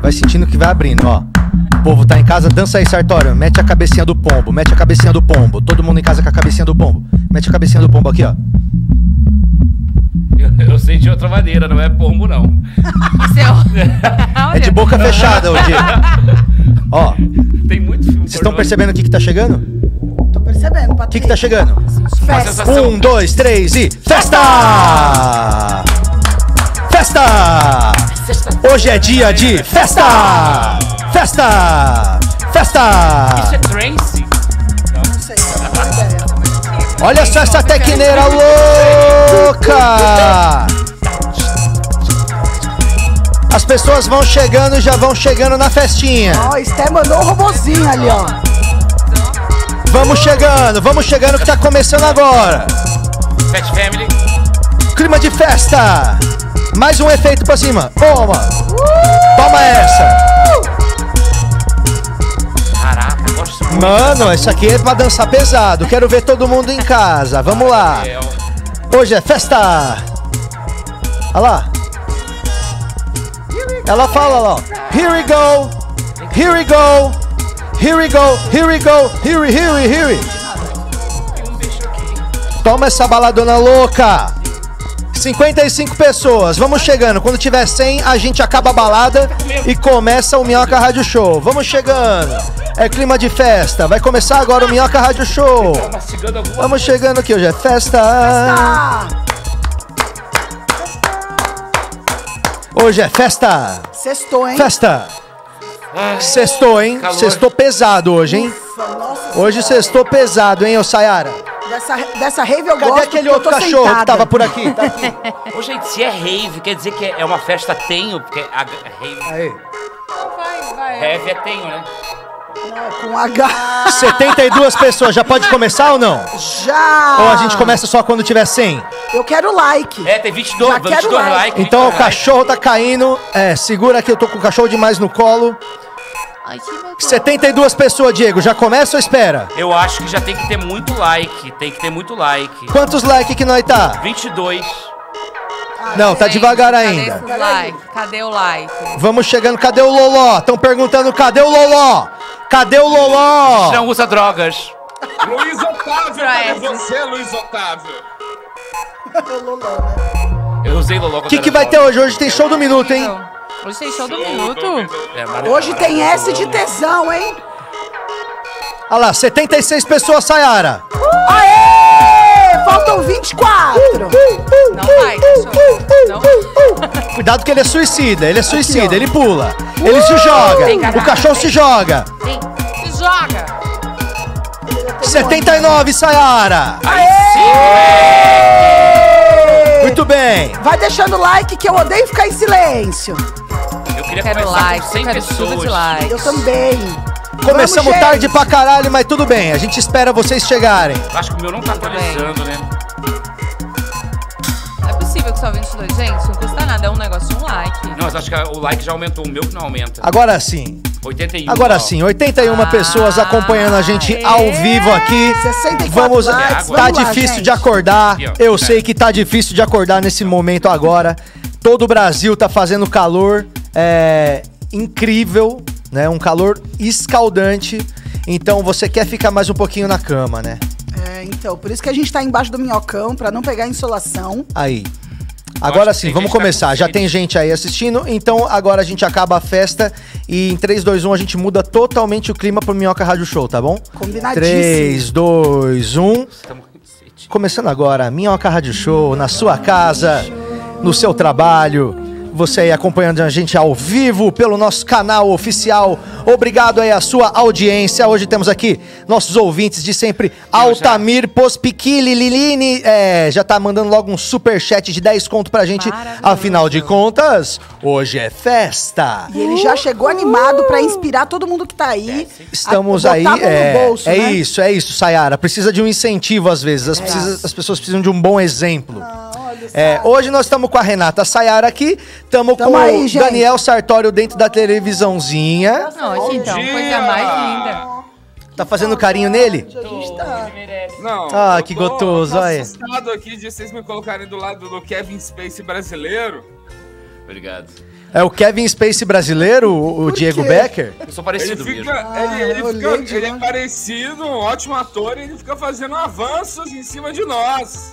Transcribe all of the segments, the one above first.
vai sentindo que vai abrindo, ó. O povo tá em casa, dança aí, Sartório. Mete a cabecinha do pombo, mete a cabecinha do pombo. Todo mundo em casa com a cabecinha do pombo. Mete a cabecinha do pombo aqui, ó. Eu, eu sei de outra maneira, não é pombo, não. É de boca fechada hoje. Ó, Tem muito filme. vocês estão pornô. né? percebendo o que que tá chegando? O Tô percebendo, que Patrick. que tá chegando? Festa. sensação. Um, dois, três e festa! Festa! Hoje é dia de festa! Festa! Isso é Festa! trance? Ah. Não sei, não tenho ideia. Olha só essa tecneira louca! As pessoas vão chegando, já vão chegando na festinha. Ó, Esté mandou um robozinho ali, ó. Vamos chegando, vamos chegando que tá começando agora. Fat Family? Clima de festa! Mais um efeito pra cima. Toma! Toma essa! Caraca, eu gosto muito. Mano, isso aqui é pra dançar pesado. Quero ver todo mundo em casa. Vamos lá. É, ó. Hoje é festa! Olha lá. Ela fala lá, ó. Here we go! Here we go! Here we go! Here we go! Here we, here we, here we. Toma essa baladona louca! 55 pessoas, vamos chegando. Quando tiver 100, a gente acaba a balada e começa o Minhoca Rádio Show. Vamos chegando. É clima de festa. Vai começar agora o Minhoca Rádio Show. Tá mastigando alguma Vamos chegando aqui hoje, é festa. Ah, Hoje é festa. Uh, sextou, hein? Ah, Festa. Sextou, hein? Calor. Sextou pesado hoje, hein? Ufa, nossa Hoje sextou pesado, hein, ô Sayara? senhora. Dessa, dessa rave eu Cadê gosto aquele porque eu outro tô cachorro sentada. que tava por aqui? Tá aqui. Ô, gente, se é rave, quer dizer que é é uma festa tenho? Porque a a rave, Aí. Vai, vai. rave é tenho, né? Com H. 72 pessoas, já pode começar ou não? Já. Ou a gente começa só quando tiver 100? Eu quero like. É, tem 22, Já quero 22 like. likes. né? Então 22 o cachorro tá caindo. É, segura aqui, eu tô com o cachorro demais no colo. Ai, que legal. 72 pessoas, Diego, já começa ou espera? likes. Eu acho que já tem que ter muito like. Tem que ter muito like. Quantos likes que nós tá? 22. Ah, Não, tá Gente, devagar cadê ainda. esses like? Cadê o like? Vamos chegando, cadê o Loló? Estão perguntando, cadê o Loló? Cadê o é Loló? um Não usa drogas. Luiz Otávio, cadê Pra essa. você, Luiz Otávio? né? Eu usei Lolo O que, que vai ter hoje? Hoje tem show do minuto, hein? Hoje tem show do minuto? É, tá Hoje tem S de tesão, hein? Olha lá, 76 pessoas, Sayara. Aê! Faltam 24. Não vai, cachorro. Não vai. Cuidado que ele é suicida, ele é suicida, ele pula. Ele se joga, o cachorro se joga. Vem, se joga. 79, Sayara. Muito bem. Vai deixando like que eu odeio ficar em silêncio. Eu queria Quero começar like, com 100 quero tudo de pessoas. like. Eu também. Começamos Vamos, tarde gente. pra caralho, mas tudo bem. A gente espera vocês chegarem. Acho que o meu não tá atualizando, né? Não é possível que só 22. Gente, não custa nada, é um negócio de um like. Não, mas acho que o like já aumentou, o meu que não aumenta. Agora sim. 81. Agora ó. Ah, é? sim, 81 pessoas acompanhando a gente ao vivo aqui. 64 Vamos, likes, tá vamos lá, difícil gente. de acordar. Aqui, ó. Eu É. sei que tá difícil de acordar nesse momento agora. Todo o Brasil tá fazendo calor é, incrível, né? Um calor escaldante. Então você quer ficar mais um pouquinho na cama, né? É, então, por isso que a gente tá embaixo do minhocão, pra não pegar insolação. Aí. Agora acho sim, que tem vamos gente que tá começar. com Já sede. tem gente aí assistindo, então agora a gente acaba a festa e em 3, 2, 1 a gente muda totalmente o clima pro Minhoca Rádio Show, tá bom? Combinadíssimo. 3, 2, 1. Tamo com cacete. Começando agora, Minhoca Rádio Show, na sua casa, no seu trabalho, Você aí acompanhando a gente ao vivo pelo nosso canal oficial. Obrigado aí à sua audiência. Hoje temos aqui nossos ouvintes de sempre, Altamir Pospiquili Liline. É, já tá mandando logo um super chat de 10 conto pra gente. Maravilhoso. Afinal de contas, hoje é festa. E ele já chegou animado pra inspirar todo mundo que tá aí. Estamos a aí. botar a mão É, no bolso, é né? É. isso, é isso, Sayara. Precisa de um incentivo às vezes. As, precisa- as pessoas precisam de um bom exemplo. Ah, É, hoje nós estamos com a Renata Sayara aqui, estamos Tamo com aí, o gente. Daniel Sartório dentro da televisãozinha. Nossa, então, dia! coisa mais linda. Tá fazendo carinho nele? tá. Não. Ah, eu que tô- gostoso, eu tô olha. assustado aqui de vocês me colocarem do lado do Kevin Space brasileiro. Obrigado. É o Kevin Space brasileiro, o, o Diego quê? Becker? Eu sou Ele parecido mesmo. fica, Ah, ele, ele eu fica- olhei de ele é longe. parecido, um ótimo ator, e ele fica fazendo avanços em cima de nós.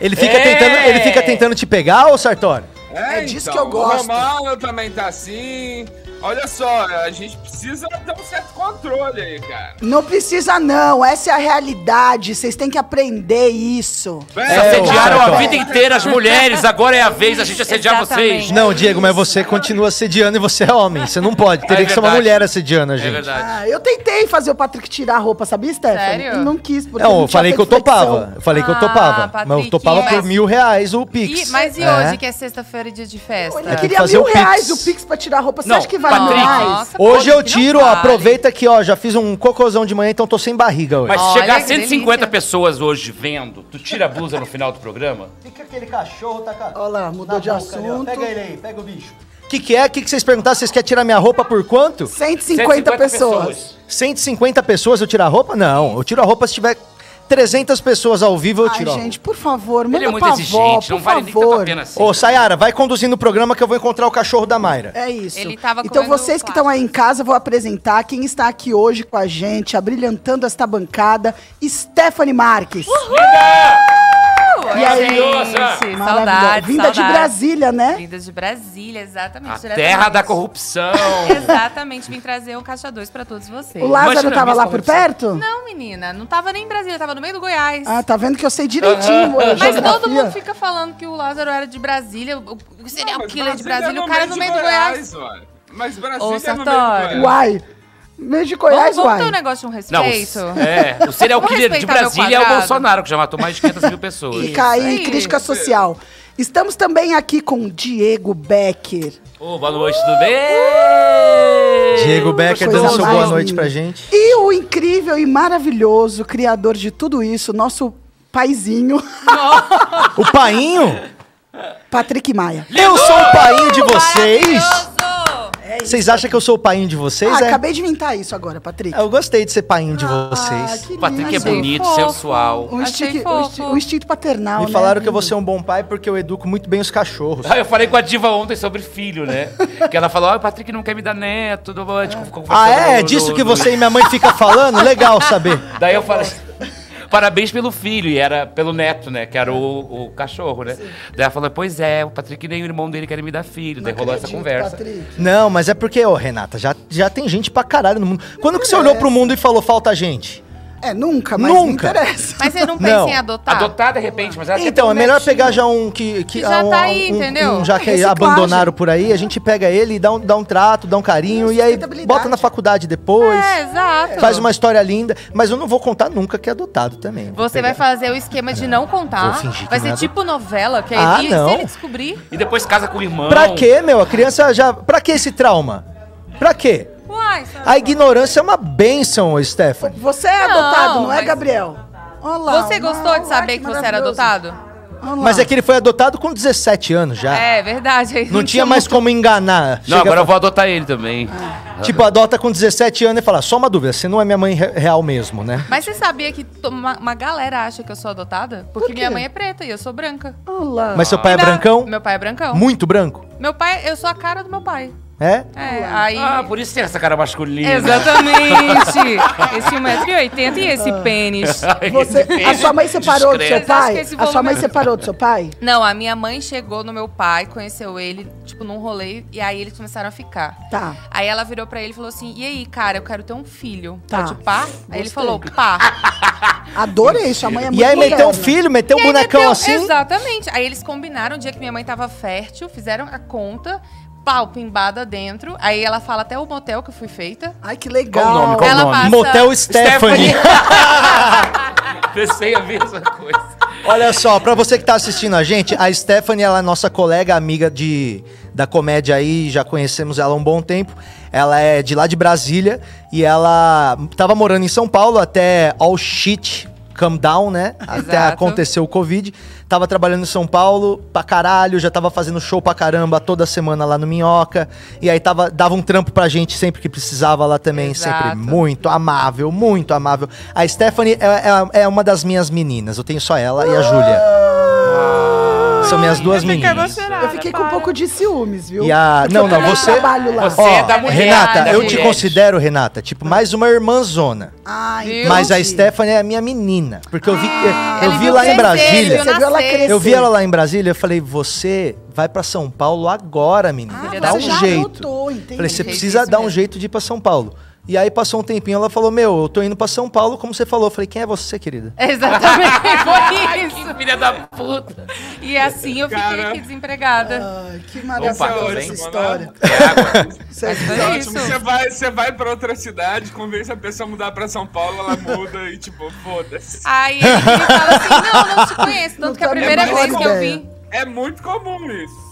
Ele fica, É! tentando, ele fica tentando te pegar, ô Sartório? É disso que eu gosto. então, O Romano também tá assim. Olha só, a gente precisa ter um certo controle aí, cara. Não precisa, não. Essa é a realidade. Vocês têm que aprender isso. Velho, Vocês É, assediaram Sartori. a vida inteira as mulheres, agora é a vez da gente assediar Exatamente. vocês. Não, Diego, mas você continua assediando e você é homem. Você não pode. Teria É que ser uma verdade. mulher assediando a É gente. verdade. Ah, eu tentei fazer o Patrick tirar a roupa, sabia, Stephanie? Sério? E não quis, porque Não, ele eu tinha falei que eu feito topava. flexão. Eu falei que eu Ah, topava. mas eu Patrick, topava por mas- mil reais o Pix. E- mas e É. hoje, que é sexta-feira e dia de festa? Ele tem que queria fazer mil o Pix. reais o Pix pra tirar a roupa. Você Não, acha que vale Patrick. mil reais? Nossa, Hoje pô, eu que tiro, não ó, vale. aproveita aqui, ó. Já fiz um cocôzão de manhã, então tô sem barriga hoje. Mas se Olha, chegar a que 150 delícia. pessoas hoje vendo, tu tira a blusa no final do programa? Fica aquele cachorro, tá, cara? Olha lá, mudou de assunto. ele aí, pega o bicho. O que, que é? O que, que vocês perguntaram? Vocês querem tirar minha roupa por quanto? 150 pessoas. 150 pessoas eu tiro a roupa? Não, eu tiro a roupa se tiver 300 pessoas ao vivo, eu Ai, tiro a roupa. gente, por favor, manda Ele é muito pra avó, exigente, por não vale nem favor. tanto a pena assim. Ô, Sayara, vai conduzindo o programa que eu vou encontrar o cachorro da Mayra. É isso. Ele tava então comendo vocês que plástico. estão aí em casa, eu vou apresentar quem está aqui hoje com a gente, abrilhantando esta bancada, Stephanie Marques. Oi, E aí? gente, Maravilhosa. saudades, Vinda de saudades. Brasília, né? Vinda de Brasília, exatamente. A diretamente. terra da corrupção. Exatamente, vim trazer um caixa 2 pra todos vocês. O Lázaro Imagina tava a lá missa por antes. perto? Não, menina, não tava nem em Brasília, tava no meio do Goiás. Ah, tá vendo que eu sei direitinho. Aham. a Uhum. Mas geografia. todo mundo fica falando que o Lázaro era de Brasília, o, o serial mas killer de Brasília Brasília, é o cara no meio do Goiás. ué. Mas Brasília Ô, é no meio do Sartori. Goiás. Uai, meio de Vamos, Goiás, vamos ter um uai. negócio de um Não, respeito? o- é, o serial Vamos killer de respeitar meu Brasília é o quadrado. Bolsonaro, que já matou mais de 500 mil pessoas. Fica aí, Isso. crítica social. Estamos também aqui com Diego Becker. Ô, boa noite, tudo bem? Diego Becker Coisa dando seu boa mais noite linda. pra gente. E o incrível e maravilhoso criador de tudo isso, nosso paizinho, O painho? Patrick Maia. Eu sou o painho de vocês? Maravilhoso! Vocês acham que eu sou o painho de vocês? Ah, é? acabei de inventar isso agora, Patrick. Eu gostei de ser painho de Ah, vocês. que O Patrick lindo. é Achei bonito, fofo. sensual. Um, Achei instinto, um, fofo. instinto, um instinto paternal, Me né? falaram que eu vou ser um bom pai porque eu educo muito bem os cachorros. Ah, eu falei com a Diva ontem sobre filho, né? Que ela falou, ah, o Patrick não quer me dar neto. do- tipo, ficou Ah, conversando é? É no- disso no- que no- você e minha mãe ficam falando? Legal saber. Daí eu falei. Parabéns pelo filho, e era pelo neto, né? Que era o, o cachorro, né? Daí ela falou: Pois é, o Patrick nem o irmão dele querem me dar filho. Daí rolou essa Acredito, conversa. Patrick. Não, mas é porque, ô, Renata, já, já tem gente pra caralho no mundo. Quando que você olhou pro mundo e falou falta gente? É, nunca, mas Nunca. não interessa. Mas você não pensa Não. em adotar? Adotar de repente, mas ela quer ter Então, um é melhor netinho. pegar já um que. Que que já um, tá aí, um- entendeu? um já que Reciclagem. abandonaram por aí, a gente pega ele e dá um, dá um trato, dá um carinho, e aí Sustentabilidade. bota na faculdade depois. É, exato. Faz uma história linda, mas eu não vou contar nunca que é adotado também. Vou Você vai pegar. fazer o esquema de não contar. Vou fingir que Vai ser não é tipo novela, que aí Ah, e não. se ele descobrir. E depois casa com o irmão. Pra quê, meu? A criança já. Pra que esse trauma? Pra quê? Uai, sabe? A ignorância é uma bênção, ô, Stephanie. Você é Não, adotado, não é, mas- Gabriel? Olha lá, Você olha gostou lá, de saber que você era maravilhoso. adotado? Olha lá. Mas é que ele foi adotado com 17 anos já. É, verdade. aí Não tinha mais como enganar. Não, Chega- agora eu vou adotar ele também. Tipo, adota com 17 anos e fala, só uma dúvida, você não é minha mãe re- real mesmo, né? Mas você sabia que to- uma, uma galera acha que eu sou adotada? Porque minha mãe é preta e eu sou branca. Olha lá. Mas seu pai é Não, brancão? Meu pai é brancão. Muito branco? Meu pai, eu sou a cara do meu pai. É? É, aí. Ah, por isso tem essa cara masculina. Exatamente. esse 1,80m e esse Ah. pênis. Você- a sua mãe separou do seu Discreto. Acho pai? que esse A sua volume mãe é- separou do seu pai? Não, a minha mãe chegou no meu pai, conheceu ele, tipo, num rolê, e aí eles começaram a ficar. Tá. Aí ela virou pra ele e falou assim: E aí, cara, eu quero ter um filho. Tá. Pode pá? Aí ele Gostei. Ah, falou: pá. Adorei, sua mãe é muito E aí meteu um moderna. filho, meteu um E aí bonecão meteu- assim. Exatamente. Aí eles combinaram o dia que minha mãe tava fértil, fizeram a conta, pau, pimbada dentro. Aí ela fala até o motel que eu fui feita. Ai, que legal. Qual o nome? Qual o ela nome? passa. Motel Stephanie. Pensei a mesma coisa. Olha só, pra você que tá assistindo a gente, a Stephanie, ela é nossa colega, amiga de, da comédia aí, já conhecemos ela há um bom tempo. Ela é de lá de Brasília e ela tava morando em São Paulo até all shit come down, né? Até Exato. acontecer o Covid. Tava trabalhando em São Paulo pra caralho, já tava fazendo show pra caramba toda semana lá no Minhoca. E aí tava, dava um trampo pra gente sempre que precisava lá também, sempre Exato. muito amável, muito amável. A Stephanie é, é- é uma das minhas meninas. Eu tenho só ela e a Júlia. São minhas duas meninas. Eu fiquei com um pouco de ciúmes, viu? E a- Porque não, eu não, também você- trabalho lá. você é da mulher, Renata, da eu mulher. te considero, Renata, tipo, mais uma irmãzona. Ah, Viu? entendi. Mas a Stephanie é a minha menina. Porque eu vi, eu Ele vi viu lá crescer, em ele Brasília. viu Você viu ela nascer. crescer. Eu vi ela lá em Brasília, eu falei, você vai pra São Paulo agora, menina. Ah, Filha Dá da um você já jeito. anotou, entendi. Falei, você Fez precisa isso dar um mesmo. jeito de ir pra São Paulo. E aí passou um tempinho, ela falou, meu, eu tô indo pra São Paulo, como você falou. Eu falei, quem é você, querida? Exatamente, foi isso. Que filha da puta. E assim eu fiquei Cara. aqui desempregada. Ai, que Opa, maravilhosa tudo essa bem? história. É Isso é- Mas é Ótimo, isso. você vai, você vai pra outra cidade, convence a pessoa a mudar pra São Paulo, ela muda e tipo, foda-se. Aí ele me fala assim: não, não te conheço. Tanto Não que a tá primeira a menor vez que eu ideia. vim. É muito comum isso.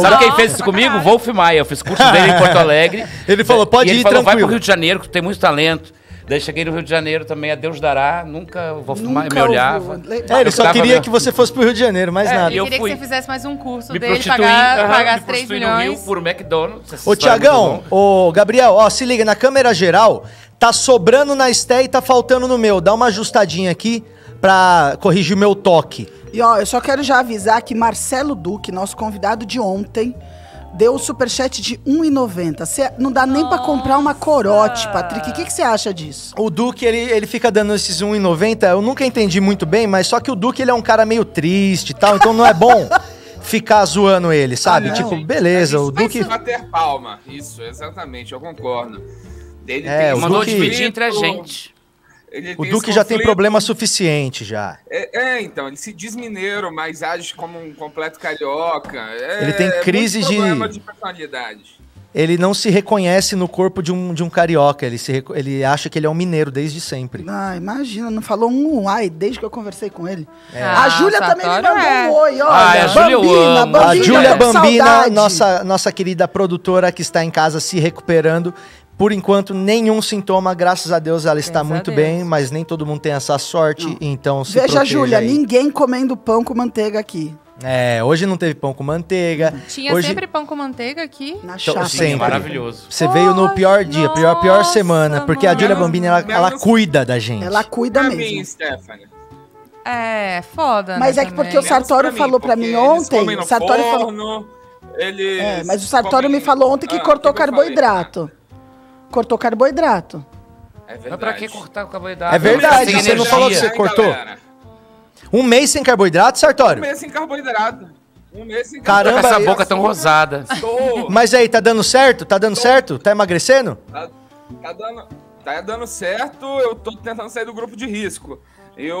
Sabe quem Nossa, fez isso pra comigo? caralho. Wolf Maia. Eu fiz curso dele em Porto Alegre. Ele falou, pode E ele ir falou, vai tranquilo. pro Rio de Janeiro, que tem muito talento. Daí cheguei no Rio de Janeiro também, a Deus dará. Nunca o Wolf Maia me Nunca olhava. ouviu. Le- É, ele Eu só tava queria na- que você fosse pro Rio de Janeiro, mais É, nada. Ele eu queria fui- que você fizesse mais um curso Me dele, prostituí, pagar, aham, pagar me as 3 prostituí no Rio milhões. por McDonald's. essa Ô, história é muito Tiagão, longa. ô, Gabriel, ó, se liga, na câmera geral, tá sobrando na Sté e tá faltando no meu. Dá uma ajustadinha aqui pra corrigir o meu toque. E ó, eu só quero já avisar que Marcelo Duque, nosso convidado de ontem, deu o superchat de 1,90. Cê- Não dá nem pra comprar uma corote, Patrick. O que que você acha disso? O Duque, ele, ele fica dando esses 1,90. Eu nunca entendi muito bem, mas só que o Duque, ele é um cara meio triste e tal, então não é bom ficar zoando ele, sabe? Ah, não, tipo, gente, beleza, Né? isso o Duque... faz Bater palma. Isso, exatamente, eu concordo. Ele É, tem o esse Mandou Duque- dividir entre a conflito, gente. ele O esse Duque já tem conflito. problema suficiente já. É, é, então, ele se diz mineiro, mas age como um completo carioca. É, Ele tem é muito crise de- problema de personalidade. Ele não se reconhece no corpo de um, de um carioca. Ele, se, reco- ele acha que ele é um mineiro desde sempre. Ah, imagina, não falou um ai desde que eu conversei com ele. É. Ah, a Júlia também me Sartori mandou é. um oi, olha. Ah, a Júlia eu Bambina, amo. Bambina, A Bambina, Júlia tô com Bambina, saudade. nossa, nossa querida produtora que está em casa se recuperando. Por enquanto, nenhum sintoma, graças a Deus ela está Graças a muito Deus. bem, mas nem todo mundo tem essa sorte, então se Veja, proteja Júlia, aí. ninguém comendo pão com manteiga aqui. É, hoje não teve pão com manteiga. Hum, Tinha hoje sempre pão com manteiga aqui. Na Então, chapa. assim, sempre. Maravilhoso. Você veio no pior dia, pior, pior Nossa, semana, porque a mano. Júlia Bambina, ela, Menos- ela cuida da gente. Ela cuida Pra mim, mesmo. Stephanie. É, foda, Mas né, é que porque também. o Sartório falou pra mim ontem, O o Sartório falou- Eles É, mas o Sartório comem- me falou ontem que Ah, cortou o que eu carboidrato. Cortou carboidrato. falei? É Mas verdade. pra que cortar o carboidrato? É verdade, Sem você não energia. falou que você Hein, cortou? galera? Um mês sem carboidrato, Um Sartório? mês sem carboidrato. Um mês sem Caramba, Com carboidrato. essa eu- boca tão rosada. Tô- Mas aí, tá dando certo? Tá dando certo? Tá emagrecendo? Tá, tá dando, tá dando certo, eu tô tentando sair do grupo de risco. Eu.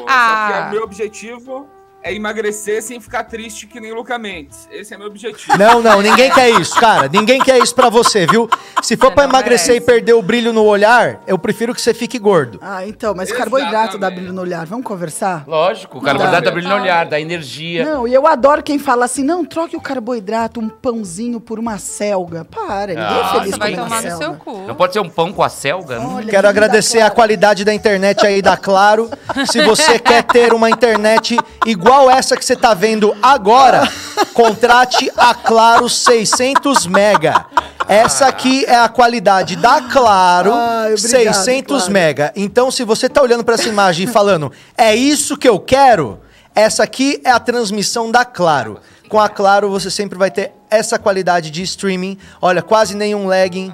Só que Ah. o meu objetivo é emagrecer sem ficar triste que nem o Luca Mendes. Esse é meu objetivo. Não, não, ninguém quer isso, cara. Ninguém quer isso pra você, viu? Se for Você pra não emagrecer merece. e perder o brilho no olhar, eu prefiro que você fique gordo. Ah, então, mas Exatamente. carboidrato dá brilho no olhar. Vamos conversar? Lógico, o é carboidrato dá brilho no olhar, dá energia. Não, e eu adoro quem fala assim, não, troque o carboidrato, um pãozinho por uma selga. Para, ninguém é Ah, feliz Nossa, vai com uma tomar no selga. seu cu. Não pode ser um pão com a selga? Não. Olha, Quero linda, agradecer a Clara. qualidade da internet aí da Claro. Se você quer ter uma internet igual essa que você tá vendo agora, contrate a Claro 600 mega. Essa aqui é a qualidade da Claro, Ai, Ah, obrigado, 600 Claro. mega. Então, se você tá olhando pra essa imagem e falando, é isso que eu quero, essa aqui é a transmissão da Claro. Com a Claro, você sempre vai ter essa qualidade de streaming. Olha, quase nenhum lagging.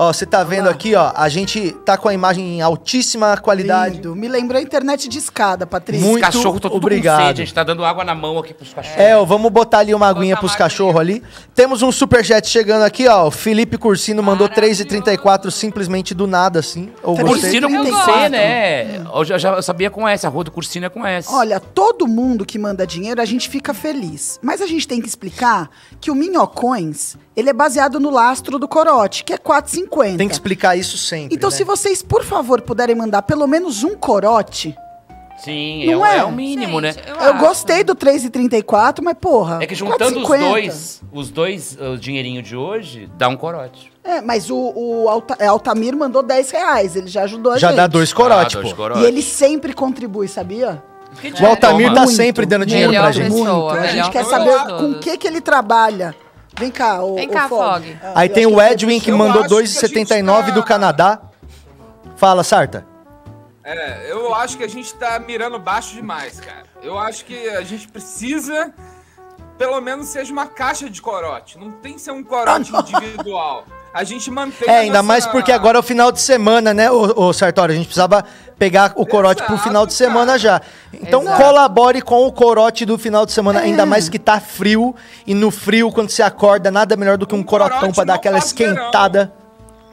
Ó, você tá vendo aqui, ó, a gente tá com a imagem em altíssima qualidade. Lindo. Me lembrou a internet de escada, Patrícia. Muito cachorro tá tudo obrigado. com sede, a gente tá dando água na mão aqui pros cachorros. É, ó, vamos botar ali uma aguinha Botar pros uma cachorros ali. Temos um superchat chegando aqui, ó. O Felipe Cursino mandou Maravilhoso. 3,34 simplesmente do nada, assim. Ou Tá gostei. Cursino com 34. C, né? Eu já, já sabia com S, a rua do Cursino é com S. Olha, todo mundo que manda dinheiro, a gente fica feliz. Mas a gente tem que explicar que o Minhocões, ele é baseado no lastro do corote, que é 4,50. Tem que explicar isso sempre. Então, né? se vocês, por favor, puderem mandar pelo menos um corote. Sim, Não é, o- é? é o mínimo, Gente, né? Eu acho. gostei do 3,34, mas porra. É que juntando os 4,50. dois, os dois, o dinheirinho de hoje, dá um corote. É, mas o, o Alta- é, Altamir mandou 10 reais, ele já ajudou a Já gente. dá dois corotes, Ah, dois pô. corotes. E ele sempre contribui, sabia? Que O dinheiro, Altamir tá mano? Muito, sempre dando dinheiro melhor pra gente. pessoa, Muito. A melhor gente quer pessoa saber de com o todas. que, que ele trabalha. Vem cá, o, Vem o cá, Fog. Ah, Aí eu tem acho o que Edwin que eu mandou acho que a gente 2,79 do tá- Canadá. Fala, Sarta. É, eu acho que a gente tá mirando baixo demais, cara. Eu acho que a gente precisa, pelo menos, seja uma caixa de corote. Não tem que ser um corote individual. A gente mantém. É, a ainda nossa- mais porque agora é o final de semana, né, ô, ô Sartório? A gente precisava pegar o corote pro final de Exato, semana cara. já. Então Exato. colabore com o corote do final de semana, ainda mais que tá frio. E no frio, quando você acorda, nada melhor do que um, Um corotão corote pra dar não aquela faz verão. esquentada.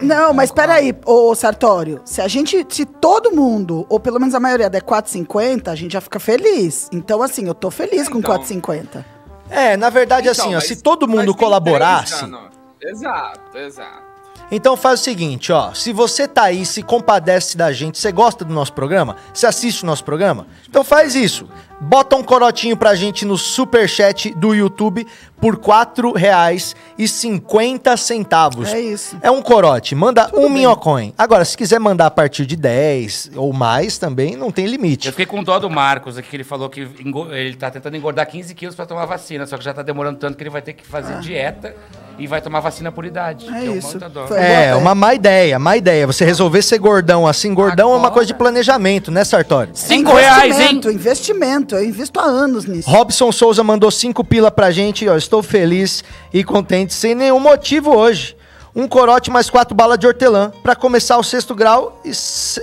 Não, mas peraí, ô Sartório. Se a gente. Se todo mundo, ou pelo menos a maioria, der 4,50, a gente já fica feliz. Então, assim, eu tô feliz com Então. 4,50. É, na verdade, Então, assim, ó, mas- se todo mas mundo tem colaborasse. três anos. Exato, exato. Então faz o seguinte, ó. Se você tá aí, se compadece da gente, você gosta do nosso programa, você assiste o nosso programa, então faz isso. Bota um corotinho pra gente no superchat do YouTube por R$ 4,50. É isso. É um corote, manda um minhocon. Agora, se quiser mandar a partir de 10 ou mais também, não tem limite. Eu fiquei com dó do Marcos aqui, que ele falou que engo- ele tá tentando engordar 15 quilos pra tomar vacina, só que já tá demorando tanto que ele vai ter que fazer dieta e vai tomar vacina por idade. Ah. É Deu isso. muita dó. Foi. É, Boa, uma má ideia, má ideia. Você resolver ser gordão assim, gordão é uma Agora. coisa de planejamento, né, Sartori? Cinco É reais, hein? investimento, investimento. Eu invisto há anos nisso. Robson Souza mandou cinco pila pra gente, ó. Estou feliz e contente sem nenhum motivo hoje. Um corote mais quatro balas de hortelã pra começar o sexto grau e se-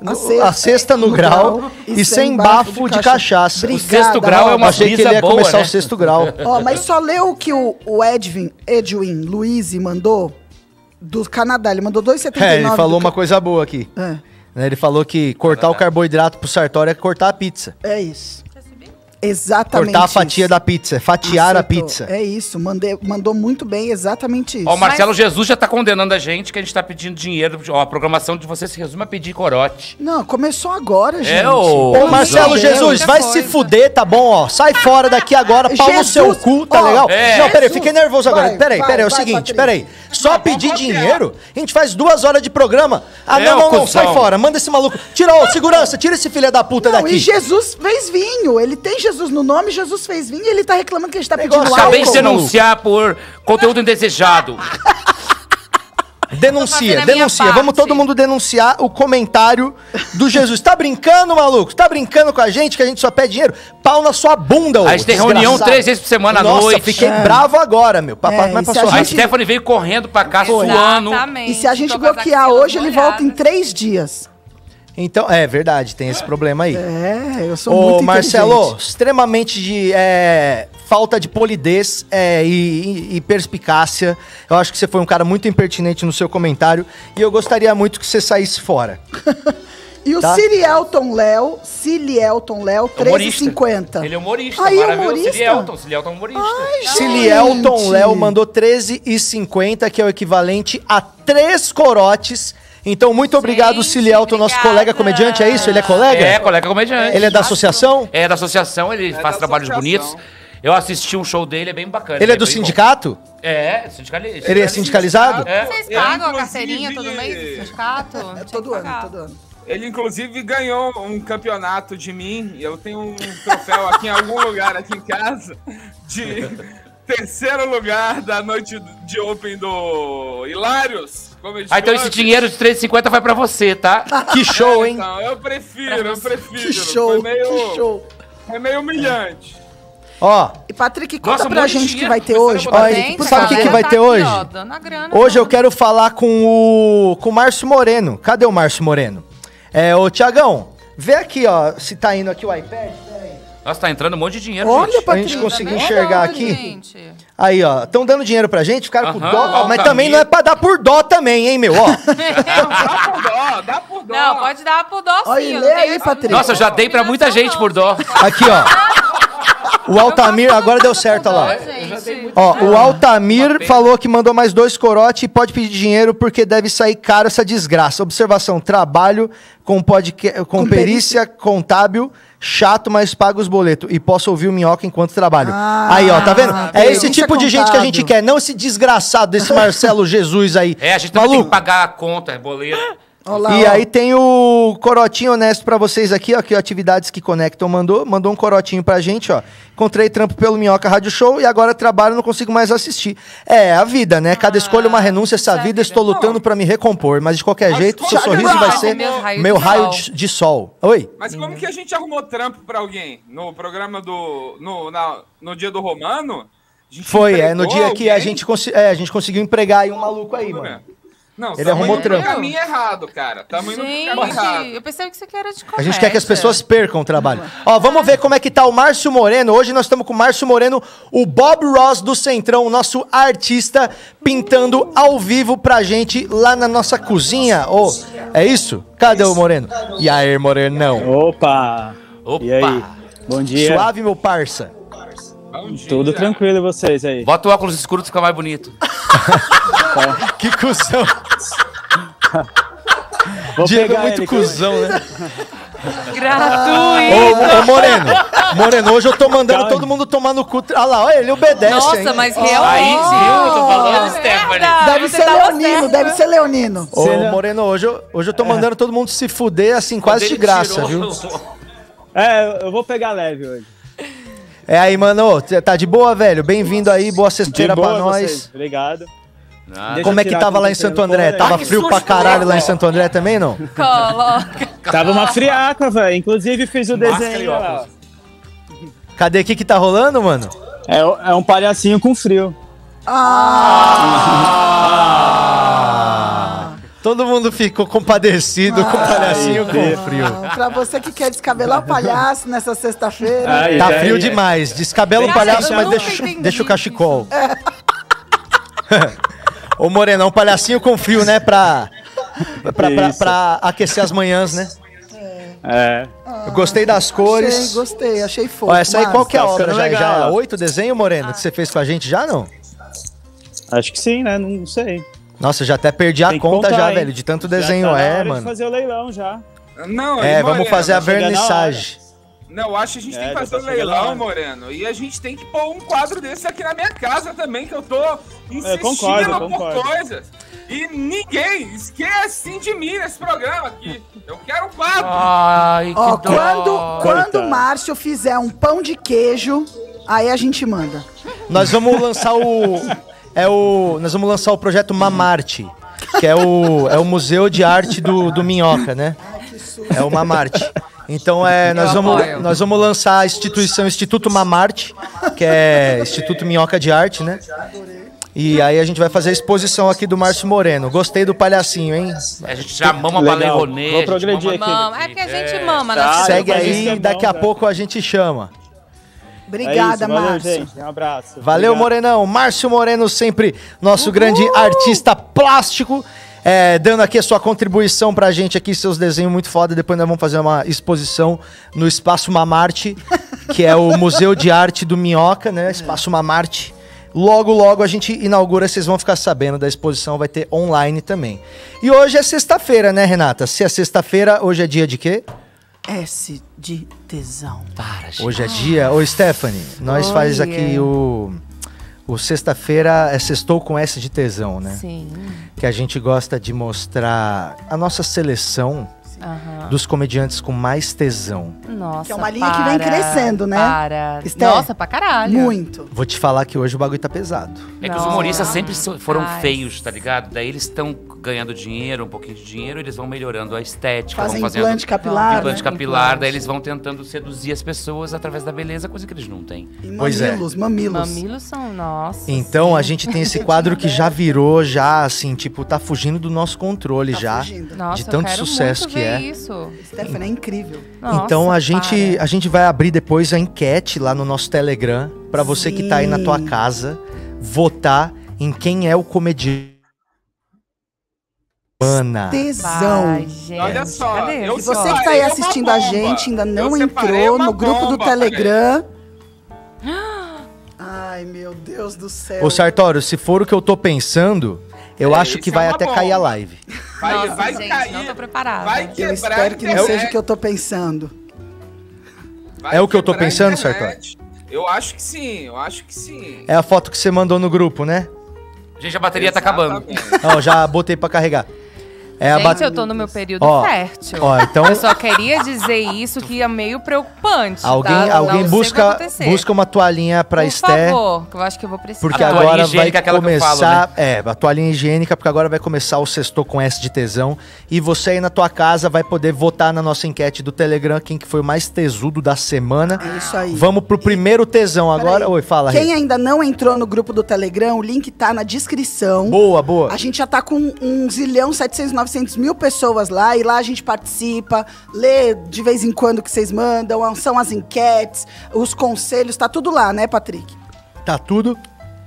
no- a, sexta, sexta- no grau, e sem bafo de, cachaça. Obrigada, O sexto grau é Rob. uma Achei que brisa ele ia boa, começar né? o sexto grau. Ó, mas só leu o que o, o Edwin, Edwin Luiz mandou do Canadá. Ele mandou 2,79. É, ele falou do uma Ca- coisa boa aqui. É, né? Ele falou que cortar o carboidrato pro Sartori é cortar a pizza. é isso. Exatamente. Cortar a fatia isso. da pizza, é fatiar a Acertou. pizza. É isso, mandei, mandou muito bem, exatamente isso. Ó, o Marcelo Jesus já tá condenando a gente que a gente tá pedindo dinheiro. Ó, a programação de você se resume a pedir corote. Não, começou agora, gente. É, ô, Ô, Pelo Marcelo amor de Jesus, Deus. vai Muita se coisa. fuder, tá bom, ó. Sai fora daqui agora, pau no Jesus, seu cu, tá ó, legal? é. Não, peraí, Jesus, fiquei nervoso agora. vai, Peraí, vai, peraí, é o vai, seguinte, Patrícia. peraí. Só pedir dinheiro, a gente faz duas horas de programa. Ah, É, não, ô, não, não, cuzão. sai fora, manda esse maluco. Tira, ô, segurança, tira esse filho da puta Não, e daqui. Jesus fez vinho. Ele tem Jesus no nome, Jesus fez vinho e ele tá reclamando que a gente tá pedindo Negócio álcool. Acabei de ser não- denunciar por conteúdo indesejado. fazendo Denuncia, a minha denuncia. Vamos parte. todo mundo denunciar o comentário do Jesus. Tá brincando, maluco? Tá brincando com a gente que a gente só pede dinheiro? Pau na sua bunda, ô. A gente tem desgraçado. reunião três vezes por semana à Nossa, noite. fiquei bravo agora, meu. Papai, É, mas e se passou a A rápido. gente- Stephanie veio correndo pra cá suando. Exatamente. E se a gente Tô com as bloquear axilas hoje, ele volta em molhadas. três dias. Então, é verdade, tem esse problema aí. É, eu sou Ô, muito Marcelo, inteligente. extremamente de é, falta de polidez é, e, e- e perspicácia. Eu acho que você foi um cara muito impertinente no seu comentário e eu gostaria muito que você saísse fora. E o tá? É Siri Elton Léo, Siri Elton Léo, Humorista. 3,50. Ele é humorista, Aí, maravilhoso. humorista? Cilielton, Cilielton é humorista. Silielton Léo mandou 13,50, que é o equivalente a três corotes. Então, muito obrigado, Gente, Silielton, nosso obrigada. colega comediante. É isso? Ele é colega? É, colega comediante. Ele é da associação? É da associação, ele da faz trabalhos associação. bonitos. Eu assisti um show dele, é bem bacana. Ele é do bem bom. sindicato? É, sindicalista. Ele é sindicalizado? É. Vocês pagam Inclusive- a carteirinha todo mês do sindicato? É Tinha que todo ano, pagar. todo ano. Ele, inclusive, ganhou um campeonato de mim. Eu tenho um troféu aqui em algum lugar aqui em casa de terceiro lugar da noite de Open do Hilários. Comedy Ah, então esse Club. dinheiro de 3,50 vai pra você, tá? Que show, hein? Então, eu prefiro, eu prefiro. Que show, Foi meio, que show. Foi meio humilhante. Ó, E Patrick, conta Nossa, um pra monte de gente que dinheiro vai ter que você hoje, vai botar dentro, Patrick. por sabe cara, o que que ela favor. vai tá ter aqui, hoje? ó, dando a grana, hoje eu mano. quero falar com o com o Márcio Moreno. Cadê o Márcio Moreno? É, ô Tiagão, vê aqui, ó, se tá indo aqui o iPad. Nossa, tá entrando um monte de dinheiro, Olha, gente. Pra gente Patrick, Tá conseguir bem enxergar longe, aqui. gente. Aí, ó, estão dando dinheiro pra gente, ficaram com Aham, dó, ó, mas tá também não é amigo. pra dar por dó também, hein, meu, ó. Dá por dó, dá por dó. Não, pode dar pro dó sim. Olha, eu lê não tenho aí, esse- Patrick. Nossa, eu já dei pra muita gente por dó. Aqui, ó. O Altamir, agora deu certo, olha lá. Eu já dei muito- Ó, o Altamir falou que mandou mais dois corote e pode pedir dinheiro porque deve sair caro essa desgraça. Observação: trabalho com, podca- com, Com perícia, contábil, chato, mas paga os boletos. E posso ouvir o minhoca enquanto trabalho. aí, ó, tá vendo? É esse perícia tipo de gente que a gente contábil. quer, não esse desgraçado desse Marcelo Jesus aí. É, a gente também Maluco. tem que pagar a conta, é boleto. Olha lá, E ó. aí tem o corotinho honesto pra vocês aqui, ó, que o atividades que conectam mandou, mandou um corotinho pra gente, ó. Encontrei trampo pelo Minhoca Rádio Show e agora trabalho, não consigo mais assistir. É, a vida, né? Cada escolha é uma renúncia, Ah, essa isso é vida vida. estou lutando pra me recompor, mas de qualquer Mas jeito, seu como- sorriso vai Thiago ser Brown, raio meu de raio sol. de, de sol. Oi. Mas Uhum. como que a gente arrumou trampo pra alguém? No programa do. No, na- no dia do Romano? A gente Foi, é no empregou dia que a alguém? gente, consi- é, a gente conseguiu empregar aí um maluco aí, mano. Não, Ele tamo arrumou indo pro trampo. caminho errado, cara. Tamo indo pro caminho errado. Gente, eu pensei que isso aqui era de A comédia. gente quer que as pessoas percam o trabalho. Ó, vamos ver como é que tá o Márcio Moreno. Hoje nós estamos com o Márcio Moreno, o Bob Ross do Centrão, o nosso artista, pintando ao vivo pra gente lá na nossa cozinha. Ô, é isso? Cadê o Moreno? E aí, Morenão? Opa! Opa! E aí? Bom dia. Suave, meu parça. Bom dia. Tudo tranquilo e vocês aí? Bota o óculos escuro que fica mais bonito. Que cuzão. Vou Diego é pegar muito ele, cuzão, né? Ô, Gratuito. ô, Moreno. Moreno, hoje eu tô mandando Calma. todo mundo tomar no cu. Olha lá, olha, ele obedece, hein? Nossa, mas Aí realmente. sim, eu tô falando, Stephanie. Deve você ser tava leonino, certo. deve ser leonino. Ô, Você não- Moreno, hoje eu, hoje eu tô mandando todo mundo se fuder, assim, quase de Ele graça, tirou. viu? É, eu vou pegar leve hoje. É aí, mano, cê tá de boa, velho? Bem-vindo aí, boa De sexta-feira boa pra nós. vocês. Obrigado. Nada. Deixa Como eu é que tirar tava aqui lá em do Santo pelo- André? Olha, Tava que um frio pra susto, caralho lá em velho. Santo André também, não? Coloca. Tava uma friaca, velho. Inclusive fiz o Máscara e desenho. lá. óculos. Cadê o que que tá rolando, mano? É, o- é um palhacinho com frio. Ah! Todo mundo ficou compadecido com o palhacinho com frio. Ah, Pra você que quer descabelar o palhaço nessa sexta-feira. Aí, Tá daí, frio é. demais. Descabela o Cara, palhaço, eu mas nunca deixa, entendi deixa o isso. cachecol. Ô, Moreno, um palhacinho com frio, né? Pra, pra, pra- Isso. pra aquecer as manhãs, né? É. Eu gostei das cores. Achei, gostei, achei fofo. Ó, essa aí qual que é a tá obra ficando já? legal, Ah. já é ó. oito desenho, Moreno, que você fez com a gente já, não? Acho que sim, né? Não sei. Nossa, eu já até perdi a Tem que conta contar, já, hein? velho, de tanto tá Já desenho tá na é, hora mano. De fazer o leilão já. Não, É, aí, vamos Moreno, fazer a chega na vernissage. Não, eu acho que a gente É, tem que já fazer tá um chegando a leilão, hora. Moreno. E a gente tem que pôr um quadro desse aqui na minha casa também, que eu tô insistindo concordo, eu por concordo. coisas. E ninguém esquece assim de mim nesse programa aqui. Eu quero um quadro. Ah, Ai, que Ó, dó. quando, quando o Coitado. Márcio fizer um pão de queijo, aí a gente manda. Nós vamos lançar o é o nós vamos lançar o projeto Mamarte, que é o é o museu de arte do, do Minhoca, né? É o Mamarte. Então é, nós Eu vamos apoio. nós vamos lançar a instituição Instituto Mamarte, que é Instituto Minhoca de Arte, né? E aí a gente vai fazer a exposição aqui do Márcio Moreno. Gostei do palhacinho, hein? A gente já mama Legal. pra Leironê. Vou progredir aqui. Mama. É porque a gente mama, Tá, né? Segue mas aí, isso é bom, daqui a né? pouco a gente chama. é Obrigada, isso, valeu, Márcio. gente. Um abraço. Valeu, Obrigado. Morenão. Márcio Moreno, sempre nosso grande artista plástico. é, dando aqui a sua contribuição pra gente aqui, seus desenhos muito foda. Depois nós vamos fazer uma exposição no Espaço Mamarte, que é o Museu de Arte do Minhoca, né? Espaço Mamarte. Logo, logo a gente inaugura, vocês vão ficar sabendo da exposição, vai ter online também. E hoje é sexta-feira, né, Renata? Se é sexta-feira, hoje é dia de quê? S de tesão. Para, gente. Hoje é dia. Ô, Stephanie, nós Olha. faz aqui o. O sexta-feira é sextou com S de tesão, né? Sim. Que a gente gosta de mostrar a nossa seleção Aham. dos comediantes com mais tesão. Nossa. Que é uma linha que vem para, crescendo, né? Para. Esté? Nossa, pra caralho. Muito. Vou te falar que hoje o bagulho tá pesado. É que os Não. humoristas sempre so- foram Ai. feios, tá ligado? Daí eles estão ganhando dinheiro, um pouquinho de dinheiro, eles vão melhorando a estética, Fazem vão fazendo implante capilar, implante né? capilar, daí Implante. eles vão tentando seduzir as pessoas através da beleza, coisa que eles não têm. E Pois é. mamilos, mamilos. Mamilos são nossos. Então a gente tem esse quadro que já virou, já assim, tipo, tá fugindo do nosso controle Tá já. fugindo. Nossa, de tanto eu quero sucesso muito que ver é. Isso. Stephanie é incrível. Nossa, então a gente, para. a gente vai abrir depois a enquete lá no nosso Telegram pra você que tá aí na tua Sim. casa votar em quem é o comediante. Ana. Tesão. Vai, gente. Olha só, Cadê? eu E Esse você ó? que tá aí Separei uma assistindo a bomba. gente, ainda não Eu separei entrou uma no grupo do bomba, peraí. Telegram. Ai, meu Deus do céu. Ô Sartório, se for o que eu tô pensando, eu É, acho que isso é vai uma até bomba. cair a live. Vai, Nossa, vai gente, cair. não tô preparada. Vai Eu quebrar espero que a não internet, seja o que eu tô pensando. vai É o que eu tô quebrar a pensando, internet. Eu acho que sim, eu acho que sim. É a foto que você mandou no grupo, né? Gente, a bateria tá acabando. Exatamente. Ó, já botei pra carregar. É a Gente, bateria. eu tô no meu período Ó, fértil. Ó, então Eu só queria dizer isso que é meio preocupante. alguém, tá? Não sei alguém o que vai busca, acontecer. busca uma toalhinha pra Por Esté, favor, que eu acho que eu vou precisar. porque A toalhinha agora vai higiênica, é aquela que eu falo, né? começar, é, a toalhinha higiênica, porque agora vai começar o sextou com S de tesão, e você aí na tua casa vai poder votar na nossa enquete do Telegram quem que foi o mais tesudo da semana. É isso aí. Vamos pro primeiro tesão agora. Peraí. Oi, fala. Rê. Quem ainda não entrou no grupo do Telegram, o link tá na descrição. Boa, boa. A gente já tá com um zilhão, 700, 900 mil pessoas lá. E lá a gente participa, lê de vez em quando o que vocês mandam. São as enquetes, os conselhos. Tá tudo lá, né, Patrick? Tá tudo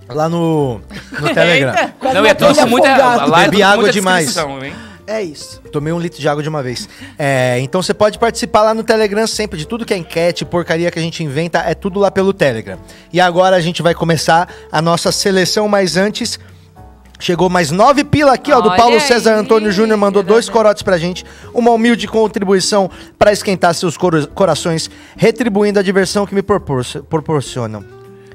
lá no, no Telegram. Não, é tudo Quase com muita. afogado. Lá é Bebi tudo com água muita demais. descrição, hein? É isso. Tomei um litro de água de uma vez. É, então você pode participar lá no Telegram sempre, de tudo que é enquete, porcaria que a gente inventa, é tudo lá pelo Telegram. E agora a gente vai começar a nossa seleção, mas antes. Chegou mais nove pila aqui, ó, do Olha Paulo César aí. Antônio Júnior, mandou dois corotes pra gente, uma humilde contribuição pra esquentar seus coro- corações, retribuindo a diversão que me propor- proporcionam.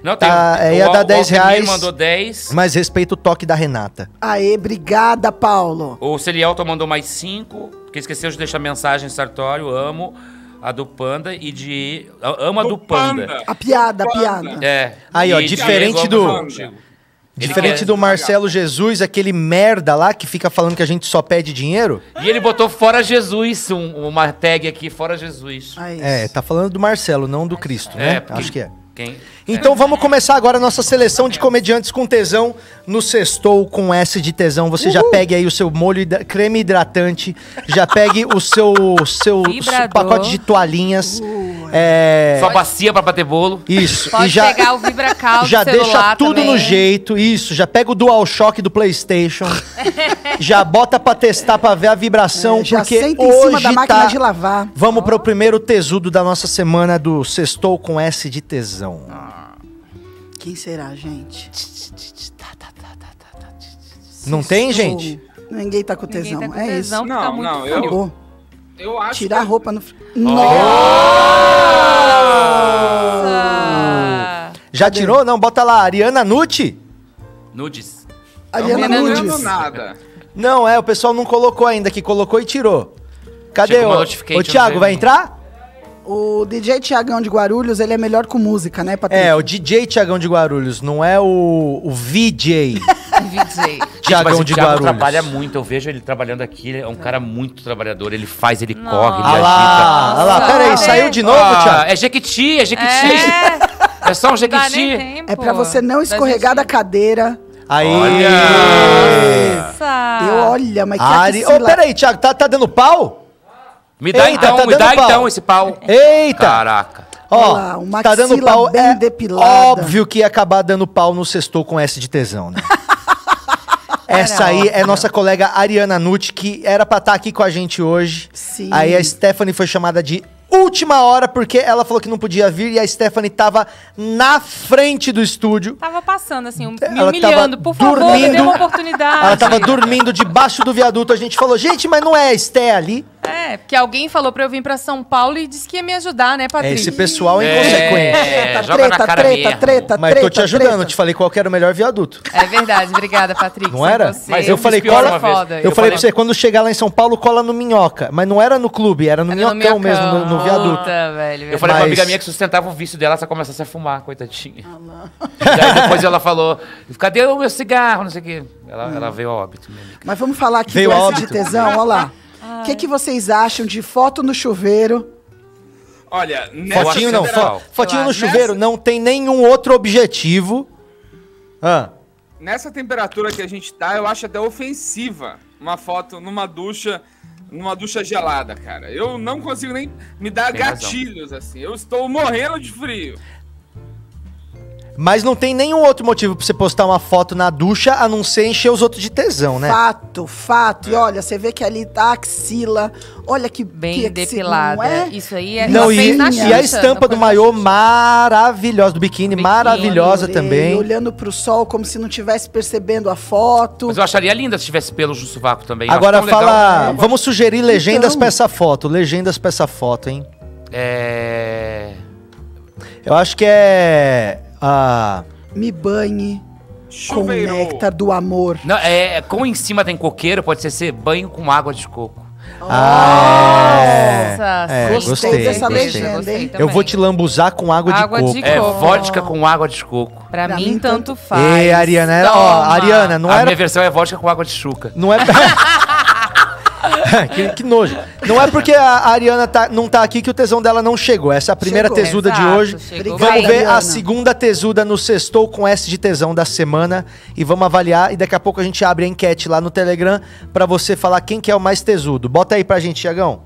Não, Tá, é, ia o- dar o 10 Altemir reais. mandou 10. Mas respeito o toque da Renata. Aê, obrigada, Paulo. O Celielton mandou mais 5, porque esqueceu de deixar mensagem Sartório, amo a do Panda e de... a- Amo a do Panda. A piada, a Panda. piada. É. Aí, E ó, de- diferente amo do- contigo. Ele Diferente quer- do Marcelo Jesus, aquele merda lá que fica falando que a gente só pede dinheiro. E ele botou fora Jesus, um- uma tag aqui, fora Jesus. É isso. É, tá falando do Marcelo, não do Cristo, né? porque- Acho que é. Quem? Então vamos começar agora a nossa seleção de comediantes com tesão no sextou com S de tesão. Você já pegue aí o seu molho hidra- creme hidratante, já pegue o seu, seu, Vibrador. seu pacote de toalhinhas. é, Só bacia pra bater bolo. Isso. Pode e já, pegar o Vibra Cal do já celular deixa tudo também. no jeito, isso. Já pega o DualShock do PlayStation, já bota pra testar pra ver a vibração, É, já porque senta em hoje cima da máquina tá- de lavar. Vamos pro primeiro tesudo da nossa semana do Sextou com S de tesão. Quem será, gente? Não tem, gente? Ou- Ninguém tá com tesão. Ninguém tá com é tesão, isso. porque tá Não, muito não, eu- frio. Acabou. Eu acho Tirar é a que- roupa no. fr- Nossa! Ah, Já tirou? Não, bota lá, Ariana Nucci? Nudes. Ariana não tô Nudes. vendo nada. Não, é, o pessoal não colocou ainda, que colocou e tirou. Cadê Chegou uma o... notification, né? Ô, Thiago, não vai Tá sei. entrar? O DJ Tiagão de Guarulhos, ele é melhor com música, né, Patrícia? É, o DJ Tiagão de Guarulhos, não é o, o VJ DJ. Tiagão Mas Tipo assim, o de Thiago Guarulhos. trabalha muito, eu vejo ele trabalhando aqui, ele é um cara muito trabalhador, ele faz, ele corre, ele Ah lá, ah lá, Nossa. peraí, saiu de novo, Ah, Thiago? É Jequiti, é Jequiti. É. É, só um Não dá nem Jequiti. tempo. É pra você não Da escorregar da gente- cadeira. Aí. Olha! Nossa. Eu, olha, mas que Ari... Ô, axila. peraí, Thiago, tá, tá dando pau? Me dá Eita, então, tá me dando dá pau. então esse pau. Eita! Caraca. Ó, Olha lá, uma tá dando axila pau. bem é depilada. óbvio que ia acabar dando pau no sextou com S de tesão, né? Essa aí é nossa colega Ariana Nucci, que era pra estar aqui com a gente hoje. Sim. Aí a Stephanie foi chamada de última hora, porque ela falou que não podia vir e a Stephanie tava na frente do estúdio. Tava passando, assim, um- me Ela humilhando. tava Por favor, me dê dormindo. uma oportunidade. Ela tava dormindo debaixo do viaduto. A gente falou, gente, mas não é a Esté ali? É, porque alguém falou pra eu vir pra São Paulo e disse que ia me ajudar, né, É, Patrick? esse pessoal é inconsequente. É, joga na treta, cara treta, mesmo. treta, Mas treta, tô te ajudando, treta. te falei qual que era o melhor viaduto. É verdade, obrigada, Patrick. Não Sem era? você, um Mas eu fiz falei, pior uma cola- vez. Eu, Eu falei falei- pra você, quando chegar lá em São Paulo, cola no Minhoca. Mas não era no clube, era no, Era minhocão, um mesmo, no, no viaduto. Puta, velho. Eu falei pra Mas- uma amiga minha que sustentava o vício dela se ela começasse a fumar, coitadinha. Ah, E aí depois ela falou, cadê o meu cigarro, não sei o quê. Ela, ela veio a óbito. minha amiga. Mas vamos falar aqui Veio do S óbito. de tesão, olha lá. O que, que vocês acham de foto no chuveiro? Olha, nessa Fotinho não, acho federal. fo- fotinho Eu no acho. chuveiro não tem nenhum outro objetivo. Ah, nessa temperatura que a gente tá, eu acho até ofensiva uma foto numa ducha, numa ducha gelada, cara. Eu não consigo nem me dar Tem razão. gatilhos assim. Eu estou morrendo de frio. mas não tem nenhum outro motivo pra você postar uma foto na ducha, a não ser encher os outros de tesão, né? Fato, fato. É. E olha, você vê que ali tá a axila. Olha que Bem que, axi- depilada. Não é? Isso aí é Não, ela e, fez na e Xuxa, a estampa não do foi- maiô maravilhosa, do biquíni, Biquíni, maravilhosa Adorei, também. Olhando pro sol como se não tivesse percebendo a foto. Mas eu acharia linda se tivesse pelos no sovaco também. Eu Agora acho tão fala, legal. vamos sugerir legendas Então. pra essa foto, legendas pra essa foto, hein? É... Eu acho que é ah, Me banhe com o Chuveiro. néctar do amor. Não, é, como em cima tem coqueiro, pode ser, ser banho com água de coco. ah, Nossa, é, sim, gostei, com gostei. certeza, gostei Eu Eu também. vou te lambuzar com água Água de de coco. É, Coco. vodka com água de coco. Pra, Pra mim, mim, tanto faz. Ei, Ariana, era, Né? ó, Toma. Ariana, não a era minha versão é vodka com água de chuca. Não é. que, que nojo. Não é porque a Ariana tá- não tá aqui que o tesão dela não chegou. Essa é a primeira Chegou. tesuda de Exato, hoje. chegou. Vamos Obrigada, ver a Ariana. segunda tesuda no Sextou com S de tesão da semana. E vamos avaliar. E daqui a pouco a gente abre a enquete lá no Telegram pra você falar quem que é o mais tesudo. Bota aí pra gente, Tiagão.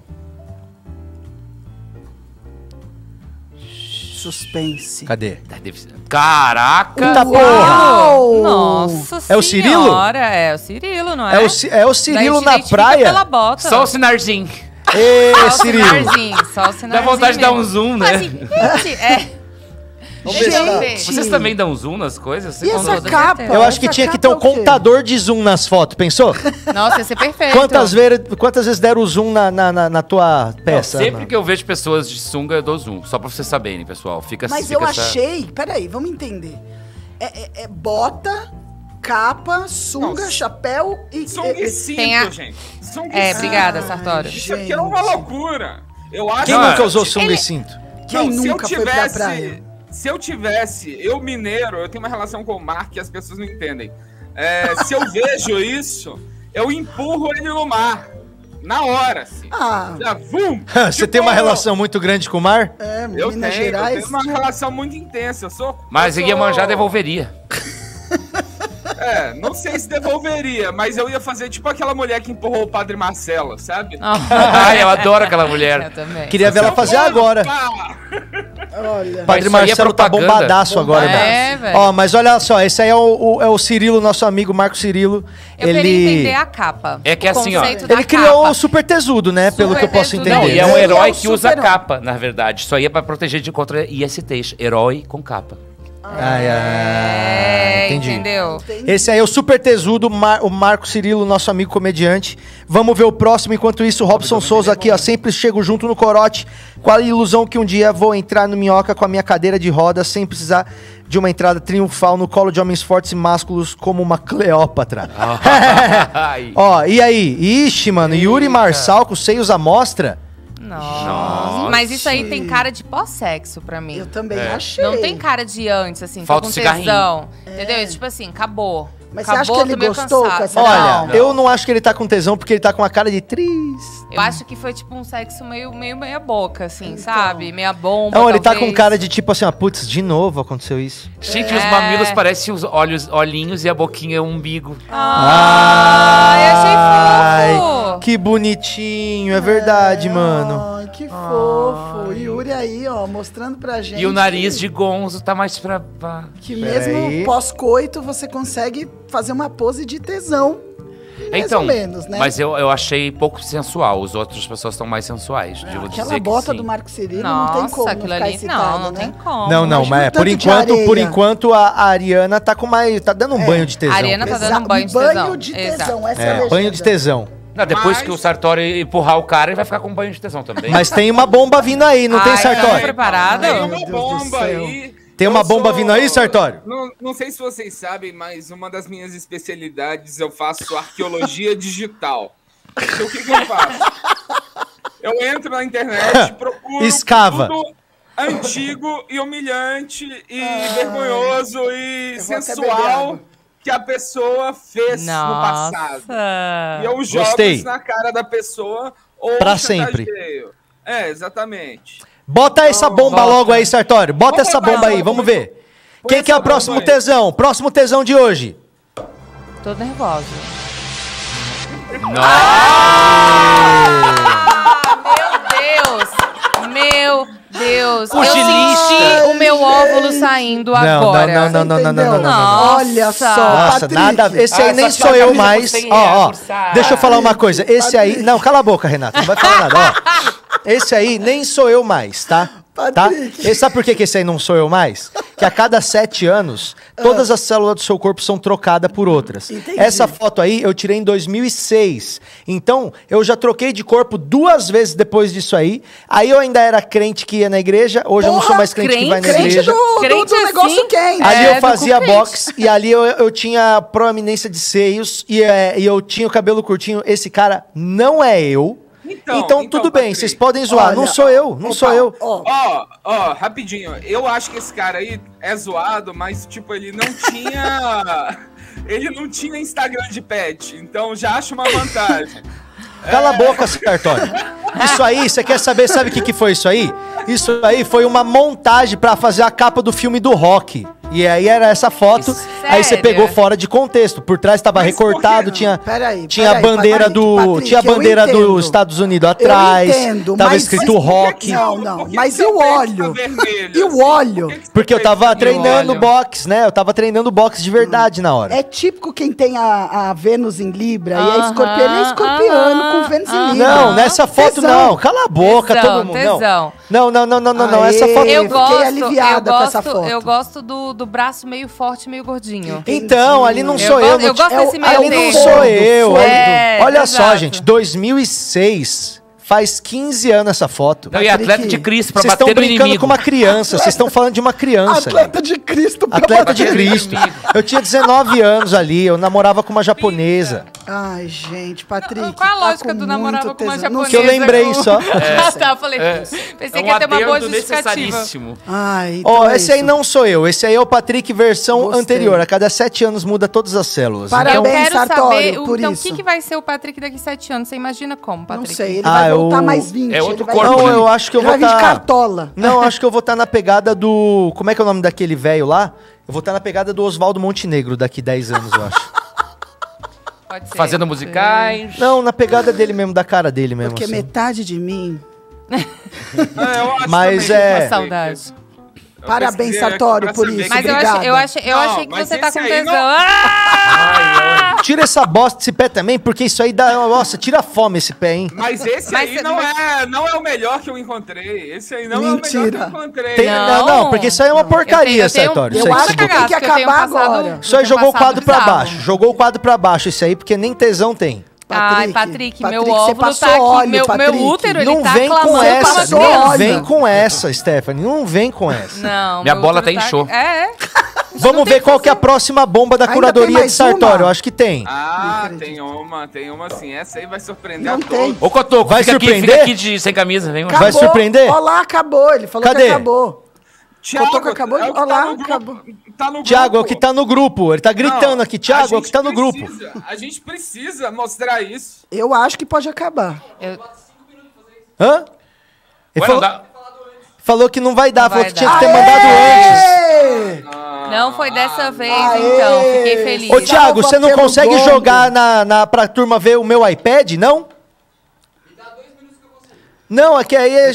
Suspense. Cadê? Ah, deve ser- Caraca! Puta porra! Uau! Nossa É o Cirilo? senhora, É o Cirilo, não é? É o, Ci- é o Cirilo Daí na identifica praia? Pela bota. Só o sinarzinho. Ê, Só o Cirilo! sinarzinho, Só o sinarzinho. Dá vontade de dar um mesmo. zoom, né? Mas, assim, gente, é. Vamos Deixa eu ver. ver. Vocês também dão zoom nas coisas? Assim, E quando- essa certeza. capa? Eu acho que Essa tinha que ter capa um é o quê? contador de zoom nas fotos, pensou? Nossa, ia ser perfeito. Quantas, ver, quantas vezes deram o zoom na, na, na- na tua peça? Sempre Ana? que eu vejo pessoas de sunga, eu dou zoom. Só pra vocês saberem, pessoal. Fica Mas fica eu essa- achei. Peraí, vamos entender. É, é- é bota, capa, sunga, Não, chapéu e. São e- e e- cinto, Tem a- um gente. São É, obrigada, Sartório. Isso aqui é uma Gente. loucura. Eu acho Quem Não, nunca é, usou sunga e cinto? Quem Não, nunca foi pra praia? Se eu tivesse, eu mineiro, eu tenho uma relação com o mar que as pessoas não entendem. É, se eu vejo isso, eu empurro ele no mar. Na hora, assim. Ah, Já, vum! Você Tipo, tem uma relação muito grande com o mar? é, Eu Minas tenho, eu Gerais. tenho uma relação muito intensa. Eu sou. Mas eu ia manjar sou- devolveria. É, não sei se devolveria, mas eu ia fazer tipo aquela mulher que empurrou o padre Marcelo, sabe? Ah, Ai, eu adoro aquela Ah. Eu mulher. também. Queria ver ela fazer agora. Pá! Padre Olha. Mas isso aí é Marcelo tá propaganda. bombadaço agora, É, né? velho. Ó, mas olha só, esse aí é o, o- é o Cirilo, nosso amigo Marco Cirilo. Eu queria ele entender a capa. É que o assim, ó, conceito da ele criou capa. o super tesudo, né? pelo que eu posso tesudo. entender. Não, e é um Ele é herói um que usa super-herói. capa, na verdade. Só ia pra proteger de contra ISTs. Herói com capa. Ai, ai, É, Ah, entendi. entendeu? Esse aí é o super tesudo, Mar- o Marco Cirilo, nosso amigo comediante. Vamos ver o próximo. Enquanto isso, Robson Souza aqui, ó. Sempre chego junto no corote com a ilusão que um dia vou entrar no Minhoca com a minha cadeira de roda sem precisar de uma entrada triunfal no colo de homens fortes e másculos como uma Cleópatra. Ai. ó, e aí? Ixi, mano, Yuri Marçal com seios à mostra? Nossa. Nossa. Mas isso aí tem cara de pós-sexo pra mim. Eu também É. achei. Não tem cara de antes, assim, Falta tô o com cigarrinho. tesão. Entendeu? E, Tipo assim, acabou. É. Mas você acabou, acha que ele tô meio gostou com cansado. essa Olha, Não. eu não acho que ele tá com tesão porque ele tá com a cara de tris. Eu acho que foi tipo um sexo meio, meio meia boca, assim, Então. sabe? Meia bomba, Não, ele tá talvez. com cara de tipo assim, ó, putz, de novo aconteceu isso. Gente, É. os mamilos parecem os olhos, olhinhos e a boquinha é o umbigo. Ai, Ah, achei Ai, fofo! que bonitinho, é verdade, mano. Ai, que fofo. Yuri aí, ó, mostrando pra gente. E o nariz de gonzo tá mais pra... pra- Que Peraí. mesmo pós-coito você consegue fazer uma pose de tesão. Mais então, ou menos, né? mas eu, eu achei pouco sensual. Os outros pessoas estão mais sensuais, devo Aquela dizer bota que sim. do Marco Cirilo não tem Nossa, como aquilo não ficar ali. excitado, não, não né? tem como. Não, não, Mas mas no é, por tanto de enquanto, por areia. enquanto a Ariana tá com mais, tá dando um banho de tesão. a Ariana tá Exato. dando um banho de tesão. de Exato. tesão, essa é, a É, legenda. banho de tesão. Não, depois Mas- que o Sartori empurrar o cara, ele vai ficar com banho de tesão também. Mas tem uma bomba vindo aí, não tem, Ai, Sartório? tá preparado? Tem Meu uma Deus do bomba céu. aí. Tem Eu uma bomba vindo aí, Sartório? Não, não sei se vocês sabem, mas uma das minhas especialidades eu faço arqueologia digital. Então, o que, que eu faço? Eu entro na internet, procuro Escava. tudo antigo e humilhante e vergonhoso e eu vou até sensual beber que a pessoa fez Nossa. no passado. E eu jogo Gostei. isso na cara da pessoa ou Pra chantageio. sempre. É, exatamente. Bota essa bomba bota. logo aí, Sartório. Bota Vamos essa botar bomba essa aí, vamos bomba. ver. Quem essa que é o bomba próximo aí. tesão? Próximo tesão de hoje. Tô nervosa. Ah, meu Deus! Meu Deus! Eu Estilista. senti o meu óvulo saindo Não, agora. não, não, não, não, não, não, não, não, não. Nossa. Olha só, Nossa, Patrick. nada. Esse aí Ah, nem só sou sua eu camisa mais. por cem Ó, ó. euros, Sara. Deixa eu falar uma coisa. Esse aí. Não, cala a boca, Renato. Não vai falar nada. Ó. Esse aí nem sou eu mais, tá? Tá? Patrick. E sabe por que, que esse aí não sou eu mais? Que a cada sete anos, todas as células do seu corpo são trocadas por outras. Ah. Entendi. Essa foto aí eu tirei em 2006. Então, eu já troquei de corpo duas vezes depois disso aí. Aí eu ainda era crente que ia na igreja. Hoje eu não sou Porra, mais crente, que vai na crente Crente igreja. do, do- Crente é do negócio assim? quente. Ah, Ali É, eu do fazia cucrente. boxe e ali eu, eu tinha proeminência de seios e, é, e eu tinha o cabelo curtinho. Esse cara não é eu. Então, Então, então, tudo bem, Patrick. vocês podem zoar. não Olha, sou eu, não sou eu. Ó, Ó, ó, rapidinho. Eu acho que esse cara aí é zoado, mas, tipo, ele não tinha. ele não tinha Instagram de pet. Então já acho uma vantagem. Cala a boca, Sartório. Isso aí, você quer saber, sabe o que, que foi isso aí? Isso aí foi uma montagem pra fazer a capa do filme do rock. E aí era essa foto, Isso, aí você sério? pegou fora de contexto. Por trás tava Mas por recortado, que- tinha, Peraí, tinha a peraí, bandeira Patrick, do. Patrick, tinha a eu bandeira entendo. dos Estados Unidos atrás. entendo, tava mas- escrito mas- rock. Não, não, Por que mas que e o seu pet tá óleo? vermelho, E o assim? óleo? Por que que seu Porque eu pet tava tá treinando vermelho? boxe, né? Eu tava treinando boxe de verdade na hora. É típico quem tem a, a Vênus em Libra e é Aham, escorpião, ele é escorpiano com Vênus em aham. Libra. Não, nessa foto Tesão. não. Cala a boca, Tesão, todo mundo. tesão. Não, não, não, não, não, não. Essa Aê. foto Eu Fiquei gosto, aliviada eu com gosto, essa foto. Eu gosto do, do braço meio forte, meio gordinho. Então, ali não Eu sou eu. gosto- não eu ti- gosto é o- desse meio Ali não termo. sou eu. Fundo, É, Olha só, exato. gente. 2006. Faz 15 anos essa foto. Não, e Patrick, atleta de Cristo pra Vocês estão bater no brincando inimigo. com uma criança. Vocês estão falando de uma criança. gente. Atleta de Cristo. pra Atleta bater- de Cristo. Eu tinha 19 anos ali. Eu namorava com uma japonesa. Ai, gente, Patrick. Não, qual a tá lógica com do namorava muito com uma tesão. Não japonesa? Que eu lembrei com- só. É. Ah, tá, eu falei. Pensei um que ia ter uma boa adendo justificativa. necessaríssimo. Ai, então Ó, é esse aí isso. não sou eu. Esse aí é o Patrick versão Gostei. anterior. A cada sete anos muda todas as células. Para- Eu Então, Parabéns, quero Sartório, saber, o- por então, o isso. que, que vai ser o Patrick daqui sete anos? Você imagina como, Não Patrick? sei, ele Ah, vai eu- voltar mais 20. É outro ele vai- corpo, não, né? eu acho que eu ele vou vai vir de estar. cartola. Não, acho que eu vou estar na pegada do. Como é que é o nome daquele velho lá? Eu vou estar na pegada do Oswaldo Montenegro daqui 10 anos, eu acho. Pode ser. Fazendo musicais. Não, na pegada dele mesmo, da cara dele mesmo. é Porque assim. metade de mim. Ah, eu acho Mas também. é- Uma saudade. Eu Parabéns, pesquisei aqui Sartório, pra por saber isso. quem Mas eu, é. acho, Obrigada. eu, acho, eu Não, achei que mas você tá esse com aí tesão. não- Ah! Tira essa bosta desse pé também, porque isso aí dá. Nossa, tira fome esse pé, hein? Mas esse Mas aí você- não, é, não é o melhor que eu encontrei. Esse aí não é o melhor que Mentira. eu encontrei. Tem- não, não, porque isso aí é uma porcaria, eu tenho- Sartório, eu isso aí tenho que cagaço, você botou. que eu tenho Tem que acabar passado- agora. Isso aí eu tenho jogou o passado quadro pra bizarro. baixo. Jogou o quadro pra baixo, isso aí, porque nem tesão tem. Ai, Patrick, meu você óvulo passou tá aqui. óleo, meu, meu Patrick. útero, ele não tá vem com clamando essa, passou pra não óleo. vem com essa, Stephanie. Não vem com essa. Não, Minha meu bola útero tá em show. É, é. Vamos ver qual que é a próxima bomba da Ainda curadoria tem de mais Sartório. uma? Eu acho que tem. Ah, acredito. tem uma, tem uma sim. Essa aí vai surpreender Não a tem. todos. Ô, Cotoco, Vai fica aqui, surpreender? fica aqui de, sem camisa. Vem, Vai surpreender? Olha lá, acabou. Ele falou Cadê? que acabou. Cotoco acabou de- é o que Olá, tá no grupo. acabou. Tá no Tiago, é o grupo. que tá no grupo. Ele tá gritando Não, aqui. Tiago, é a o que tá no gente grupo. precisa- A gente precisa mostrar isso. Eu acho que pode acabar. Eu- Hã? Ele Ué, não falou, dá- falou que não vai dar, Não falou vai que tinha dar. que ter mandado antes. Ei! Não Ah, foi dessa vez, Aê! então. Fiquei feliz. Ô, Tiago, você não batendo consegue gol. jogar na, na, pra turma ver o meu iPad, não? Não, é que aí é,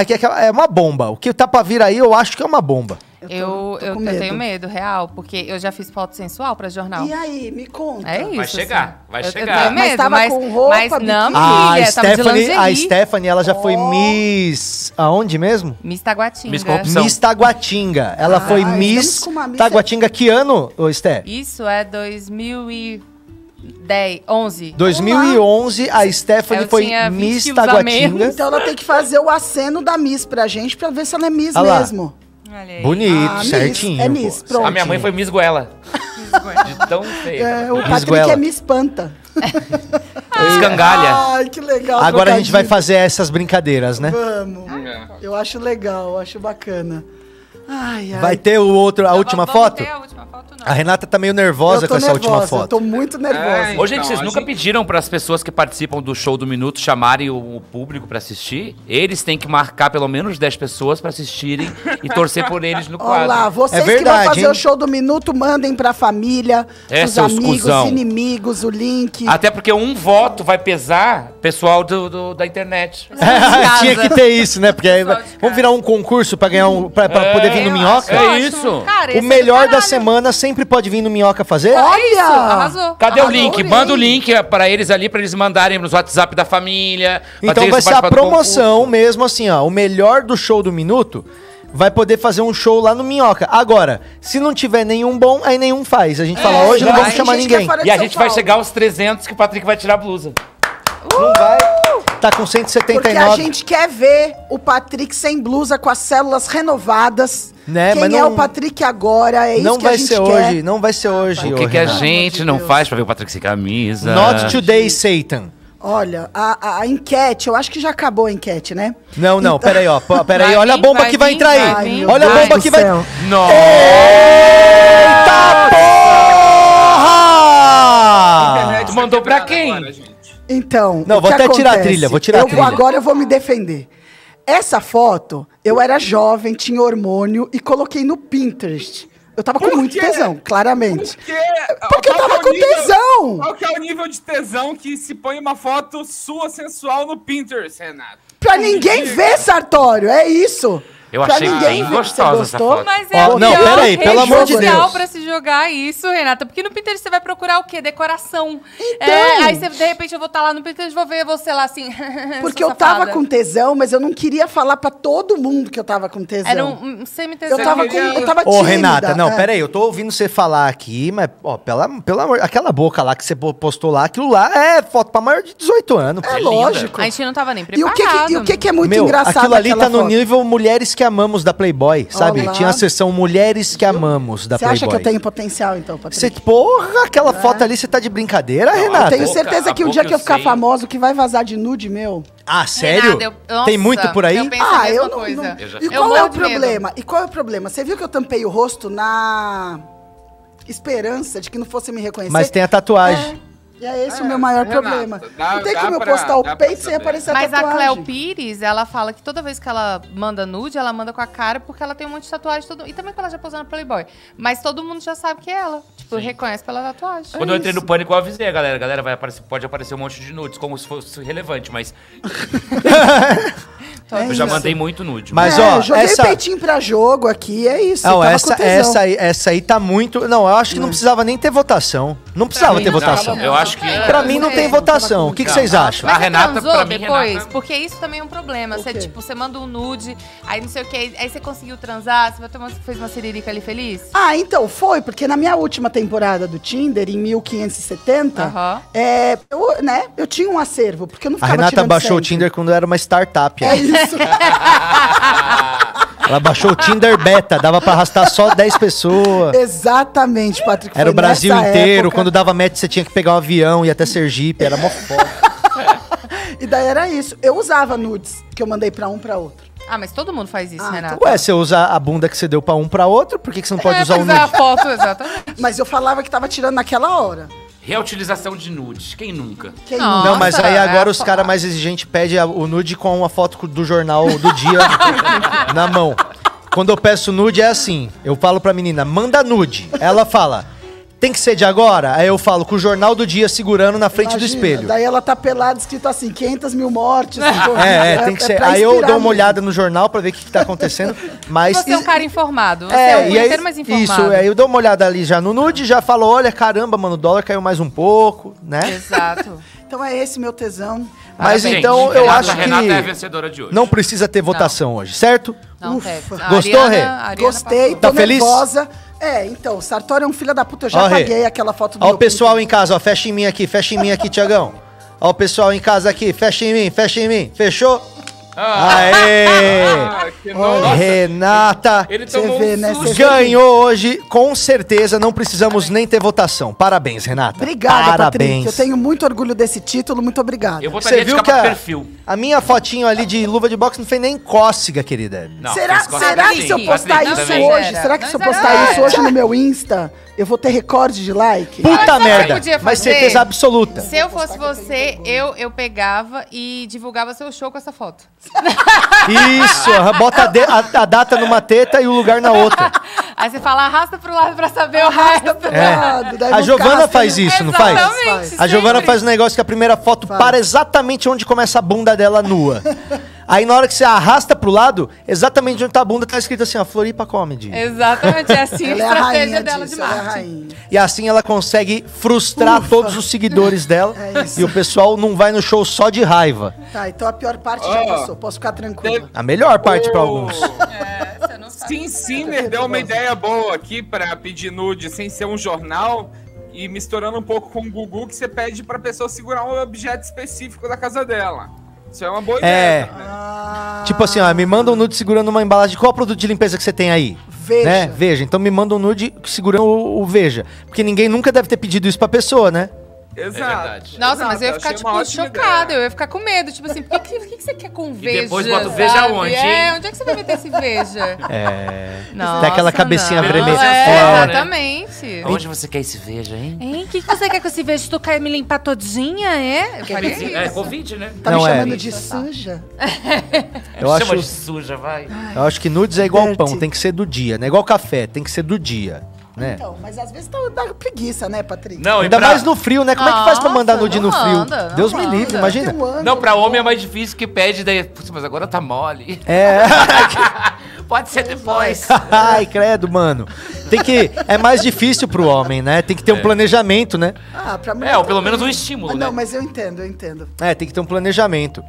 é, que é uma bomba. O que tá pra vir aí, eu acho que é uma bomba. Eu, eu, eu com medo. tenho medo, real, porque eu já fiz foto sensual pra jornal. E aí, me conta. É isso. Vai chegar, assim. vai Eu- chegar. Eu tenho Mas medo, tava mas, com roupa, mas não, biquíni? menina, Ah, tava a, tá de Stephanie, a lingerie. Oh. Stephanie, ela já foi Miss. Aonde mesmo? Miss Taguatinga. Miss Corrupção. São. Miss Taguatinga. Ela foi estamos Miss com uma Miss- Taguatinga. Que ano, ô Sté? Isso é 2000 e... 10, 11. 2011, a Stephanie Eu É, foi tinha um 20 Miss quilos a Taguatinga. Então ela tem que fazer o aceno da Miss pra gente, pra ver se ela é Miss Ah lá. mesmo. Olha aí. Bonito, Ah, Miss, certinho. é Miss, pô. pronto. A minha mãe foi Miss Goela. De tão tá feia. É, o Miss Patrick Goela. é Miss Panta. Escangalha. Ai, que legal. Agora a gente vai trocadilho. fazer essas brincadeiras, né? Vamos. É. Ah, Eu acho legal, eu acho bacana. Ai, ai. Vai ter o outro, a Então, última vamos foto? ter a última foto, não. A Renata tá meio nervosa eu com tô essa última nervosa, eu foto. tô muito nervosa. Ai. Ô, gente, Então, vocês a nunca gente- pediram para as pessoas que participam do show do Minuto chamarem o, o público para assistir? Eles têm que marcar pelo menos 10 pessoas para assistirem e torcer por eles no quadro. Olha lá, vocês É verdade, que vão fazer hein? o show do Minuto, mandem pra família, É, pros seus amigos, cuzão. inimigos, o link. Até porque um voto vai pesar pessoal do, do- da internet. Casa. Tinha que ter isso, né? Porque aí Pessoal vai- de vamos virar um concurso pra ganhar um, pra, pra É, poder vir no eu minhoca. acho É ótimo. isso. Cara, esse é O do melhor da caralho. semana sempre pode vir no minhoca fazer. Olha! É isso, arrasou. Ah, Cadê o Arrasou. link? Manda o link para eles ali para eles mandarem nos WhatsApp da família. pra Então ter vai esse ser a participar do promoção mesmo assim, ó. O melhor do show do minuto vai poder fazer um show lá no Minhoca. Agora, se não tiver nenhum bom, aí nenhum faz. A gente fala, hoje não vai. vamos chamar Tem gente que é ninguém. fora concurso. de E a São gente vai Paulo. chegar aos 300 que o Patrick vai tirar a blusa. Uh! Não vai. Tá com Porque 179. a gente quer ver o Patrick sem blusa, com as células renovadas. Né, Quem mas é não- o Patrick agora? É isso não que a vai gente ser quer. hoje, não vai ser hoje. O ô, que, que a Renato. gente Pelo amor não de Deus. faz para ver o Patrick sem camisa? Not today, Satan. Olha, a, a- a enquete, eu acho que já acabou a enquete, né? Não, não, peraí, ó. p- Peraí, Vai olha a vir, bomba vai que vai vir, entrar aí. vai vir. olha Ai, a bomba do que vai. Nossa! Eita porra! Internet Tu mandou pra quebrada quem? agora, gente. Então. Não, o vou que até tirar a acontece? trilha, vou tirar a eu trilha. agora eu vou me defender. Essa foto, eu era jovem, tinha hormônio e coloquei no Pinterest. Eu tava com Por muito quê? tesão, claramente. Porque, Porque eu qual tava que com é o nível- tesão! Qual que é o nível de tesão que se põe uma foto sua sensual no Pinterest, Renato? Pra ninguém ver, Sartório, é isso. Eu pra achei ninguém bem ver. gostosa Você essa gostou? foto. Mas é Ó, a não, pior peraí, rede pelo amor de social Deus. pra se jogar isso, Renata. Porque no Pinterest você vai procurar o quê? Decoração. Então. É, aí você, de repente, eu vou estar lá no Pinterest e vou ver você lá assim. sou Porque eu tava safada. com tesão, mas eu não queria falar pra todo mundo que eu tava com tesão. Era um, um semi-tesão. Eu tava com. queria- Eu tava Ô, tímida, Renata, não, é. peraí, eu tô ouvindo você falar aqui, mas, ó, pela, pelo amor, aquela boca lá que você po- postou lá, aquilo lá é foto pra maior de 18 anos. pô. É lógico. A gente não tava nem E o preparado. que, que- e o que, que é muito Meu, engraçado aquilo ali naquela tá no foto? nível Mulheres que Amamos da Playboy, sabe? Olá. Tinha a sessão Mulheres que Amamos da Você Playboy. acha que eu tenho potencial, então, Cê, Patrícia? porra, aquela foto ali, você tá de brincadeira, Renata? Eu tenho boca- certeza que a um dia boca que eu eu ficar sei. famoso, que vai vazar de nude meu. Ah, sério? Renata, eu- Tem nossa, muito por aí? Ah, eu penso- Ah, a mesma coisa. Eu já E qual sei. Eu é o morro de medo. problema? E qual é o problema? Você viu que eu tampei o rosto na esperança de que não fosse me reconhecer? Mas tem a tatuagem. E é esse É, o meu maior Renata, problema. dá- não tem dá como eu pra- postar dá o pra peito sem saber. aparecer a Mas a tatuagem. Cleo Pires, ela fala que toda vez que ela manda nude, ela manda com a cara, porque ela tem um monte de tatuagem. Todo... E também porque ela já posou na Playboy. Mas todo mundo já sabe que é ela. Tipo, reconhece pela tatuagem. Quando eu entrei no pânico, eu avisei a galera. A galera vai aparecer, pode aparecer um monte de nudes, como se fosse relevante, mas Tô- É eu já isso. mandei muito nude. Mas, é, ó, eu joguei essa- peitinho pra jogo aqui, é isso. eu Não, tava com essa, tesão. essa, aí, essa aí tá muito. Não, eu acho que não precisava nem ter votação. Não precisava ter não, votação. eu acho que- Pra mim não tem Eu tava com votação. O que, que tesão. vocês acham? Mas é A você Renata, transou pra mim, depois? Renata- Porque isso também é um problema. O Você, quê? tipo, você manda um nude, aí não sei o que, aí você conseguiu transar, você bateu uma- fez uma ciririca ali feliz? Ah, então foi, porque na minha última temporada do Tinder, em 1570, Aham. é, eu, né, eu tinha um acervo, porque eu não A ficava Renata tirando baixou o selfie. Tinder quando era uma startup. É isso. Ela baixou o Tinder Beta, dava pra arrastar só 10 pessoas. Exatamente, Patrick. Era foi o Brasil nessa inteiro. época. Quando dava match, você tinha que pegar um avião e até Sergipe. Era mó foda. E daí era isso. Eu usava nudes, que eu mandei pra um pra outro. Ah, mas todo mundo faz isso, Ah, Renata. Ué, você usa a bunda que você deu pra um pra outro, por que, que você não pode É, usar um pois é, a nude? foto, exatamente. Mas eu falava que tava tirando naquela hora. Reutilização de nudes, quem nunca? Quem Não. nunca? Não, mas Nossa, aí é agora a os caras mais exigentes pedem a- o nude com uma foto do jornal do dia na mão. Quando eu peço nude é assim, eu falo pra menina, manda nude. Ela fala, tem que ser de agora? Aí eu falo, com o jornal do dia segurando na frente do Imagina, espelho. Daí ela tá pelada, escrito assim, 500 mil mortes. É, é, tem que ser. pra Aí eu inspirar dou uma mesmo. olhada no jornal pra ver o que, que tá acontecendo, mas... Você é um cara informado. Você é, É, um e aí, punheteiro, mas informado. isso, aí eu dou uma olhada ali já no nude, já falo, olha, caramba, mano, o dólar caiu mais um pouco, né? Exato. Então é esse meu tesão. Mas Parabéns. então eu Renata, acho que Renata é a vencedora de hoje. não precisa ter votação hoje, certo? Não Ufa. teve. A Gostou, Ariana- Rê? a Ariana Gostei, tô Tá feliz? nervosa. É, então, Sartori é um filho da puta, eu já Ó, Rê. paguei aquela foto do Ó o meu pessoal pinto. em casa, ó, fecha em mim aqui, fecha em mim aqui, Tiagão. Ó o pessoal em casa aqui, fecha em mim, fecha em mim, fechou? Ah. Aê! Ah, que nojo. Renata Ele Você tomou vê, um né? susto. Você vê. ganhou hoje, com certeza, não precisamos nem ter votação. Parabéns, Renata. Obrigada, Patrick. Parabéns. Eu tenho muito orgulho desse título, muito obrigada. Eu botaria Você de viu capa que de a, perfil. a minha fotinho ali de luva de boxe não fez nem cócega, querida. Não, será fez cócega será que sim, se eu postar Patrick, Não isso também. exagera, hoje, será que não se eu exagera. postar isso hoje no meu Insta, eu vou ter recorde de like? Mas Puta sabe o que eu merda, podia mas fazer? certeza absoluta. Se eu fosse você, eu, eu pegava e divulgava seu show com essa foto. Isso, aham, bota a, de- a- a data numa teta e o lugar na outra. É. Aí você fala, arrasta pro lado pra saber o resto. Cuidado, daí A vão Giovana assim. ficar faz rastreando. isso, não faz? Exatamente, A Giovana sempre. faz um negócio que a primeira foto para exatamente onde começa a bunda dela nua. Aí na hora que você arrasta pro lado, exatamente onde tá a bunda, tá escrito assim, ó, Floripa Comedy. Exatamente, é assim a Ela é a estratégia rainha dela disso, de ela é a marketing. rainha. E assim ela consegue frustrar todos os seguidores dela. É isso. e o pessoal não vai no show só de raiva. Tá, então a pior parte já Ó. passou, posso ficar tranquila. A melhor parte Uh. pra alguns. Sim, Sinner deu uma ideia boa aqui pra pedir nude sem ser um jornal e misturando um pouco com o Gugu, que você pede pra pessoa segurar um objeto específico da casa dela. Isso é uma boa É. ideia. também. Tipo assim, ó, me manda um nude segurando uma embalagem. Qual produto de limpeza que você tem aí? Veja. Né? Veja. Então me manda um nude segurando o, o Veja. Porque ninguém nunca deve ter pedido isso pra pessoa, né? Exato. verdade. É Nossa, mas eu ia Exato, ficar, achei uma tipo, ótima chocada. ideia. Eu ia ficar com medo. Tipo assim, por que, que, por que que você quer com veja? depois bota o veja sabe? onde, hein? É, onde é que você vai meter esse veja? É. Nossa, Tem aquela cabecinha não. vermelha. É, fora. exatamente. Onde você quer esse veja, hein? Hein? O que, que você quer que esse veja? Tu quer me limpar todinha, é? Eu faria isso. É Covid, né? Tá Não me é. chamando de suja? Eu Chama acho- de suja, vai. Eu acho que nudes é igual Dirty. pão, tem que ser do dia, né? Igual café, tem que ser do dia, né? Então, mas às vezes tá- dá preguiça, né, Patrick? Não, e Ainda pra- mais no frio, né? Como é que faz pra mandar Nossa, nude não no frio? manda, não Deus manda. me livre, Tem imagina. um ângulo. Não, pra homem é mais difícil que pede, daí. Putz, mas agora tá mole. É. Pode ser depois. Ai, credo, mano. Tem que. É mais difícil pro homem, né? Tem que ter um planejamento, né? Ah, pra mulher É, ou pelo também. menos um Ah, estímulo, Não, né? mas eu entendo, eu entendo. É, tem que ter um planejamento.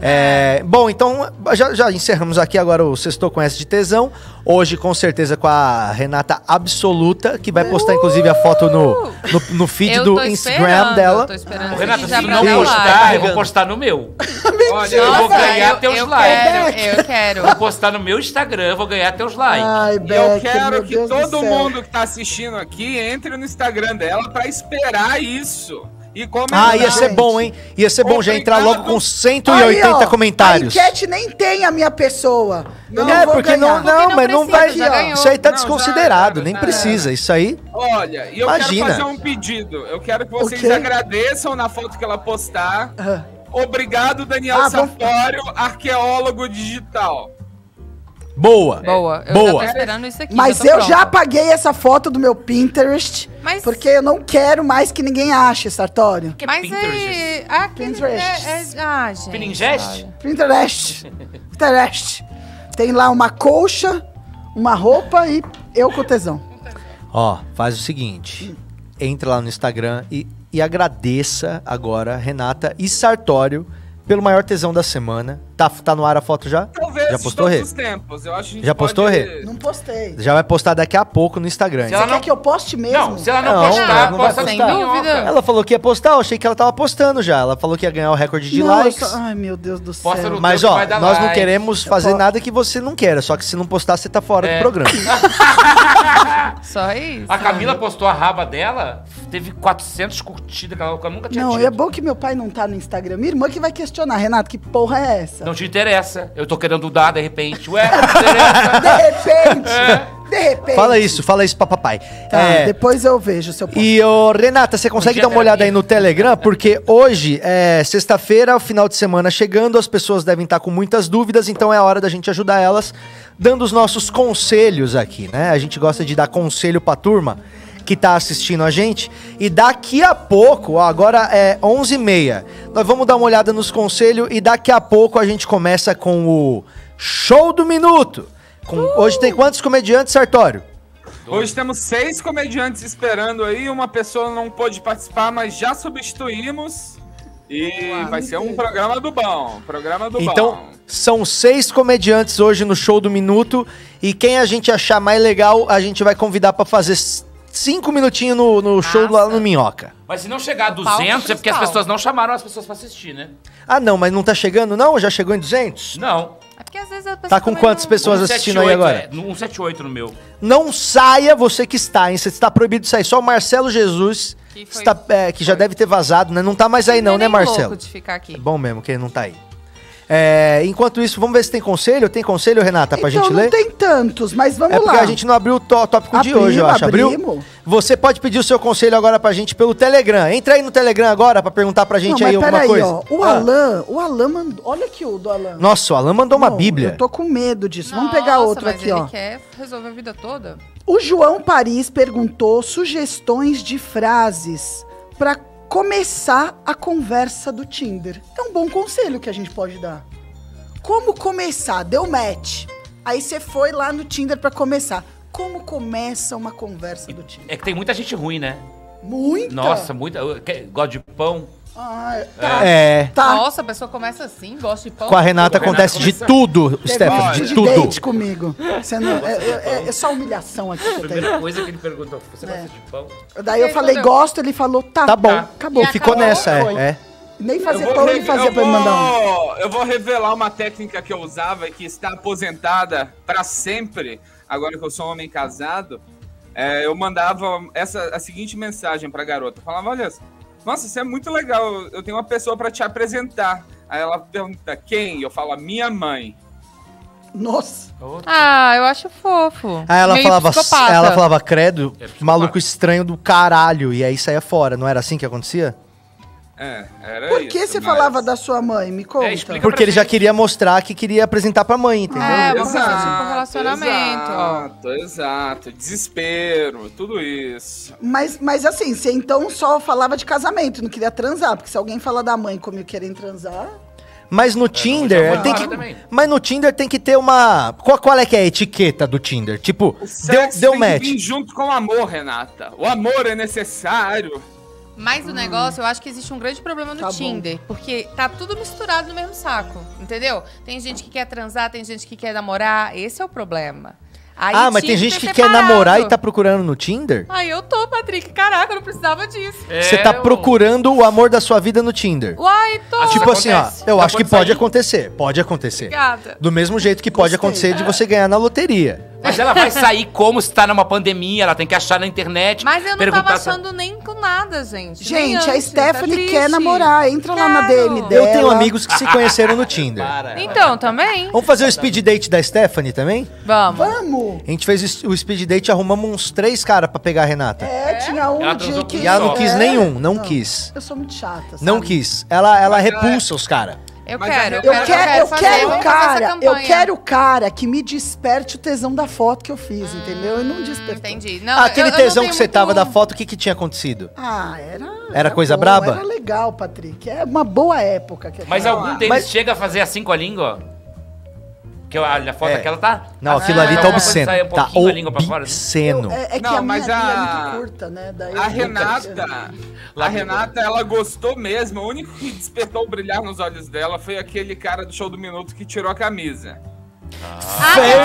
É, bom, então já, já encerramos aqui agora o Sextou com S de Tesão. Hoje, com certeza, com a Renata Absoluta, que vai postar inclusive a foto no, no, no feed Eu do tô Instagram esperando, dela. eu tô esperando Ô, isso Renata, aqui se já tu pra não dar o like. postar, eu vou Carregando. postar no meu. Olha, Eu vou Nossa, ganhar eu, teus eu likes. quero, eu quero. Vou postar no meu Instagram, eu vou ganhar teus likes. Ai, E eu Becker, meu quero que Deus do todo céu. mundo que tá assistindo aqui entre no Instagram dela pra esperar isso. E comentar. Ah, ia ser Gente. bom, hein? Ia ser bom já entrar logo com Aí, 180 ó, comentários. A enquete nem tem a minha pessoa. Eu é, não vou porque não, ganhar. não, não mas não precisa, vai. já ganhou. Isso aí tá Não, desconsiderado, já era, nem já precisa. Isso aí. Olha, e eu Imagina. quero fazer um pedido. Eu quero que vocês O quê? agradeçam na foto que ela postar. Ah. Obrigado, Daniel Ah, vamos- Sartório, arqueólogo digital. Boa. É. Boa, eu já tô Boa. esperando isso aqui. Mas tô eu já pronta. apaguei essa foto do meu Pinterest, Mas- porque eu não quero mais que ninguém ache, Sartório. Que Mas Pinterest. aí. Aqui é, Pinterest. é, ah, gente. Piningest? Pinterest. Pinterest. Tem lá uma colcha, uma roupa e eu com tesão. Ó, faz o seguinte. Entra lá no Instagram e, e agradeça agora Renata e Sartório pelo maior tesão da semana. Tá, tá no ar a foto já? Talvez já de postou, todos Rê? os tempos. Eu acho que a gente Já postou, pode- Rê? Não postei. Já vai postar daqui a pouco no Instagram. Se Você ela quer não- que eu poste mesmo? Não, se ela não, Não, postar, ela não vai posta Sem postar. dúvida. Ela falou que ia postar, eu achei que ela tava postando já. Ela falou que ia ganhar o recorde de Não, eu likes. só- Ai, meu Deus do céu. Posta no- Mas Então ó, vai dar nós não like. queremos fazer posso. nada que você não queira, só que se não postar, você tá fora É. do programa. Só isso. A Camila postou a raba dela, teve 400 curtidas, que ela que tá ela nunca tinha Não, e tido. é bom que meu pai não tá no Instagram. Minha irmã que vai questionar. Renato, que porra é essa? Não te interessa. Eu tô querendo dar, de repente. Ué, não te interessa. De repente! De repente! fala isso, fala isso pra papai. Tá, É, depois eu vejo se eu posto. E, ô, Renata, você consegue dia dar uma terapia. olhada aí no Telegram? Porque hoje é sexta-feira, o final de semana chegando, as pessoas devem estar com muitas dúvidas, então é a hora da gente ajudar elas dando os nossos conselhos aqui, né? A gente gosta de dar conselho pra turma que tá assistindo a gente. E daqui a pouco, ó, agora é 11h30, nós vamos dar uma olhada nos conselhos e daqui a pouco a gente começa com o Show do Minuto. Com- Hoje tem quantos comediantes, Sartório? Hoje temos seis comediantes esperando aí. Uma pessoa não pôde participar, mas já substituímos. E Uau, vai ser um programa do bom. Programa do Então, bom. são seis comediantes hoje no show do Minuto. E quem a gente achar mais legal, a gente vai convidar pra fazer s- cinco minutinhos no, no show lá no Minhoca. Mas se não chegar a O palco 200, é porque as principal. pessoas não chamaram as pessoas pra assistir, né? Ah, não, mas não tá chegando, não? Já chegou em 200? Não. É porque às vezes a pessoa Tá com também quantas não- pessoas assistindo aí 178, agora? é, no 178 no meu. Não saia você que está, hein? Você está proibido de sair. Só o Marcelo Jesus, Que foi- está- é, que já deve ter vazado, né? Não tá mais aí, não, Não é né, nem Marcelo? louco de ficar aqui. É bom mesmo que ele não tá aí. É, enquanto isso, vamos ver se tem conselho. Tem conselho, Renata, pra então gente não ler? tem tantos, mas vamos É porque lá. a gente não abriu o tó- tópico de Abrimos, hoje, eu acho. Abriu? abrimos. Você pode pedir o seu conselho agora pra gente pelo Telegram. Entra aí no Telegram agora pra perguntar pra gente não, aí mas alguma peraí, coisa. ó. O Ah. Alan, o Alan mandou. Olha aqui o do Alan. Nossa, o Alan mandou uma Não, bíblia. Eu tô com medo disso. Vamos pegar Nossa, outro mas aqui, ele ó. quer resolver a vida toda? O João Paris perguntou sugestões de frases pra começar a conversa do Tinder. É um bom conselho que a gente pode dar. Como começar? Deu match. Aí você foi lá no Tinder pra começar. Como começa uma conversa do Tinder? É que tem muita gente ruim, né? Muito. Nossa, Então. muita. eu- que- Gosta de pão. Ah, tá. É. Tá. Nossa, a pessoa começa assim, gosta de pão. Com a Renata Renata acontece de começa- tudo, Teve É, um Stephanie, vídeo de de tudo. date comigo. Você não, é, é- é só humilhação aqui que eu tenho. Primeira coisa que ele perguntou: você É. gosta de pão? Daí eu Ele falei, respondeu. gosto, ele falou, tá. Tá bom. Acabou. E Ficou acabou. nessa, Foi. é. é. Nem Eu fazer vou pão, re- nem fazer eu pra ele mandar um. vou- Eu vou revelar uma técnica que eu usava e que está aposentada pra sempre, agora que eu sou um homem casado. É, eu mandava essa, a seguinte mensagem pra garota. Eu falava, olha, nossa, isso é muito legal. Eu tenho uma pessoa pra te apresentar. Aí ela pergunta, quem? Eu falo, "A minha mãe. Nossa. Ah, eu acho fofo. Aí Ah, ela Meio falava, psicopata. ela falava, credo, É psicopata. maluco estranho do caralho. E aí saía fora, não era assim que acontecia? É, era Por que isso, você mas- falava da sua mãe? Me conta. explica. Porque ele já queria mostrar que queria apresentar pra mãe, entendeu? "Ah, É, vamos Exato, falar um sobre relacionamento, ó. Exato, exato. Desespero, tudo isso. Mas, mas assim, você então só falava de casamento, não queria transar. Porque se alguém falar da mãe como eu querem transar. Mas É, no já Tinder vou tem falar que. também. Mas no Tinder tem que ter uma. Qual, qual é que é a etiqueta do Tinder? Tipo, deu, Sexo deu tem match. Que vir junto com o amor, Renata. O amor é necessário. Mas o negócio, eu acho que existe um grande problema no Tá bom. Tinder. Porque tá tudo misturado no mesmo saco, entendeu? Tem gente que quer transar, tem gente que quer namorar. Esse é o problema. Aí ah, mas tem tinha gente ter que quer separado. namorar e tá procurando no Tinder? Aí eu tô, Patrick. Caraca, eu não precisava disso. É, Você tá procurando o amor da sua vida no Tinder. Uai, tô. Às vezes tipo assim, ó, acontece. eu Tá, acho que pode pode sair. acontecer. Pode acontecer. Obrigada. Do mesmo jeito que pode Gostei. Ah. acontecer de você ganhar na loteria. Mas ela vai sair como se tá numa pandemia, ela tem que achar na internet. Mas eu não perguntar tava se- achando nem com nada, gente. Nem Gente, a antes, tá Stephanie triste. quer namorar. Entra lá na Quero. DM Eu dela. Eu tenho amigos que se conheceram no Tinder. Para. Então, também? Vamos fazer um o speed date da Stephanie também? Vamos. Vamos! A gente fez o speed date e arrumamos uns três caras pra pegar a Renata. É, tinha um Ela dia transou que. com E ela não só. quis É. nenhum, não quis. Eu sou muito chata. assim. Não sabe? quis. Ela, ela é- repulsa os caras. Eu Mas quero, a- eu Eu quero, quero, eu fazer, quero o vamos fazer essa cara, eu campanha. quero o cara que me desperte o tesão da foto que eu fiz, entendeu? E não despertou. Ah, Entendi. Não, Ah, eu- Aquele eu não tesão tenho que você muito- tava da foto, o que, que tinha acontecido? Ah, era. Era coisa bom, braba? Era legal, Patrick. É uma boa época. Que é Mas Não, algum deles chega a fazer assim com a língua? Que eu- a foto É. daquela tá. Não, assim, aquilo ali mas tá alguma coisa obsceno. sai um tá pouquinho a língua pra fora, assim. obsceno. É, é que Não, a minha mas vida a- é muito curta, né? Daí A eu- Renata. A Renata, ela gostou mesmo. O único que despertou o brilhar nos olhos dela foi aquele cara do show do minuto que tirou a camisa. Ah, ele é de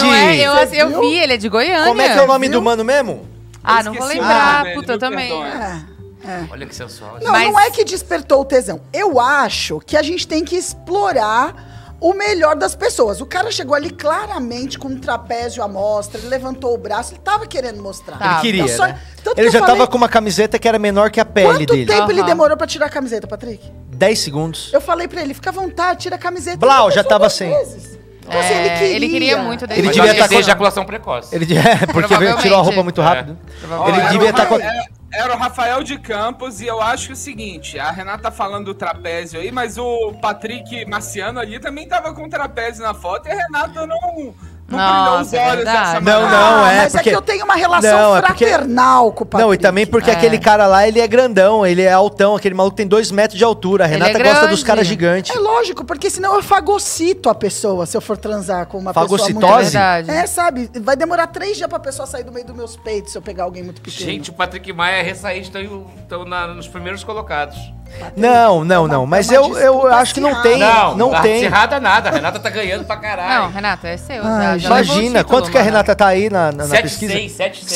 Goiânia, não é? Eu, Você eu viu? vi, ele é de Goiânia. Como é que é o nome do mano mesmo? Ah, Eu não vou esqueci o lembrar, né, nome dele, puta, me eu também. perdoe. É, é. Olha que sensual. Não, Mas- não é que despertou o tesão. Eu acho que a gente tem que explorar o melhor das pessoas. O cara chegou ali claramente com um trapézio à mostra, ele levantou o braço, ele tava querendo mostrar. Tá. Ele queria, Eu só- né? tanto que Ele eu já tava falei- com uma camiseta que era menor que a pele Quanto dele. tempo ele Aham. demorou pra tirar a camiseta, Patrick? 10 segundos. Eu falei pra ele, fica à vontade, tira a camiseta. Blau, Ele já fez tava duas sem. vezes. Então, assim, É, ele queria muito, daí Ele Ele devia devia tá estar com- com ejaculação precoce. É, Ele, é, porque veio- tirou a roupa muito rápido. Ó, Ele era devia o estar com. Ra- um é- Era o Rafael de Campos e eu acho é o seguinte, a Renata falando do trapézio aí, mas o Patrick Marciano ali também tava com trapézio na foto e a Renata não, não brilhou os Nossa, é olhos dessa verdade. Não, maneira. não, é Mas porque- é que eu tenho uma relação Não, é porque- fraternal com o Patrick. Não, e também porque É. aquele cara lá, ele é grandão, ele é altão, aquele maluco tem dois metros de altura. A Ele Renata é gosta dos grande. caras gigantes. É lógico, porque senão eu fagocito a pessoa se eu for transar com uma pessoa Fagocitose? muito... Verdade. É, sabe? Vai demorar três dias pra pessoa sair do meio dos meus peitos se eu pegar alguém muito pequeno. é Gente, o Patrick Maia e a Ressaí estão, estão na- nos primeiros colocados. É, um Não, não, não. Mas eu, eu disputa acho que não tem. Não, Não tá tem. acirrada nada. A Renata tá ganhando pra Não, caralho. Renata, é seu. já- Ai, já levou o Imagina, título, quanto que a mano. Renata tá aí na, na, na 7, pesquisa? 6, 7, 6.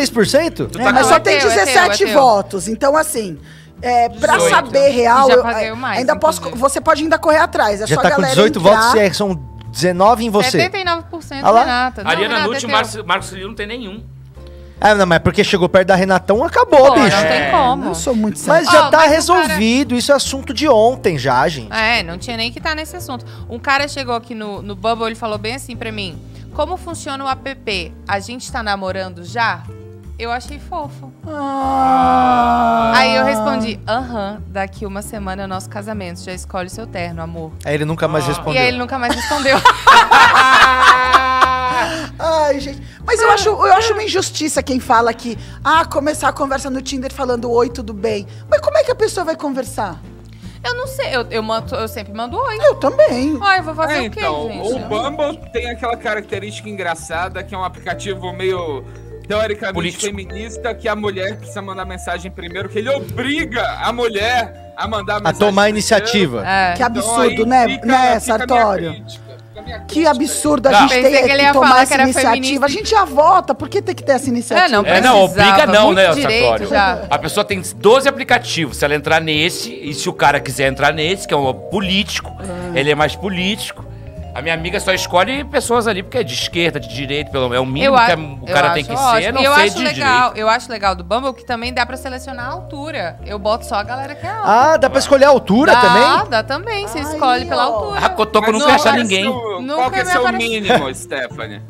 76%? Tu É, tá mas só ganhando. tem É teu, é teu, é 17 teu. votos. Então, assim, é, pra 18. saber real, Já eu, é, paguei o mais, ainda posso, inclusive. você pode ainda correr atrás. É Já só a tá com galera 18 entrar. votos e é, são 19 em você. 79% Ah lá. Renata. Não, Ariana Renata, Nutt e é teu. o Marcos, Marcos Cirilo não tem nenhum. Ah, não, mas porque chegou perto da Renatão, acabou, Pô, bicho. Não tem como. Eu sou muito sério. Mas já Ó, tá mas o resolvido, isso é assunto de ontem já, gente. É, não tinha nem que estar nesse assunto. Um cara chegou aqui no, no Bubble, ele falou bem assim pra mim: Como funciona o app? A gente tá namorando já? Eu achei fofo. Aí eu respondi: Aham, daqui uma semana é o nosso casamento. Já escolhe o seu terno, amor. É. Aí ele nunca mais Ah. E respondeu. aí ele nunca mais respondeu. Ai, gente. Mas eu acho, eu acho uma injustiça quem fala que, ah, começar a conversa no Tinder falando oi, tudo bem. Mas como é que a pessoa vai conversar? eu não sei, eu, eu, mando- eu sempre mando oi. Eu também. Ai, vou fazer É, o quê, então, o gente? Bumble tem aquela característica engraçada que é um aplicativo meio teoricamente Político. feminista que a mulher precisa mandar mensagem primeiro, que ele obriga a mulher a mandar A mensagem. tomar a primeiro. iniciativa. É. Que Então, absurdo, aí né, fica- né fica a minha Sartório? crítica, fica a minha Que crítica. Tá. absurdo a Não. gente Pensei tem que ele que ia tomar falar essa que era iniciativa. feminista. A gente já vota, por que tem que ter essa iniciativa? É, não, É, Precisava, não, obriga não, muito né, direito Sartório? já. A pessoa tem 12 aplicativos. Se ela entrar nesse, e se o cara quiser entrar nesse, que é um político, ele é mais político. A minha amiga só escolhe pessoas ali, porque é de esquerda, de direita, pelo menos. É o mínimo a- que a- o cara eu tem acho que ser, ótimo. não E eu sei acho de legal, direita. Eu acho legal do Bumble que também dá pra selecionar a altura. Eu boto só a galera que é alta. Ah, dá pra escolher a altura dá, também? Dá também, você Aí, escolhe pela ó. altura. Ah, A Mas Cotoco não qual quer achar é ninguém. seu- Nunca Qual que é me seu apareceu. mínimo, Stephanie?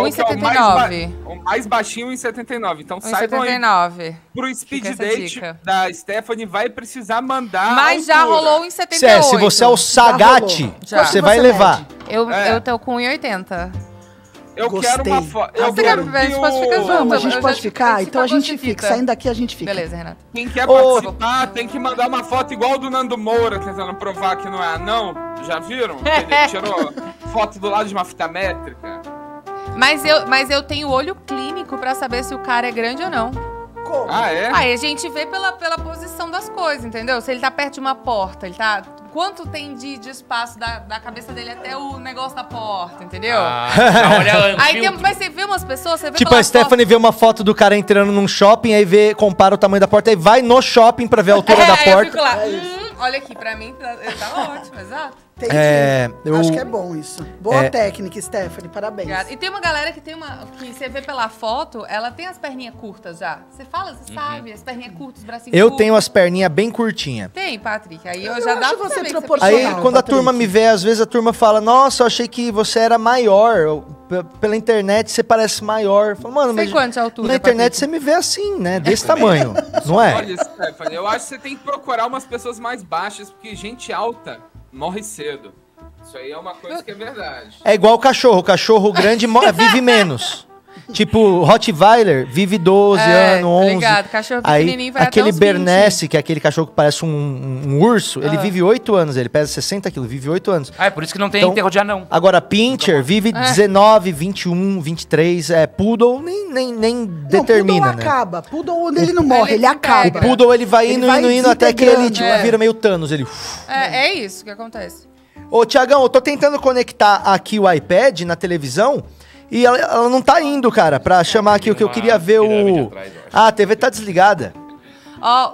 Qual que é o mais, 1,79? ba- o mais baixinho 1,79. Então saibam aí. 1,79. Pro speed Fica essa date dica. da Stephanie vai precisar mandar. um a Mas já altura. rolou um em Se, é, 78. se você é o Sagat, rolou. Já. você Quanto vai você levar. Eu, É. eu tô com 1,80. Eu Gostei. quero uma foto. Eu Você quero quer- a gente que pode ficar o- junto. Vamos, a Eu gente já pode te- ficar? Então a participar, gente você fica. fica. Saindo daqui, a gente fica. Beleza, Renata. Quem quer Ô. participar tem que mandar uma foto igual a do Nando Moura, tentando provar que não é anão. Já viram? Ele tirou foto do lado de uma fita métrica. Mas eu, mas eu tenho olho clínico pra saber se o cara é grande ou não. Ah, é? Aí a gente vê pela, pela posição das coisas, entendeu? Se ele tá perto de uma porta, ele tá. Quanto tem de, de espaço da, da cabeça dele até o negócio da porta, entendeu? Ah, tá, olha, ela- Aí tem, mas você vê umas pessoas, você vê Tipo, pela a Stephanie vê uma foto do cara entrando num shopping, aí vê, compara o tamanho da porta, aí vai no shopping pra ver a altura porta. É, da aí eu fico porta. lá, hum, olha aqui, pra mim tá, tá ótimo, exato. Tem É, que- eu- Acho que é bom isso. Boa É. técnica, Stephanie, parabéns. Obrigada. E tem uma galera que tem uma. que você vê pela foto, ela tem as perninhas curtas já. Você fala, você sabe, as perninhas curtas, os bracinhos Eu curtos. tenho as perninhas bem curtinhas. Tem, Patrick. Aí eu, Eu já acho dá pra você saber que proporcional. Aí, Você... quando a Patrick. turma me vê, às vezes a turma fala, nossa, eu achei que você era maior. Eu, p- Pela internet, você parece maior. Eu falo, Mano, Sei mas quanto de altura, na internet Patrick?" você me vê assim, né? Desse tamanho, não é? Olha, Stephanie, eu acho que você tem que procurar umas pessoas mais baixas, porque gente alta morre cedo. Isso aí é uma coisa que é verdade. É igual o cachorro. O cachorro grande mo- vive menos. Tipo, Rottweiler vive 12 É, anos, tô 11. ligado. Cachorro Aí, pequenininho vai até aquele uns 20. Bernese, que é aquele cachorro que parece um, um- um urso, Ah. ele vive 8 anos. Ele pesa 60 quilos, vive 8 anos. Ah, é por isso que não tem Então- enterro de anão. Agora, Pincher É. vive 19, 21, 23. É, Poodle nem, nem, nem Não, determina, Poodle né? acaba. Poodle, ele não morre, ele Ele acaba. O pega. Poodle, ele vai Ele indo, vai indo, indo, até que ele tipo, É. vira meio Thanos. Ele... uf. É, é isso que acontece. Ô, Tiagão, eu tô tentando conectar aqui o iPad na televisão e ela, ela não tá indo, cara, pra chamar aqui o que eu É, uma queria ver pirâmide o... atrás, eu acho. Ah, a TV tá desligada. Ó,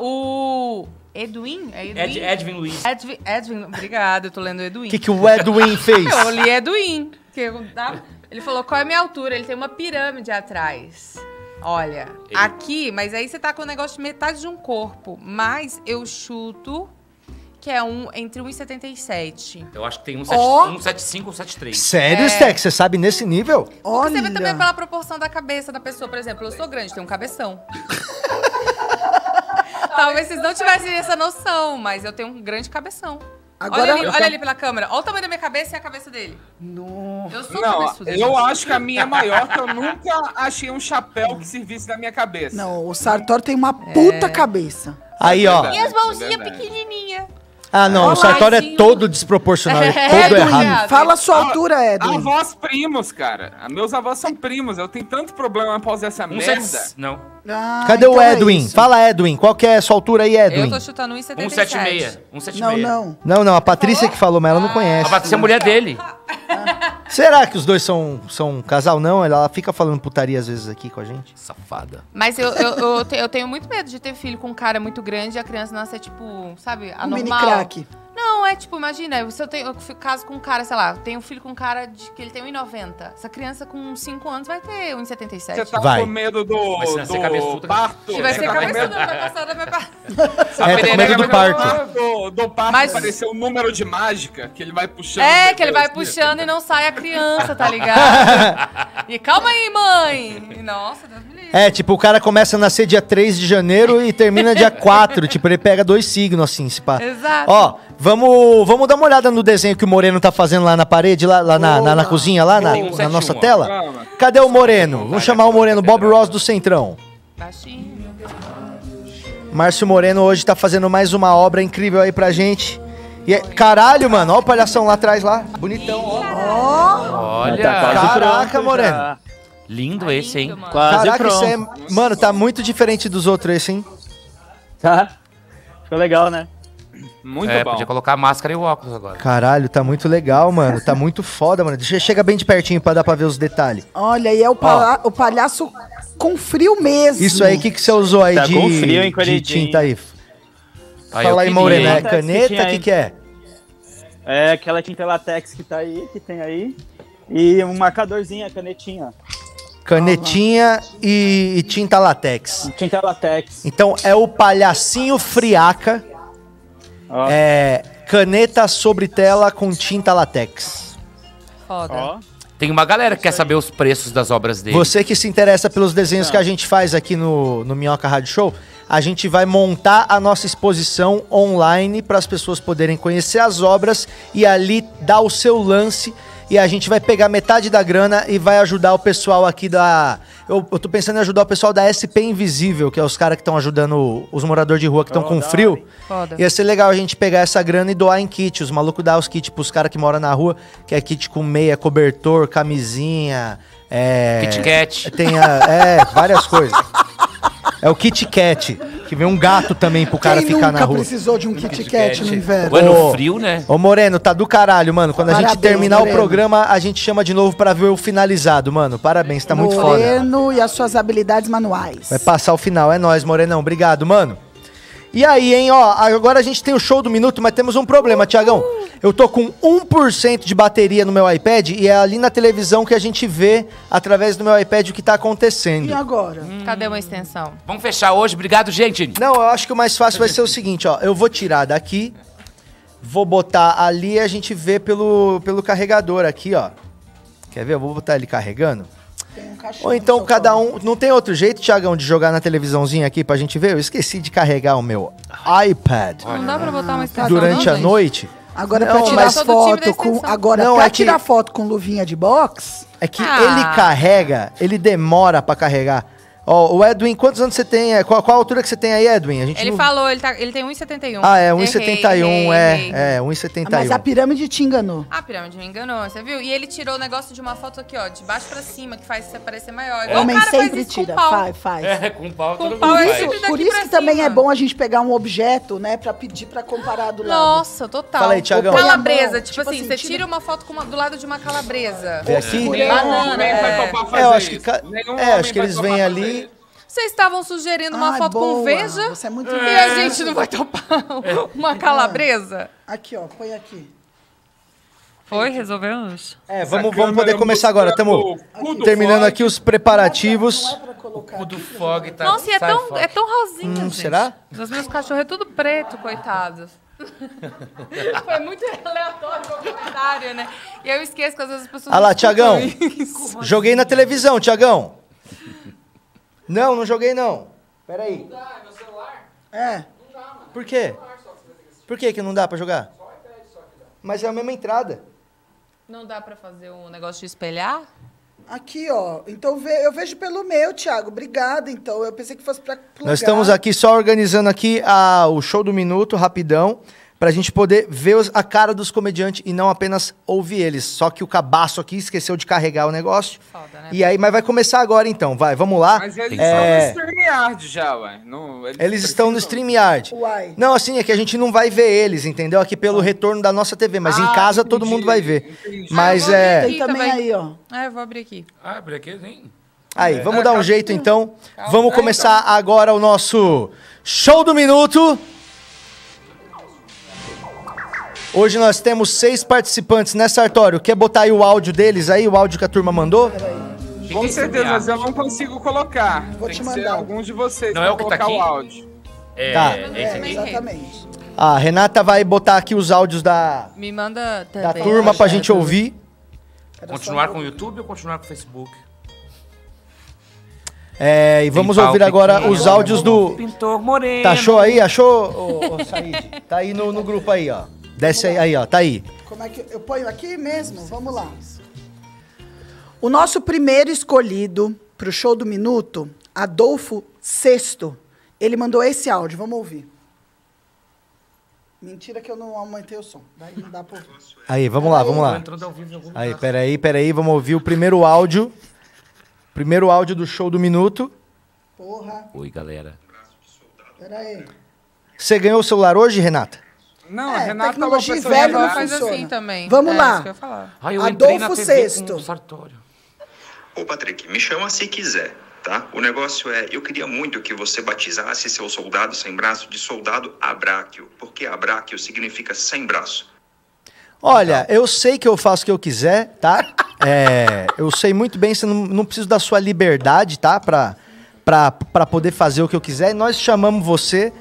o. Edwin? É Edwin? Ed, Edwin Luiz. Edwin, Edwin, obrigada, eu tô lendo Edwin. O que, que o Edwin fez? Eu li Edwin. Que eu dava- Ele falou, qual é a minha altura? Ele tem uma pirâmide atrás. Olha, aqui, mas aí você tá com o negócio de metade de um corpo. Mas eu chuto que é um entre 1,77. Eu acho que tem Ó. 175 ou 73. Sério, Steck? Você sabe nesse nível? Olha. Você vê também pela proporção da cabeça da pessoa. Por exemplo, eu sou grande, tenho um cabeção. Talvez vocês não tivessem essa noção, mas eu tenho um grande cabeção. Agora- olha, ali, olha ali pela câmera. Olha o tamanho da minha cabeça e a cabeça dele. Nossa. Eu sou Não, cabeçuda, eu gente. acho que a minha é maior, que eu nunca achei um chapéu que servisse na minha cabeça. Não, o Sartor tem uma puta cabeça. Aí, ó. Verdade, É. E as mãozinhas verdade. pequenininhas. Ah, não, Olá, o Sartório é sim. todo desproporcional, é É, todo é, errado. é. Fala a sua altura, Edwin. Avós primos, cara. Ah, Meus avós são primos. Eu tenho tanto problema após essa Um merda. set- Não, Ah, Cadê então o é Edwin? isso. Fala, Edwin, qual que é a sua altura aí, Eu Edwin? tô chutando 1,76. 176. 176. Não, não. Não, não, a Patrícia que falou, mas ela não A conhece. Patrícia é mulher dele. Será que os dois são, são um casal? Não, ela fica falando putaria às vezes aqui com a gente. Safada. Mas eu, eu, eu, te- eu tenho muito medo de ter filho com um cara muito grande e a criança nascer, tipo, sabe, Um mini anormal. crack. não, é tipo, imagina, se eu, tenho, eu fico- caso com um cara, sei lá, eu tenho um filho com um cara de, que ele tem 1,90. Essa criança com 5 anos vai ter Você 1,77. tá Vai. com medo do, Vai se nascer do cabeçuda, parto? E vai Você ser tá com cabeçuda, medo não vai passar da minha parte. Sabe, É, tá com ele medo do lembra parto. Do, do parto Mas- aparecer um número de mágica que ele vai puxando. É, que ele vai depois, puxando e não sai a criança, tá ligado? E calma aí, mãe! E, Nossa, Deus me livre. É, tipo, o cara começa a nascer dia 3 de janeiro e termina dia 4. tipo, ele pega dois signos, assim, se pá. Exato. Ó, vamos, vamos dar uma olhada no desenho que o Moreno tá fazendo lá na parede, lá, lá na, na- na cozinha, lá na, Tem um na 71, nossa ó. tela. Calma. Cadê o Moreno? Vamos chamar o Moreno, Bob Ross do Centrão. Baixinho. Márcio Moreno hoje tá fazendo mais uma obra incrível aí pra gente. E é- caralho, mano, ó o palhação lá atrás lá. Bonitão, ó. Ah. Olha, Caraca, Moreno. já. lindo esse, hein? Tá Lindo, mano. Quase Caraca, pronto. isso é. Mano, tá muito diferente dos outros esse, hein? Tá? Ficou legal, né? Muito É, bom. podia colocar a máscara e o óculos agora. Caralho, tá muito legal, mano. Tá muito foda, mano. Deixa, chega bem de pertinho pra dar pra ver os detalhes. Olha, e é o, pala- o palhaço com frio mesmo. Isso aí, o que, que você usou aí Tá de, com frio, hein, de coletinha? tinta aí? Ah, eu Fala aí, queria, Moreno. É hein? caneta? O que, que é? É aquela tinta latex que tá aí, que tem aí. E um marcadorzinho, a canetinha. Canetinha e, e tinta latex. Tinta latex. Então é o palhacinho friaca. Ó. É caneta sobre tela com tinta latex. Foda. Ó. Tem uma galera que quer saber os preços das obras dele. Você que se interessa pelos desenhos que a gente faz aqui no, no Minhoca Rádio Show, a gente vai montar a nossa exposição online para as pessoas poderem conhecer as obras e ali dar o seu lance. E a gente vai pegar metade da grana e vai ajudar o pessoal aqui da. Eu, eu tô pensando em ajudar o pessoal da SP Invisível, que é os caras que estão ajudando os moradores de rua que estão Oh, com da frio. hora, hein? Foda. Ia ser legal a gente pegar essa grana e doar em kit. Os malucos dão os kits pros caras que moram na rua, que é kit com meia, cobertor, camisinha. É, Kit Kat. Tem a- é, várias coisas. É o Kit Kat, que vem um gato também pro cara Quem ficar nunca na rua. precisou de um Kit Kat no inverno? Ué, no Ô. frio, né? Ô Moreno, tá do caralho, mano. Quando a gente Parabéns, terminar o Moreno. programa, a gente chama de novo pra ver o finalizado, mano. Parabéns, tá muito foda. Moreno e as suas habilidades manuais. Vai passar o final. É nóis, Morenão. Obrigado, mano. E aí, hein, ó, agora a gente tem o show do minuto, mas temos um problema, Tiagão. Eu tô com 1% de bateria no meu iPad e é ali na televisão que a gente vê, através do meu iPad, o que tá E acontecendo. agora? Hum. Cadê uma extensão? Vamos fechar hoje. Obrigado, gente. Não, eu acho que o mais fácil vai ser o seguinte, ó. Eu vou tirar daqui, vou botar ali e a gente vê pelo, pelo carregador aqui, ó. Quer ver? Eu vou botar ele carregando. Tem um cachorro Ou no então seu cada colo. um. Não tem outro jeito, Tiagão, de jogar na televisãozinha aqui pra gente ver? Eu esqueci de carregar o meu iPad Não dá pra botar uma extensão, durante não, a gente? noite. Agora Não, pra tirar mas- Tá Todo time da foto com extensão. agora Não, pra é que- tirar foto com luvinha de box? É que Ah. ele carrega, ele demora pra carregar. Ó, o Edwin, quantos anos você tem? É, Qual, qual a altura que você tem aí, Edwin? A gente Ele não- falou, ele, tá, ele tem 1,71. Ah, é, Errei, 1,71. errei, É, errei. é, Ah, Mas a 1,71. pirâmide te enganou. Ah, pirâmide me enganou, você viu? E ele tirou o negócio de uma foto aqui, ó, de baixo pra cima, que faz você parecer maior. Igual Homem o cara sempre faz isso tira, com pau. faz, faz. É, com pau Com todo pau mundo é faz. isso. daqui Por isso pra que também cima. é bom a gente pegar um objeto, né, pra pedir pra comparar do lado. Nossa, total. Fala aí, Thiagão. Calabresa, tipo, Tipo assim, assim, você tira- tira uma foto com uma- do lado de uma calabresa. é Vê aqui. né? Nenhum Banana, homem é. vai topar fazer É, eu acho que, isso. ca- Nenhum é, acho que homem vai eles topar vêm fazer ali. isso. Vocês estavam sugerindo uma Ai, foto com boa. veja Você é muito e a gente não vai topar É. uma calabresa. Ah, Aqui, ó, põe aqui. Foi, resolvemos? É, Essa vamos, vamos poder câmera começar agora. Estamos mostrando o cu do terminando Fog. aqui os preparativos. Não é pra colocar. O do Fog tá... Nossa, e é sai tão, fora. é tão rosinha, gente. Hum, será? Os meus cachorros é tudo preto, coitados. é Foi muito aleatório o comentário, né? E eu esqueço que às vezes as pessoas... Ah lá, não escutam Tiagão. isso. Joguei na televisão, Tiagão. Não, não joguei não. Peraí. É. Por quê? Por que que não dá pra jogar? Mas é a mesma entrada. Não dá pra fazer um negócio de espelhar? Aqui, ó. Então vê- eu vejo pelo meu, Thiago. Obrigada, então. Eu pensei que fosse pra plugar. ah, Nós estamos aqui só organizando aqui a- o show do minuto, rapidão. pra gente poder ver os- a cara dos comediantes e não apenas ouvir eles. Só que o cabaço aqui esqueceu de carregar o negócio. Foda, né? E aí, mas vai começar agora então, vai, vamos lá. Mas eles É. estão no StreamYard já, ué. Não, Eles estão no precisam- StreamYard. Uai. Não, assim, é que a gente não vai ver eles, entendeu? Aqui pelo retorno da nossa TV, mas em Ah, casa todo entendi, mundo vai ver. entendi. Mas Ah, eu vou é. ver. Tem também também. aí, ó. Ah, eu vou abrir aqui. Ah, por aqui nem. Aí, vamos dar um jeito então. É, Vamos começar então. agora o nosso show do minuto. Hoje nós temos seis participantes, né, Sartório? Quer botar aí o áudio deles aí, o áudio que a turma mandou? Com certeza, mas eu não consigo colocar. Vou Tem te que mandar. ser algum de vocês Não pra é o que tá colocar aqui? o áudio. É, Tá. é esse aqui. Exatamente. A Renata vai botar aqui os áudios da, Me manda tá da também. turma pra gente ouvir. Continuar com o YouTube ou continuar com o Facebook? É, e vamos Tem pau ouvir agora pequeno, os áudios do. Pintor Moreno. Tá show aí? Achou, ô, ô, Said? Tá aí no, no grupo aí, ó. Desce aí, aí, ó. Tá aí. Como é que eu ponho aqui mesmo? Vamos lá. O nosso primeiro escolhido pro show do minuto, Adolfo Sexto, ele mandou esse áudio, vamos ouvir. Mentira que eu não aumentei o som. Daí não dá pra ouvir. Aí, vamos lá, vamos lá. Entrando ao vivo em algum Aí, peraí, peraí, vamos ouvir o primeiro áudio. Primeiro áudio do show do minuto. Porra, Oi, galera. pera aí. Você ganhou o celular hoje, Renata? Não, É, a Renata é uma tecnologia pessoa velha Ela não generosa. faz assim funciona. também. Vamos é lá. Isso que eu ia falar. Ai, eu entrei na Adolfo TV é com Sexto. Um o Sartório. Ô Patrick, me chama se quiser, tá? O negócio é, eu queria muito que você batizasse seu soldado sem braço de soldado abráquio, porque abráquio significa sem braço. Olha, eu sei que eu faço o que eu quiser, tá? É, eu sei muito bem, você não, não preciso da sua liberdade, tá? Pra, pra, pra poder fazer o que eu quiser. E nós chamamos você,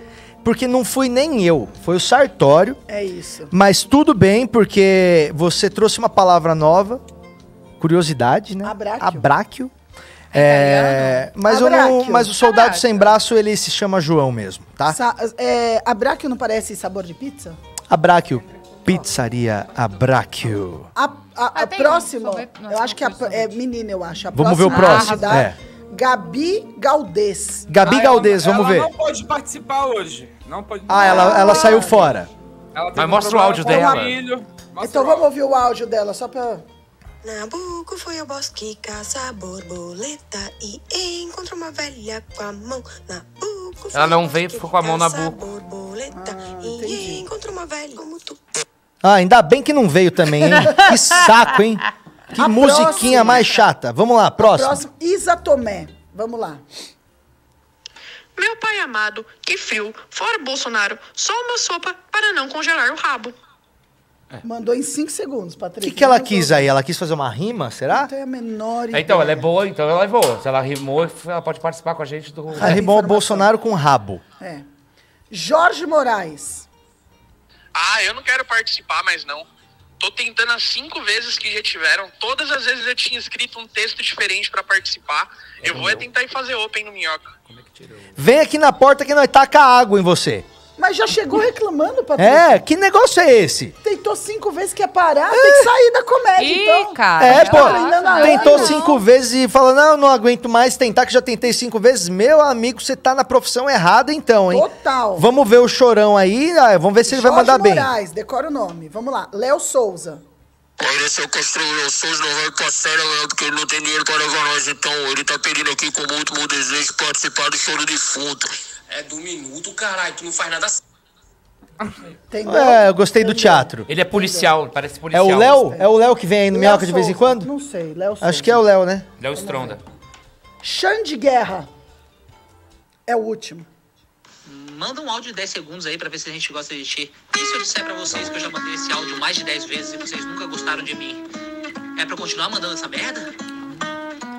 porque não fui nem eu, foi o Sartório. É isso. Mas tudo bem, porque você trouxe uma palavra nova, curiosidade, né? Abráquio. Abráquio. É, mas, eu não, Abráquio. mas o soldado Caraca. sem braço, ele se chama João mesmo, tá? Sa é, Abráquio não parece sabor de pizza? Abráquio. Pizzaria Abráquio. A, a, Ah, a tem um próxima, sorvete- nossa, um eu acho que a, não foi é sorvete. menina, eu acho. A Vamos ver o próximo, próxima da é. Gabi Galdês. Gabi Ah, Galdês, ela- vamos ver. Ela não pode participar hoje. Não pode. Ah, ela, ela saiu fora. Ela teve Mas um mostra o problema áudio com o dela. filho. Mostra Então o áudio. vamos ouvir o áudio dela, só pra... Nabuco foi ao bosque que caça borboleta e encontrou uma velha com a mão na buco. Ela não veio, ficou com a mão na boca. boca. borboleta Ah, entendi. e encontrou uma velha como tu. Ah, ainda bem que não veio também, hein? Que saco, hein? Que A musiquinha próxima. mais chata. Vamos lá, próximo. Próximo, Isa Tomé. Vamos lá. Meu pai amado, que frio. Fora Bolsonaro, só uma sopa para não congelar o rabo. Mandou em 5 segundos, O Patrícia. que, que ela quis aí? Ela quis fazer uma rima, será? Não tenho a menor ideia. Então, ela é boa, então ela é boa. Se ela rimou, ela pode participar com a gente do. Arrimou o informação. Bolsonaro com rabo. É. Jorge Moraes. Ah, eu não quero participar mais não. Tô tentando as cinco vezes que já tiveram. Todas as vezes eu tinha escrito um texto diferente pra participar. eu vou é tentar ir fazer open no Minhoca. Vem aqui na porta que nós taca água em você. Mas já chegou reclamando, Patrícia. É, que negócio é esse? Tentou cinco vezes que ia parar, tem que sair da comédia, Ih, então. cara. né? É, pô, aprendendo a tentou ler, cinco vezes e falou, não, não aguento mais tentar, que já tentei cinco vezes. Meu amigo, você tá na profissão errada então, hein? Total. Vamos ver o chorão aí, ah, vamos ver se ele vai Jorge mandar bem. Moraes, decora o nome. Vamos lá. Léo Souza. Olha, se eu construo o SUS, não vai assim. passar, porque ele não tem dinheiro para levar nós. Então, ele tá pedindo aqui com muito bom desejo participar do show do defunto. É do minuto, caralho. Tu não faz nada assim. Entendeu? É, eu gostei do teatro. Ele é policial, parece É policial. o Léo? É o Léo que vem aí no Léo Minhoca de vez em Souza. quando? Não sei, Léo Souza. Acho que é o Léo, né? Léo Stronda. Xande Guerra. É o último. Manda um áudio de 10 segundos aí pra ver se a gente gosta de ti. E se eu disser pra vocês que eu já mandei esse áudio mais de 10 vezes e vocês nunca gostaram de mim? É pra eu continuar mandando essa merda?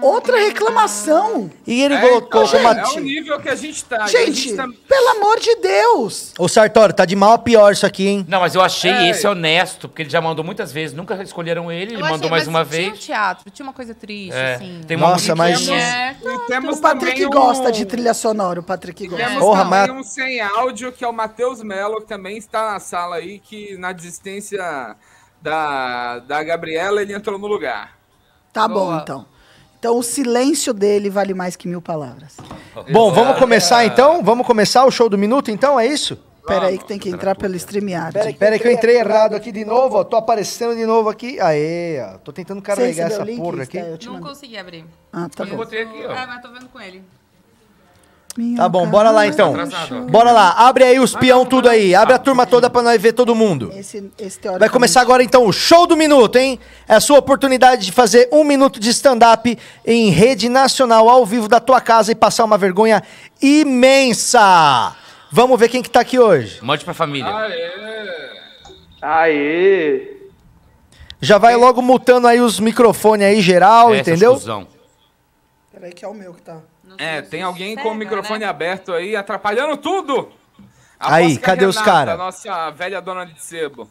Outra reclamação. E ele É, colocou então, uma... é, é o nível que a gente tá. E a Gente, tá- pelo amor de Deus. Ô, Sartório, tá de mal a pior isso aqui, hein? Não, mas eu achei É. esse honesto, porque ele já mandou muitas vezes, nunca escolheram ele, ele Eu mandou achei, mas mais uma Tinha um vez. teatro, tinha uma coisa triste, É, assim. tem uma Nossa, mas... musiquinha. É, E temos O Patrick também gosta um- de trilha sonora, o Patrick gosta. Temos Porra, também mas- um sem áudio, que é o Matheus Mello, que também está na sala aí, que na desistência da, da Gabriela, ele entrou no lugar. Tá Boa. bom, então. Então o silêncio dele vale mais que mil palavras. Bom, vamos começar então? Vamos começar o show do minuto então, é isso? Pera aí que tem que entrar pelo StreamYard. Peraí, peraí que eu entrei errado aqui de novo, ó. Tô aparecendo de novo aqui. Aê, ó. Tô tentando carregar recebeu essa o link, porra aqui. Sté? Eu te Não mando. consegui abrir. Ah, tá Eu bom. botei aqui, ó. Ah, mas tô vendo com ele. Tá bom, bora lá então. Bora lá, abre aí os peão tudo aí. Abre a turma toda pra nós ver todo mundo. Esse, esse teórico. Vai começar agora então o show do minuto, hein? É a sua oportunidade de fazer um minuto de stand-up em rede nacional ao vivo da tua casa e passar uma vergonha imensa. Vamos ver quem que tá aqui hoje. Mande pra família. Aê! Já vai logo mutando aí os microfones aí geral, É, essa entendeu? exclusão. Peraí que é o meu que tá. É, tem alguém com o microfone aberto aí, atrapalhando tudo. Aí, Aposto que a cadê os Renata, cara? Nossa velha dona de sebo.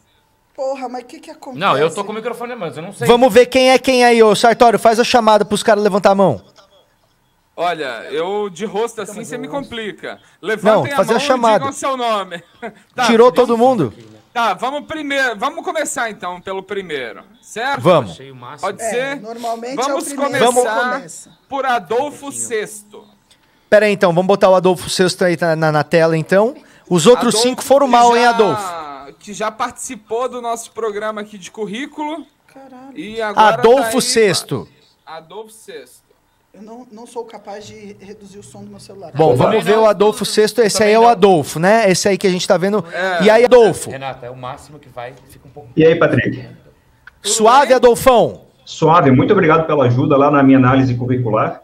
Porra, mas o que que acontece? Não, eu tô com o microfone, mas eu não sei. Vamos ver quem é quem aí, ô Sartório. Faz a chamada pros caras levantar a mão. Olha, eu de rosto assim você me complica. Levantem Não, fazer a a mão chamada. e digam seu nome. Tá, Tirou todo mundo? Tá, vamos primeiro. Vamos começar então pelo primeiro, certo? Vamos. Pode É, ser? normalmente é o Vamos primeiro que começar começa. por Adolfo VI. Pera aí, então, vamos botar o Adolfo Sexto aí na, na- na tela, então. Os outros Adolfo cinco foram que mal, já- hein, Adolfo? Que já participou do nosso programa aqui de currículo. Caralho, E agora Adolfo tá aí- Sexto. Adolfo VI. eu não, não sou capaz de reduzir o som do meu celular. Bom, vamos um ver o Adolfo Sexto. Esse aí é o Adolfo, né? Esse aí que a gente tá vendo. E aí, Adolfo? Renata, é o máximo que vai, fica um pouco. E aí, Patrick? Suave, Adolfão? Suave, muito obrigado pela ajuda lá na minha análise curricular.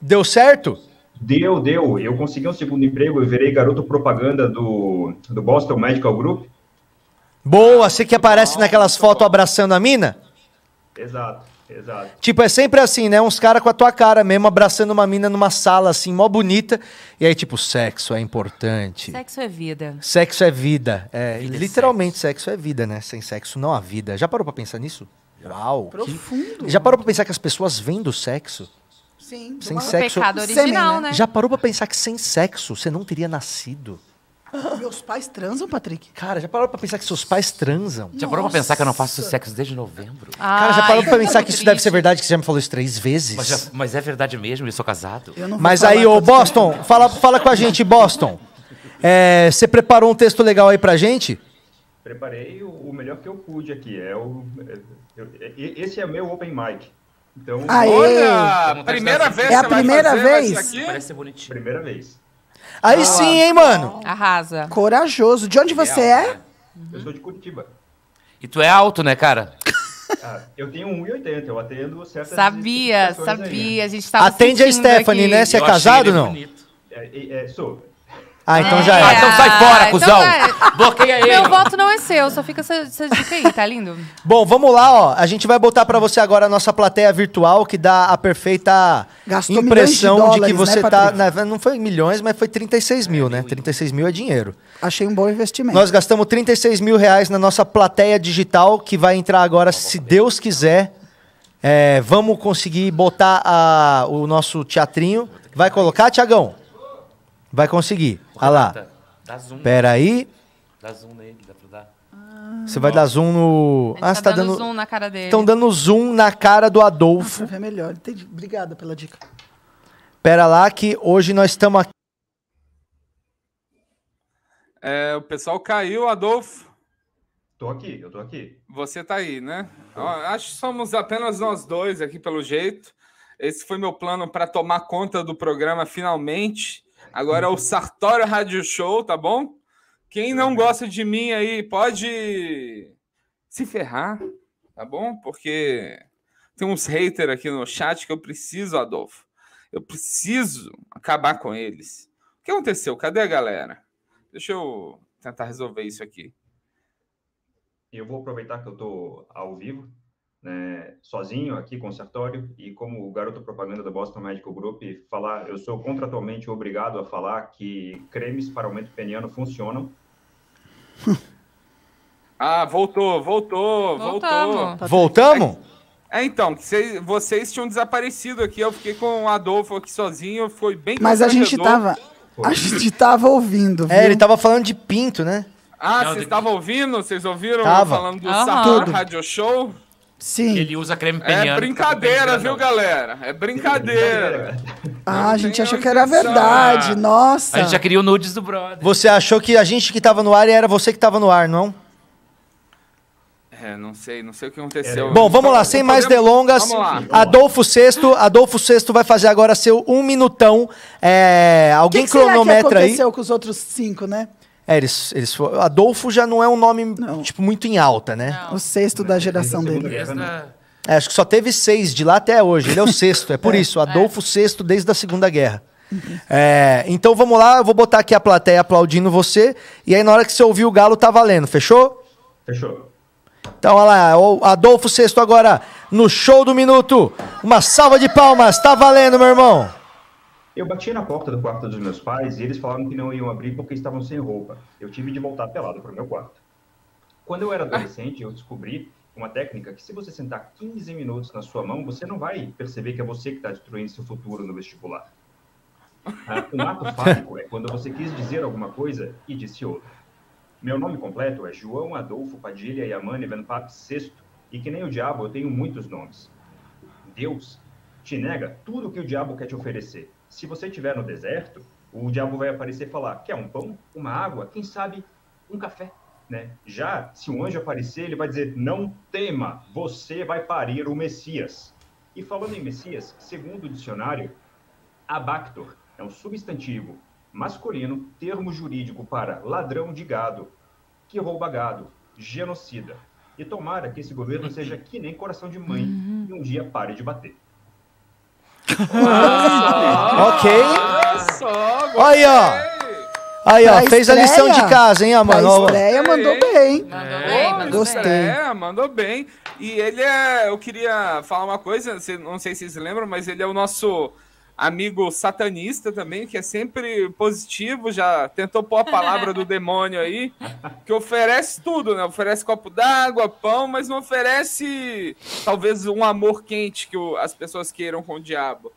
Deu certo? Deu, deu. Eu consegui um segundo emprego, eu virei garoto propaganda do, do Boston Medical Group. Boa, você que aparece naquelas fotos abraçando a mina? Exato, exato. Tipo, é sempre assim, né? Uns caras com a tua cara mesmo abraçando uma mina numa sala assim, mó bonita. E aí, tipo, sexo é importante. Sexo é vida. Sexo é vida. É, literalmente, sexo. é vida, né? Sem sexo não há vida. Já parou pra pensar nisso? Uau! que- Profundo. Já parou pra pensar que as pessoas vêm do sexo? Sim, Sem uma- sexo. Pecado original, Sêmen, né? Já parou pra pensar que sem sexo você não teria nascido? Meus pais transam, Patrick? Cara, já parou pra pensar que seus pais transam? Já parou pra pensar que eu não faço sexo desde novembro? Cara, já Ai, parou pra tô pensar que isso triste. deve ser verdade, que você já me falou isso três vezes? Mas, já- mas é verdade mesmo, eu sou casado. Eu não vou Mas falar aí, ô tanto. Boston, fala, fala com a gente, Boston. É, você preparou um texto legal aí pra gente? Preparei o, o melhor que eu pude aqui. É o, é- eu- é- esse é meu open mic. Então, Aê! Olha, tá primeira vez É a assim. que você vai primeira fazer vai vez? ser aqui? Parece ser bonitinho. primeira vez. Aí sim, hein, mano? Arrasa. Corajoso. De onde você é? Eu sou de Curitiba. E tu é alto, né, cara? Ah, eu tenho 1,80, eu atendo certas Sabia, especificações aí. sabia. A gente tava Atende a sentindo Stephanie, aqui. né? Você é Eu achei casado ou ele não? bonito. É, é, sou. Ah, então já Ah, é. então sai fora, então cuzão! vai. Bloqueia ele! Meu voto não é seu, só fica essa, essa dica aí, tá lindo? Bom, vamos lá, ó. A gente vai botar pra você agora a nossa plateia virtual que dá a perfeita Gastou impressão milhões de que dólares, você né, tá. Patrick? na- Não foi milhões, mas foi 36 mil, né? 36 mil é dinheiro. Achei um bom investimento. É. Nós gastamos 36 mil reais na nossa plateia digital, que vai entrar agora, se Deus quiser. É, vamos conseguir botar a- o nosso teatrinho. Vai colocar, Tiagão? Vai conseguir. Olha lá. Dá zoom, Pera aí. dá zoom nele, dá pra dar. Ah. Você vai dar zoom no. A Ah, gente você tá dando, dando. zoom na cara dele. Estão dando zoom na cara do Adolfo. Nossa, é melhor. Entendi. Obrigada pela dica. Pera lá que hoje nós estamos aqui. É, o pessoal caiu, Adolfo. Tô aqui, eu tô aqui. Você tá aí, né? Ó, acho que somos apenas nós dois aqui, pelo jeito. Esse foi meu plano para tomar conta do programa finalmente. Agora é o Sartório Rádio Show, tá bom? Quem não Uhum. gosta de mim aí pode se ferrar, tá bom? Porque tem uns haters aqui no chat que eu preciso, Adolfo. Eu preciso acabar com eles. O que aconteceu? Cadê a galera? Deixa eu tentar resolver isso aqui. Eu vou aproveitar que eu tô ao vivo, né, sozinho aqui com o Sartório, e como o garoto propaganda da Boston Medical Group, falar, eu sou contratualmente obrigado a falar que cremes para aumento peniano funcionam. Ah, voltou, voltou, Voltamos. voltou. Tá Voltamos? É, então, vocês, vocês tinham desaparecido aqui, eu fiquei com o Adolfo aqui sozinho, foi bem Mas a gente constrangedor. tava. A gente tava ouvindo. É, viu? ele tava falando de pinto, né? Ah, Não, vocês tem- estavam ouvindo? Vocês ouviram eu Tava. falando do Aham. Sartório Tudo. Radio Show? Sim. Ele usa creme peniano. É brincadeira, viu, galera? É brincadeira. Ah, a gente achou que era verdade. Nossa. A gente já queria o nudes do brother. Você achou que a gente que tava no ar era você que tava no ar, não? É, não sei, não sei o que aconteceu. Então, Bom, vamos lá, sem mais delongas. Vamos lá. Adolfo Sexto, Adolfo Sexto vai fazer agora seu um minutão. É, O que, alguém que será que cronometra aí. aconteceu com os outros cinco, né? É, eles, eles fo- Adolfo já não é um nome tipo muito em alta, né? O sexto da geração dele. É, acho que só teve seis de lá até hoje. Ele é o sexto, é por isso. Adolfo Sexto desde a Segunda Guerra. É, então vamos lá, eu vou botar aqui a plateia aplaudindo você. E aí na hora que você ouvir o galo tá valendo, fechou? Fechou. Então olha lá, o Adolfo Sexto agora no show do minuto. Uma salva de palmas, tá valendo, meu irmão. Eu bati na porta do quarto dos meus pais e eles falaram que não iam abrir porque estavam sem roupa. Eu tive de voltar pelado para o meu quarto. Quando eu era adolescente, eu descobri uma técnica que se você sentar 15 minutos na sua mão, você não vai perceber que é você que está destruindo seu futuro no vestibular. Ah, Um ato fálico é quando você quis dizer alguma coisa e disse outra. Meu nome completo é João Adolfo Padilha Yamane Van Pape VI, e que nem o diabo, eu tenho muitos nomes. Deus te nega tudo o que o diabo quer te oferecer. Se você estiver no deserto, o diabo vai aparecer e falar: quer um pão, uma água, quem sabe um café. Né? Já se um anjo aparecer, ele vai dizer: não tema, você vai parir o Messias. E falando em Messias, segundo o dicionário, abactor é um substantivo masculino, termo jurídico para ladrão de gado, que rouba gado, genocida. E tomara que esse governo seja que nem coração de mãe e um dia pare de bater. ok. Só, Olha aí, ó. Aí, ó, Pra fez a lição de estreia. casa, hein, Pra mano? Ó, estreia É, mandou bem. Gostei. Gostei. É, mandou bem. E ele é. Eu queria falar uma coisa, não sei- não sei se vocês lembram, mas ele é o nosso amigo satanista também, que é sempre positivo, já tentou pôr a palavra do demônio aí, que oferece tudo, né? Oferece copo d'água, pão, mas não oferece talvez um amor quente que o- as pessoas queiram com o diabo.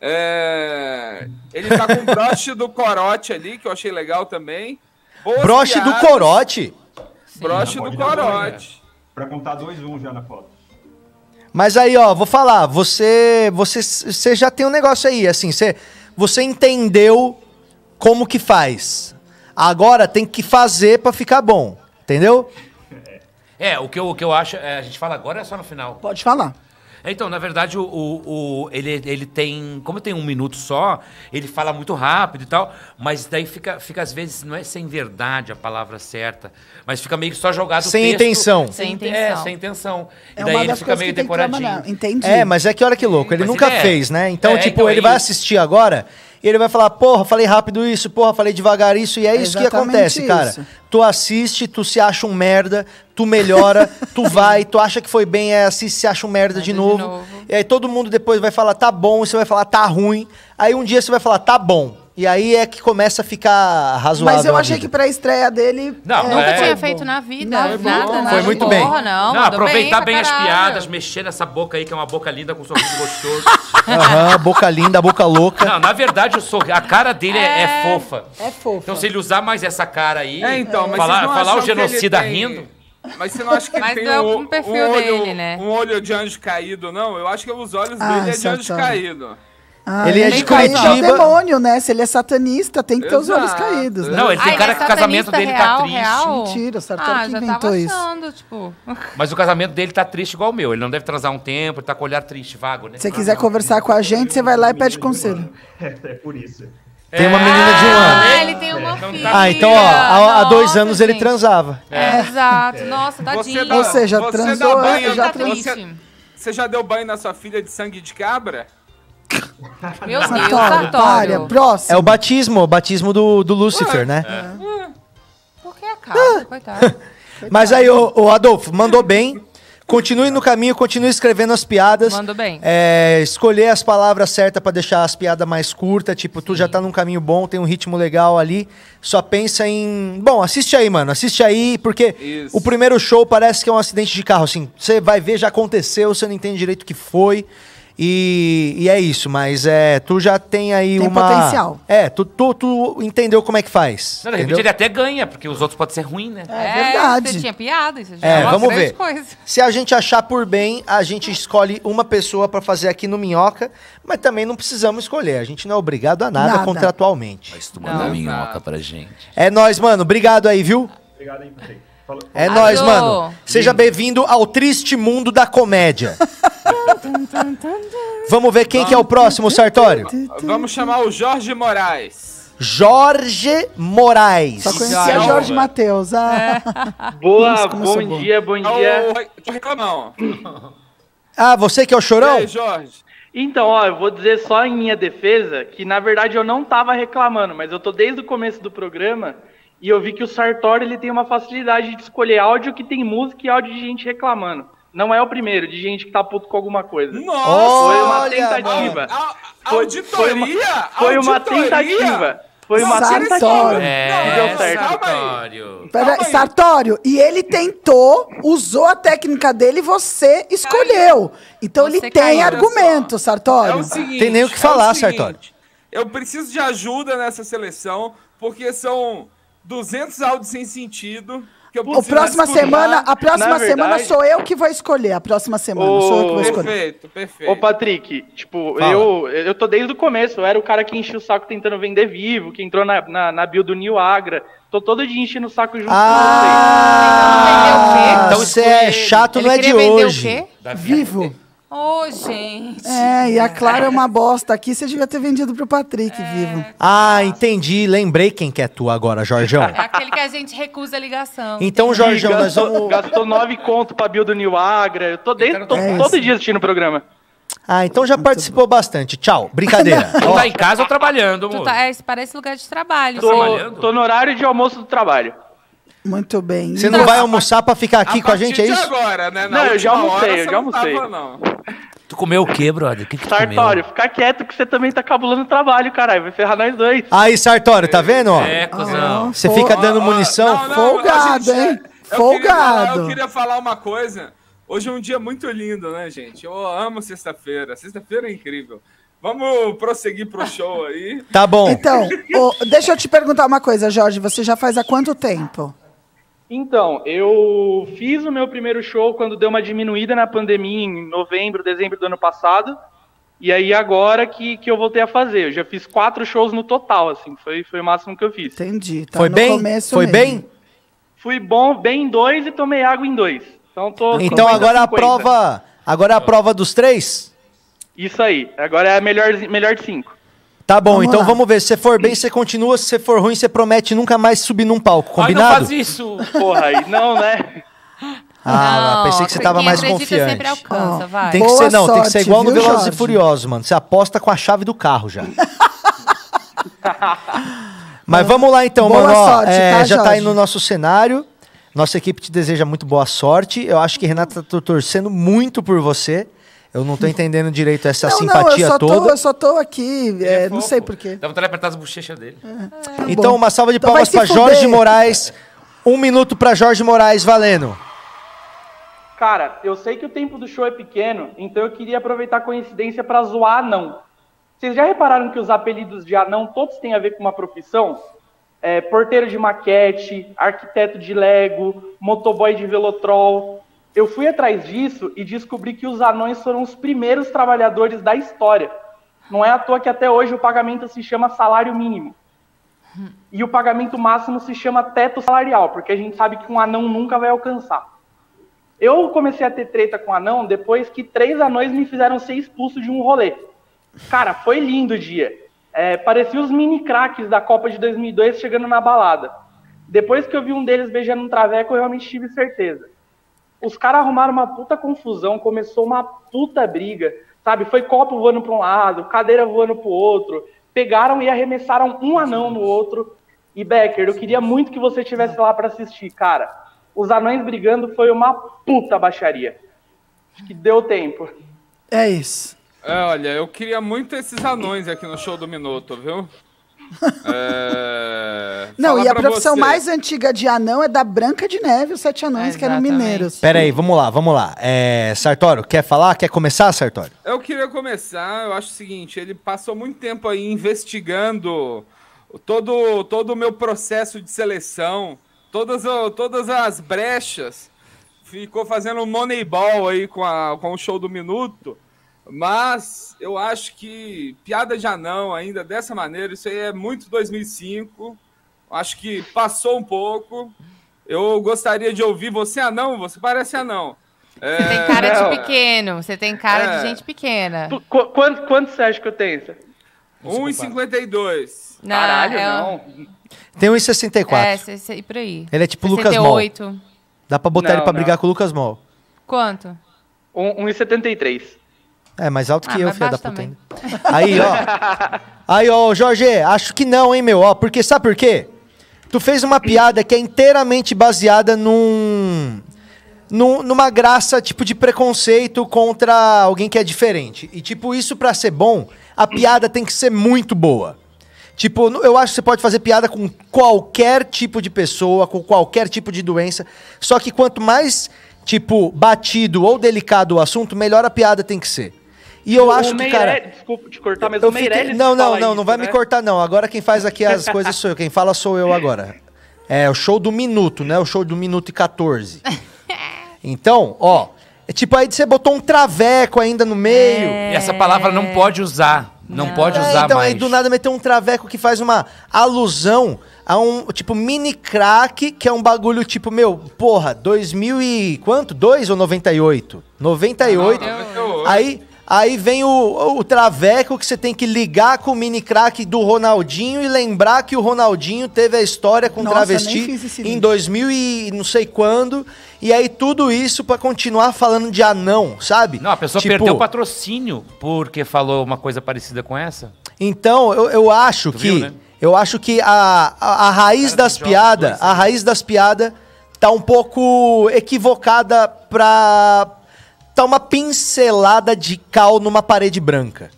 É, ele tá com o broche do corote ali, que eu achei legal também. Boas Broche do piadas. corote. Broche do corote. Pra contar 2-1 já na foto. Mas aí, ó, vou falar, você, você, você já tem um negócio aí, assim, você, você entendeu como que faz. Agora tem que fazer pra ficar bom, entendeu? É, o que eu, o que eu acho. é, a gente fala agora ou é só no final? Pode falar. Então, na verdade, o, o- o- ele, ele tem. Como tem um minuto só, ele fala muito rápido e tal, mas daí fica, fica às vezes, não é sem verdade a palavra certa, mas fica meio que só jogado o Sem texto- intenção. Sem Sem intenção. É, intenção. sem intenção. É uma E daí ele das fica coisas meio que tem que decoradinho. trabalhar. Entendi. É, mas é que olha que louco, ele Mas nunca ele é. fez, né? Então, É, tipo, então é ele vai isso. assistir agora e ele vai falar, porra, falei rápido isso, porra, falei devagar isso, e é, É isso que exatamente acontece, cara. isso. Tu assiste, tu se acha um merda, tu melhora, tu vai, tu acha que foi bem, é assiste, se acha um merda de novo. novo. E aí todo mundo depois vai falar, tá bom, e você vai falar, tá ruim. Aí um dia você vai falar, tá bom. E aí é que começa a ficar razoável. Mas eu a achei vida. que pra estreia dele. Não, Nunca é. tinha feito na vida. Não, é bom. nada, nada. Foi muito bem. Porra, não. Não, mandou aproveitar bem, pra as caralho. piadas, mexer nessa boca aí, que é uma boca linda com um sorriso gostoso. Aham, boca linda, boca louca. Não, na verdade, o sorri- a cara dele é, é fofa. É fofo. Então, se ele usar mais essa cara aí, É, então, mas falar, vocês não falar o acham que ele genocida tem- rindo. Mas você não acha que Mas tem não é um, o perfil um olho, dele, né? um olho de anjo caído, não? Eu acho que os olhos Ah, dele é de anjo Santana. caído. Ah, Ele é de tem caído, É o Curitiba. demônio, né? Se ele é satanista, tem que ter os olhos Exato. caídos, né? Não, ele Ah, tem ele cara é que o casamento satanista dele real, tá triste. real? Mentira, o Sartori Ah, que já inventou tava isso. achando, tipo... Mas o casamento dele tá triste igual o meu. Ele não deve transar um tempo, ele tá com o olhar triste, vago, né? Se você quiser conversar com a gente, você vai lá e pede conselho. É, é por isso. Tem É. uma menina de um ano. Ah, ele tem uma Então tá filha. Ah, então, ó, há, há dois Nossa, anos ele gente. transava. É, Exato. Nossa, tadinho. dá- Ou seja, transou, dá banho- eu já tá transou. triste. Você, você já deu banho na sua filha de sangue de cabra? Meu Deus, Sartório, para, Sartório. É próximo. o batismo, o batismo do, do Lúcifer, né? É. Por que a cara? Coitado. Mas aí, o, Adolfo, mandou bem. Continue no caminho, continue escrevendo as piadas. Mandou bem. É, escolher as palavras certas pra deixar as piadas mais curtas. Tipo, tu já tá num caminho bom, tem um ritmo legal ali. Só pensa em. Bom, assiste aí, mano. Assiste aí, porque Isso. o primeiro show parece que é um acidente de carro. Assim, você vai ver, já aconteceu, você não entende direito o que foi. E, e é isso, mas é, tu já tem aí Tem uma. potencial. É, tu, tu, tu entendeu como é que faz. Não, de repente entendeu? ele até ganha, porque os outros podem ser ruins, né? É verdade. Isso tinha piada, isso já É, uma vamos grande ver. coisa. Se a gente achar por bem, a gente escolhe uma pessoa pra fazer aqui no Minhoca, mas também não precisamos escolher. A gente não é obrigado a nada, Nada. contratualmente. Mas tu mandou tá. minhoca pra gente. É nóis, mano. Obrigado aí, viu? Obrigado aí por ter. É Arrasou. nóis, mano. Seja bem-vindo ao triste mundo da comédia. Vamos ver quem que é o próximo, Sartório. Vamos chamar o Jorge Moraes. Jorge Moraes. Só conhecia Jorge Matheus. É. Ah. Nossa, como eu sou bom. bom dia. Tô reclamão. Ah, você que é o chorão? Jorge? Então, ó, eu vou dizer só em minha defesa que na verdade eu não tava reclamando, mas eu tô desde o começo do programa e eu vi que o Sartori ele tem uma facilidade de escolher áudio que tem música e áudio de gente reclamando. Não é o primeiro, de gente que tá puto com alguma coisa. Nossa! foi uma Olha, tentativa. Foi- foi uma- Auditoria? Foi uma, Auditoria? tentativa. Foi uma Sartori. tentativa. É, Não deu certo. Pera, Sartório, e ele tentou, usou a técnica dele e você escolheu. Então ele tem caiu. argumento, Sartório. É o seguinte, Tem nem o que é falar, seguinte, Sartori. Eu preciso de ajuda nessa seleção, porque são 200 áudios sem sentido. Que eu O preciso próxima escutar. semana, a próxima semana sou eu que vou escolher. A próxima semana sou eu que vou escolher. Perfeito, perfeito. Ô, Patrick, tipo, Fala. eu, eu tô desde o começo, eu era o cara que enchia o saco tentando vender vivo, que entrou na, na, na bio do New Agra. Tô todo dia enchendo o saco junto Ah, Então, você é chato, não é de hoje. Vivo. Ô, gente. É, e a Clara é uma bosta aqui, você devia ter vendido pro Patrick, É. vivo. Ah, entendi. Lembrei quem que é tu agora, Jorgão. É aquele que a gente recusa a ligação. Então, Jorgão, nós vamos- Gastou nove conto pra bio do New Agra. Eu tô, desde, tô É todo isso. dia assistindo o programa. Ah, então já participou bastante. Tchau. Brincadeira. Tu tá em casa ou trabalhando, Tá Tu tá, é, isso parece lugar de trabalho. Tô, tô no horário de almoço do trabalho. Muito bem. Você não vai almoçar pra ficar aqui com a gente, é isso? agora, né? Não, eu já última almocei, hora eu você já não tava, almocei. não. Tu comeu o quê, brother? O que, que tu comeu? Sartório, fica quieto que você também tá cabulando o trabalho, caralho. Vai ferrar nós dois. Aí, Sartório, tá vendo? ó? É, cuzão. Você fica dando munição. Folgado, hein? Queria falar, Folgado. é, eu queria falar uma coisa. Hoje é um dia muito lindo, né, gente? Eu amo sexta-feira. Sexta-feira é incrível. Vamos prosseguir pro show aí. Tá bom. Então, ô, deixa eu te perguntar uma coisa, Jorge. Você já faz há quanto tempo? Então, eu fiz o meu primeiro show quando deu uma diminuída na pandemia em novembro, dezembro do ano passado. E aí agora que, que eu voltei a fazer. Eu já fiz quatro shows no total, assim. Foi, foi o máximo que eu fiz. Entendi. Tá Foi no bem? começo Foi mesmo. bem? Fui bom bem em dois e tomei água em dois. Então, tô Então 50, agora a 50. prova. Agora a prova dos três? Isso aí. Agora é a melhor, melhor de cinco. Tá bom, Vamos então lá. vamos ver. Se for bem, você continua. Se for ruim, você promete nunca mais subir num palco, combinado? isso! Porra, aí não, né? Ah, Não, pensei que você tava quem mais acredita confiante. sempre alcança, Ó, vai. Ah, Tem que Boa ser, não, tem que sorte, ser igual no viu, Velozes e Jorge? Furiosos, mano. Você aposta com a chave do carro já. Mas vamos lá então, Boa mano. ó, sorte, é, tá, já tá aí Jorge? no nosso cenário. Nossa equipe te deseja muito boa sorte. Eu acho que Renata tá torcendo muito por você. Eu não tô entendendo direito essa Não, não, eu simpatia só, tô, toda. eu só tô aqui, é, não sei porquê. Dá vontade de apertar Tá as bochechas dele. Então, bom. uma salva de Então palmas pra vai se Jorge fuder. Moraes. Um minuto pra Jorge Moraes, valendo. Cara, eu sei que o tempo do show é pequeno, então eu queria aproveitar a coincidência pra zoar anão. Vocês já repararam que os apelidos de anão todos têm a ver com uma profissão? É, porteiro de maquete, arquiteto de Lego, motoboy de velotrol. Eu fui atrás disso e descobri que os anões foram os primeiros trabalhadores da história. Não é à toa que até hoje o pagamento se chama salário mínimo. E o pagamento máximo se chama teto salarial, porque a gente sabe que um anão nunca vai alcançar. Eu comecei a ter treta com anão depois que três anões me fizeram ser expulso de um rolê. Cara, foi lindo o dia. É, parecia os mini craques da Copa de 2002 chegando na balada. Depois que eu vi um deles beijando um traveco, eu realmente tive certeza. Os caras arrumaram uma puta confusão, começou uma puta briga, sabe? Foi copo voando para um lado, cadeira voando pro outro. Pegaram e arremessaram um anão no outro. E Becker, eu queria muito que você estivesse lá para assistir, cara. Os anões brigando foi uma puta baixaria. Acho que deu tempo. É isso. É, olha, eu queria muito esses anões aqui no show do Minuto, viu? É, Não, falar e a pra profissão você. mais antiga de anão é da Branca de Neve, os sete anões que eram mineiros. Peraí, vamos lá, vamos lá. É, Sartório, quer falar? Quer começar, Sartório? Eu queria começar, eu acho o seguinte, ele passou muito tempo aí investigando todo, todo o meu processo de seleção, todas, a- todas as brechas, ficou fazendo um moneyball aí com, a, com o show do Minuto, mas eu acho que piada de anão ainda dessa maneira, isso aí é muito 2005, acho que passou um pouco, eu gostaria de ouvir, você é anão? Você parece anão. Você tem cara É. de pequeno, você tem cara É. de gente pequena. Qu- quanto, quanto você acha que eu tenho? 1,52. Não, Caralho, é um- não. Tem 1,64. É, cê- cê- e por aí. Ele é tipo Lucas Mol. 68. Dá pra botar Não, ele pra não. brigar com o Lucas Mol. Quanto? 1,73. É, mais alto que Ah, eu, mas filho da baixo puta. também. ainda. Aí, ó. Aí, ó, Jorge, acho que não, hein, meu? Ó, porque sabe por quê? Tu fez uma piada que é inteiramente baseada num, num- numa graça, tipo, de preconceito contra alguém que é diferente. E, tipo, isso pra ser bom, a piada tem que ser muito boa. Tipo, no- eu acho que você pode fazer piada com qualquer tipo de pessoa, com qualquer tipo de doença. Só que quanto mais, tipo, batido ou delicado o assunto, melhor a piada tem que ser. E eu O acho que, cara. Meirelles- Desculpa te cortar, mas Eu o fiquei- Meirelles. Não, não, fala não, não isso, vai né? me cortar, não. Agora quem faz aqui as coisas sou eu. Quem fala sou eu agora. É o show do minuto, né? O show do minuto e 14. Então, ó. É tipo aí você botou um traveco ainda no meio. E essa palavra não pode usar. Não, pode É, usar então mais. aí do nada meteu um traveco que faz uma alusão a um tipo mini crack, que é um bagulho tipo, meu, porra, 2000 e quanto? 2 ou 98? 98. Aí aí vem o, o traveco que você tem que ligar com o mini crack do Ronaldinho e lembrar que o Ronaldinho teve a história com Nossa, travesti nem fiz esse em link. 2000 e não sei quando. E aí tudo isso pra continuar falando de anão, sabe? Não, a pessoa Tipo, perdeu o patrocínio porque falou uma coisa parecida com essa. Então, eu, eu acho que. viu, né? Eu acho que a, a, a raiz das piadas. né? A raiz das piadas tá um pouco equivocada pra. Tá uma pincelada de cal numa parede branca.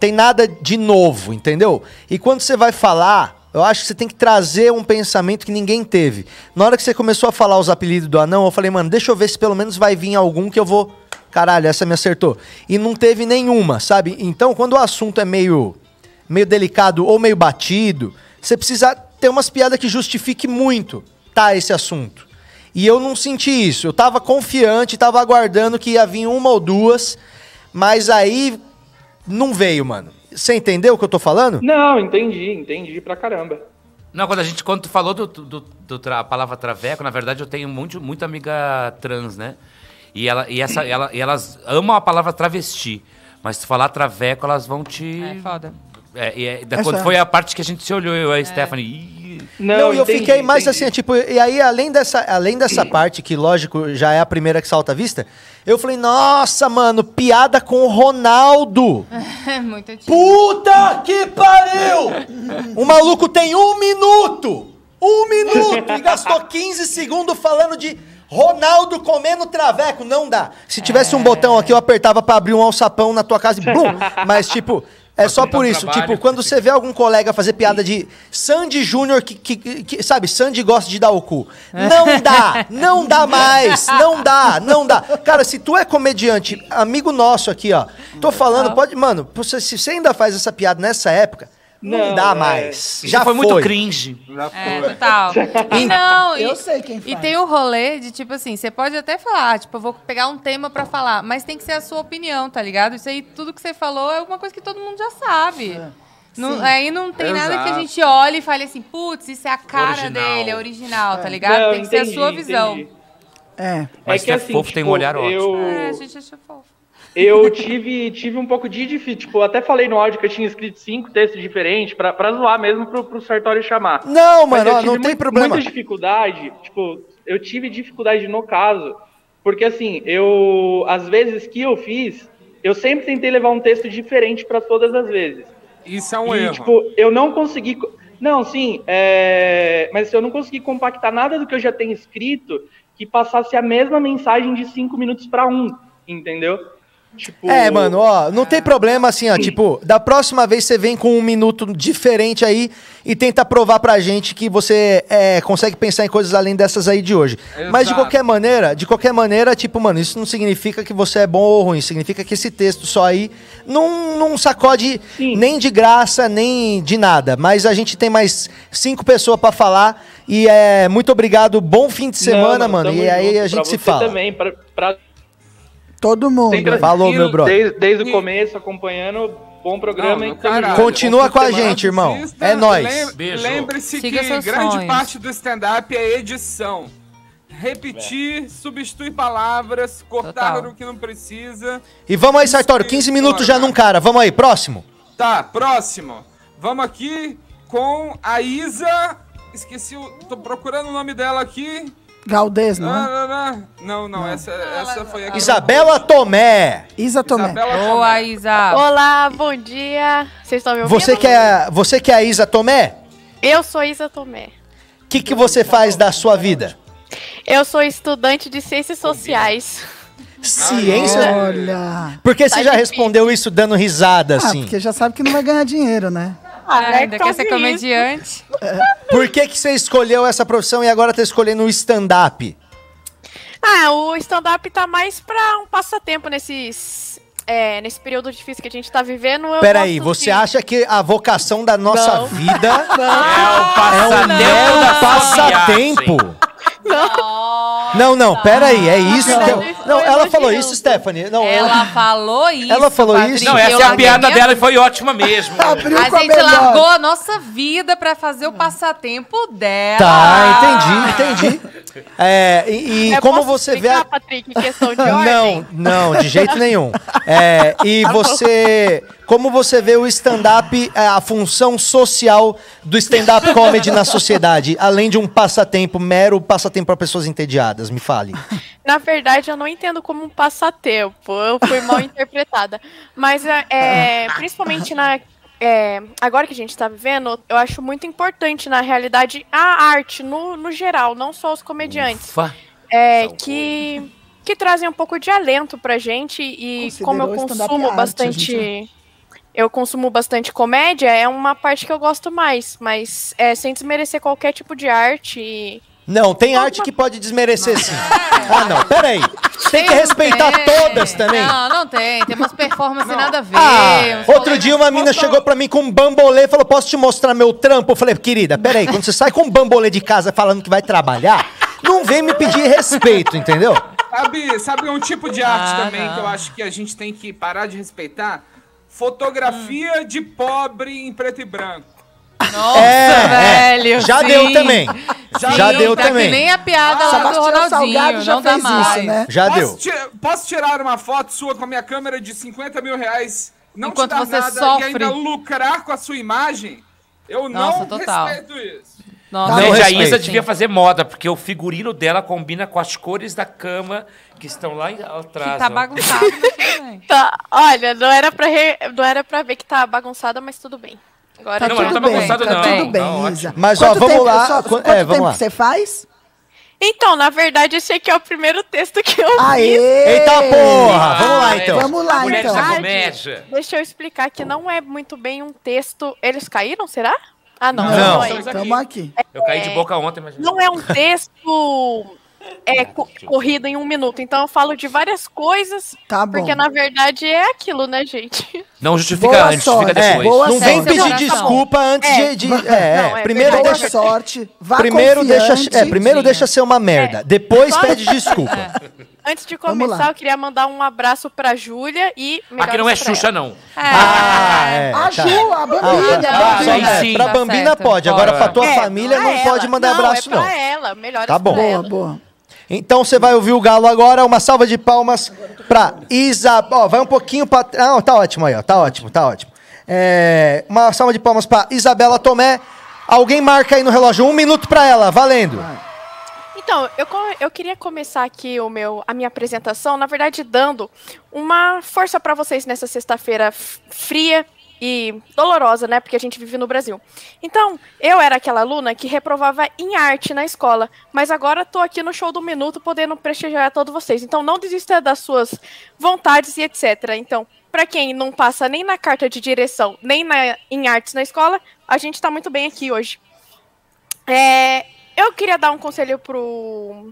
Tem nada de novo, entendeu? E quando você vai falar, eu acho que você tem que trazer um pensamento que ninguém teve. Na hora que você começou a falar os apelidos do anão, eu falei, mano, deixa eu ver se pelo menos vai vir algum que eu vou. Caralho, essa me acertou. E não teve nenhuma, sabe? Então, quando o assunto é meio, meio delicado ou meio batido, você precisa ter umas piadas que justifique muito, tá? Esse assunto. E eu não senti isso. Eu tava confiante, tava aguardando que ia vir uma ou duas, mas aí não veio, mano. Você entendeu o que eu tô falando? Não, entendi, entendi pra caramba. Não, quando a gente quando tu falou do, do, do tra- a palavra traveco, na verdade eu tenho muito, muita amiga trans, né? E, ela, e, essa, ela, e elas amam a palavra travesti. Mas se tu falar traveco, elas vão te. É foda. É. É, e é- da- Essa- quando foi a parte que a gente se olhou, eu e a Stephanie. "Ih". Não, e eu fiquei mais assim, tipo, e aí além dessa, além dessa parte, que lógico já é a primeira que salta à vista, eu falei, nossa, mano, piada com o Ronaldo. Muito antigo. Puta que pariu! O maluco tem um minuto! Um minuto! E gastou 15 segundos falando de Ronaldo comendo traveco. Não dá. Se tivesse um botão aqui, eu apertava pra abrir um alçapão na tua casa e bum! Mas, tipo, é só por isso. trabalho. Tipo, quando você vê algum colega fazer piada de Sandy Júnior, que, que- que- que- sabe, Sandy gosta de dar o cu. Não dá! Não dá mais! Não dá! Não dá! Cara, se tu é comediante, amigo nosso aqui, ó, tô falando, pode. Mano, você- se você ainda faz essa piada nessa época, não, Não, dá é. mais. Isso foi muito cringe. É, total. E Então, não, e, Eu sei quem e faz. tem o rolê de, tipo assim, você pode até falar, tipo, eu vou pegar um tema pra falar, mas tem que ser a sua opinião, tá ligado? Isso aí, tudo que você falou é alguma coisa que todo mundo já sabe. Não, É. Sim. aí não tem nada que a Exato. gente olhe e fale assim, putz, isso é a cara Original. dele, é original, tá ligado? Não, tem que ser a entendi, sua visão. entendi. É. Mas se é fofo, tem um olhar eu, Tipo, ótimo. É, a gente achou fofo. eu tive, tive um pouco de difícil. Tipo, eu até falei no áudio que eu tinha escrito cinco textos diferentes pra, pra zoar mesmo pro, pro Sartori chamar. Não, Mas mano, eu ó, tive não mui- tem problema. Muita dificuldade, tipo, eu tive dificuldade no caso, porque assim, eu, às vezes que eu fiz, eu sempre tentei levar um texto diferente pra todas as vezes. Isso é um e, erro. tipo, eu não consegui. co- Não, sim, é, mas eu não consegui compactar nada do que eu já tenho escrito que passasse a mesma mensagem de cinco minutos pra um, entendeu? Tipo, É, mano, ó, não tem problema assim, ó. Tipo, da próxima vez você vem com um minuto diferente aí e tenta provar pra gente que você é, consegue pensar em coisas além dessas aí de hoje. Mas de Exato. qualquer maneira, de qualquer maneira, tipo, mano, isso não significa que você é bom ou ruim, significa que esse texto só aí não, não sacode nem de graça, nem de nada. Mas a gente tem mais cinco pessoas pra falar. E é muito obrigado, bom fim de semana, não, mano. tamo E aí junto. a Pra gente se você fala. também, pra, pra Todo mundo. sempre Falou, assistindo meu brother. Desde, desde o começo, acompanhando, bom programa. e tamo junto. Continua com a gente, irmão. É nóis. né? Lem- Lembre-se que Siga seus grande sonhos. parte do stand-up é edição. Repetir, substituir palavras, cortar Total. o que não precisa. E vamos aí, Sartório. 15 minutos já num cara. Vamos aí, próximo. Tá, próximo. Vamos aqui com a Isa. Esqueci o. Tô procurando o nome dela aqui. Galdês, não é? Ah, não, não. Não, não, essa, essa foi a que- Isabela Tomé. Isa Tomé. Boa, Isa. Olá, bom dia. Vocês estão me ouvindo? Você que é, você que é a Isa Tomé? Eu sou Isa Tomé. O que, que você faz da sua vida? Eu sou estudante de Ciências Sociais. Ciência? Olha. Porque você já respondeu isso dando risada, Ah, assim. porque já sabe que não vai ganhar dinheiro, né? é Ah, ainda então quer ser comediante? Por que, que você escolheu essa profissão e agora tá escolhendo o stand-up? Ah, o stand-up tá mais pra um passatempo nesses, é, nesse período difícil que a gente tá vivendo. Eu Peraí, gosto você de- acha que a vocação da nossa Não. vida É Não, é não, um passatempo? Não, não, peraí, é isso que eu... Não, ela falou isso, Stephanie. Não, Ela falou isso. Ela falou Patrick, isso? eu Não, essa é a larguei piada a- dela e foi ótima mesmo. A gente largou a nossa vida pra fazer É. o passatempo dela. Tá, entendi, entendi. É, e e Eu como posso você vê. a- Patrick, em questão de ordem. Não, não, de jeito nenhum. É, e Tá bom. você. Como você vê o stand-up, é, a função social do stand-up comedy na sociedade, além de um passatempo, mero passatempo para pessoas entediadas, me fale. Na verdade, eu não entendo como um passatempo. Eu fui mal interpretada. Mas é, é, principalmente na. é, agora que a gente está vivendo, eu acho muito importante, na realidade, a arte, no, no geral, não só os comediantes. É, que, que trazem um pouco de alento pra gente. E como eu Considerou stand-up consumo arte, bastante. a gente Eu consumo bastante comédia, é uma parte que eu gosto mais, mas é, sem desmerecer qualquer tipo de arte. e- Não, tem arte que pode desmerecer sim. Ah, não, peraí. Tem que Tem, respeitar tem. Tá todas também. É. Não, não tem. Tem umas performances nada a ver. um Ah, uns outro dia uma mina chegou pra mim com um bambolê e falou: Posso te mostrar meu trampo? Eu falei: Querida, peraí, quando você sai com um bambolê de casa falando que vai trabalhar, não vem me pedir respeito, entendeu? Sabe, sabe um tipo de arte Ah, também não. que eu acho que a gente tem que parar de respeitar? Fotografia de pobre em preto e branco. Hum. Nossa, velho. É, já sim. deu também. Sim, Já deu tá também. Que nem a piada lá do Sebastião Salgado Ronaldinho. já Não dá fez isso, mais. né? Já posso deu. ti- posso tirar uma foto sua com a minha câmera de 50 mil reais, não Enquanto te dar você nada sofre. e ainda lucrar com a sua imagem? Eu Nossa, não total. respeito isso. Nossa, assim, Gente, a respeito. Isa devia fazer moda, porque o figurino dela combina com as cores da cama que estão lá em- atrás. Que tá ó. bagunçado. Tá, olha, não era, pra re- não era pra ver que tá bagunçada, mas tudo bem. Agora Não, mas não tá bagunçado, tá não. tudo bem, Tá ótimo. Isa. Mas, ó, vamos tempo, lá, só- qu- quanto é, vamos tempo lá. que você faz? Então, na verdade, esse aqui é o primeiro texto que eu Aê! fiz. Eita porra! Vamos lá Ah, então. Vamos lá Mulheres então. da comédia. Deixa eu explicar que não é muito bem um texto. Eles caíram, será? Ah, não. Não. é. Tamo aqui. Eu caí de boca ontem, mas... Não é um texto é, co- corrido em um minuto. Então eu falo de várias coisas. Tá bom. Porque na verdade é aquilo, né, gente? Não justifica Boa antes, sorte. justifica depois. É, boa Não vem sorte. pedir desculpa antes É. de. de- é, Não, é primeiro verdade. deixa. Boa sorte, vá primeiro deixa, confiante. é, primeiro deixa ser uma merda. Depois Só- pede desculpa. Antes de Vamos começar, eu queria mandar um abraço pra Júlia e. Aqui não é melhoras pra Xuxa, ela. não. Ah, é. tá. A Ju, a Bambina, tá. a Bambina. Aí sim, pra Tá Bambina certo, pode, agora pode. pra tua É, família pra não ela. pode mandar Não, abraço, é não. pra ela, melhoras Tá bom. pra ela. boa. Então você vai ouvir o Galo agora, uma salva de palmas pra Isa. Ó, vai um pouquinho pra. Não, tá ótimo aí, ó. Tá ótimo, tá ótimo. É, uma salva de palmas pra Isabela Tomé. Alguém marca aí no relógio, um minuto pra ela, valendo. Então, eu, co- eu queria começar aqui o meu, a minha apresentação, na verdade, dando uma força para vocês nessa sexta-feira f- fria e dolorosa, né? Porque a gente vive no Brasil. Então, eu era aquela aluna que reprovava em arte na escola, mas agora tô aqui no show do minuto podendo prestigiar todos vocês. Então, não desista das suas vontades e etc. Então, para quem não passa nem na carta de direção, nem na- em artes na escola, a gente tá muito bem aqui hoje. É, eu queria dar um conselho pro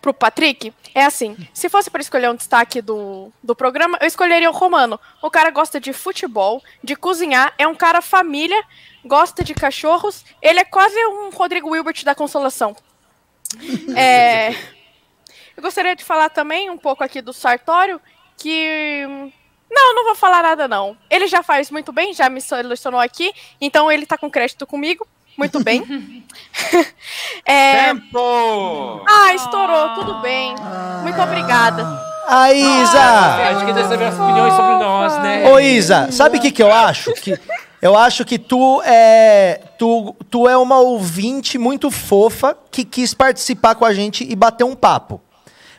pro Patrick é assim: se fosse para escolher um destaque do, do programa, eu escolheria o Romano. O cara gosta de futebol, de cozinhar, é um cara família, gosta de cachorros. Ele é quase um Rodrigo Wilbert da Consolação. É, eu gostaria de falar também um pouco aqui do Sartório, que. Não, não vou falar nada, não. Ele já faz muito bem, já me selecionou aqui, então ele tá com crédito comigo. Muito bem. É, Tempo! ah, estourou, tudo bem. Muito obrigada. A Ah. Isa! Acho que recebeu as opiniões sobre nós, né? Ô, Isa, sabe o que, que eu acho? Que, eu acho que tu é, tu, tu é uma ouvinte muito fofa que quis participar com a gente e bater um papo.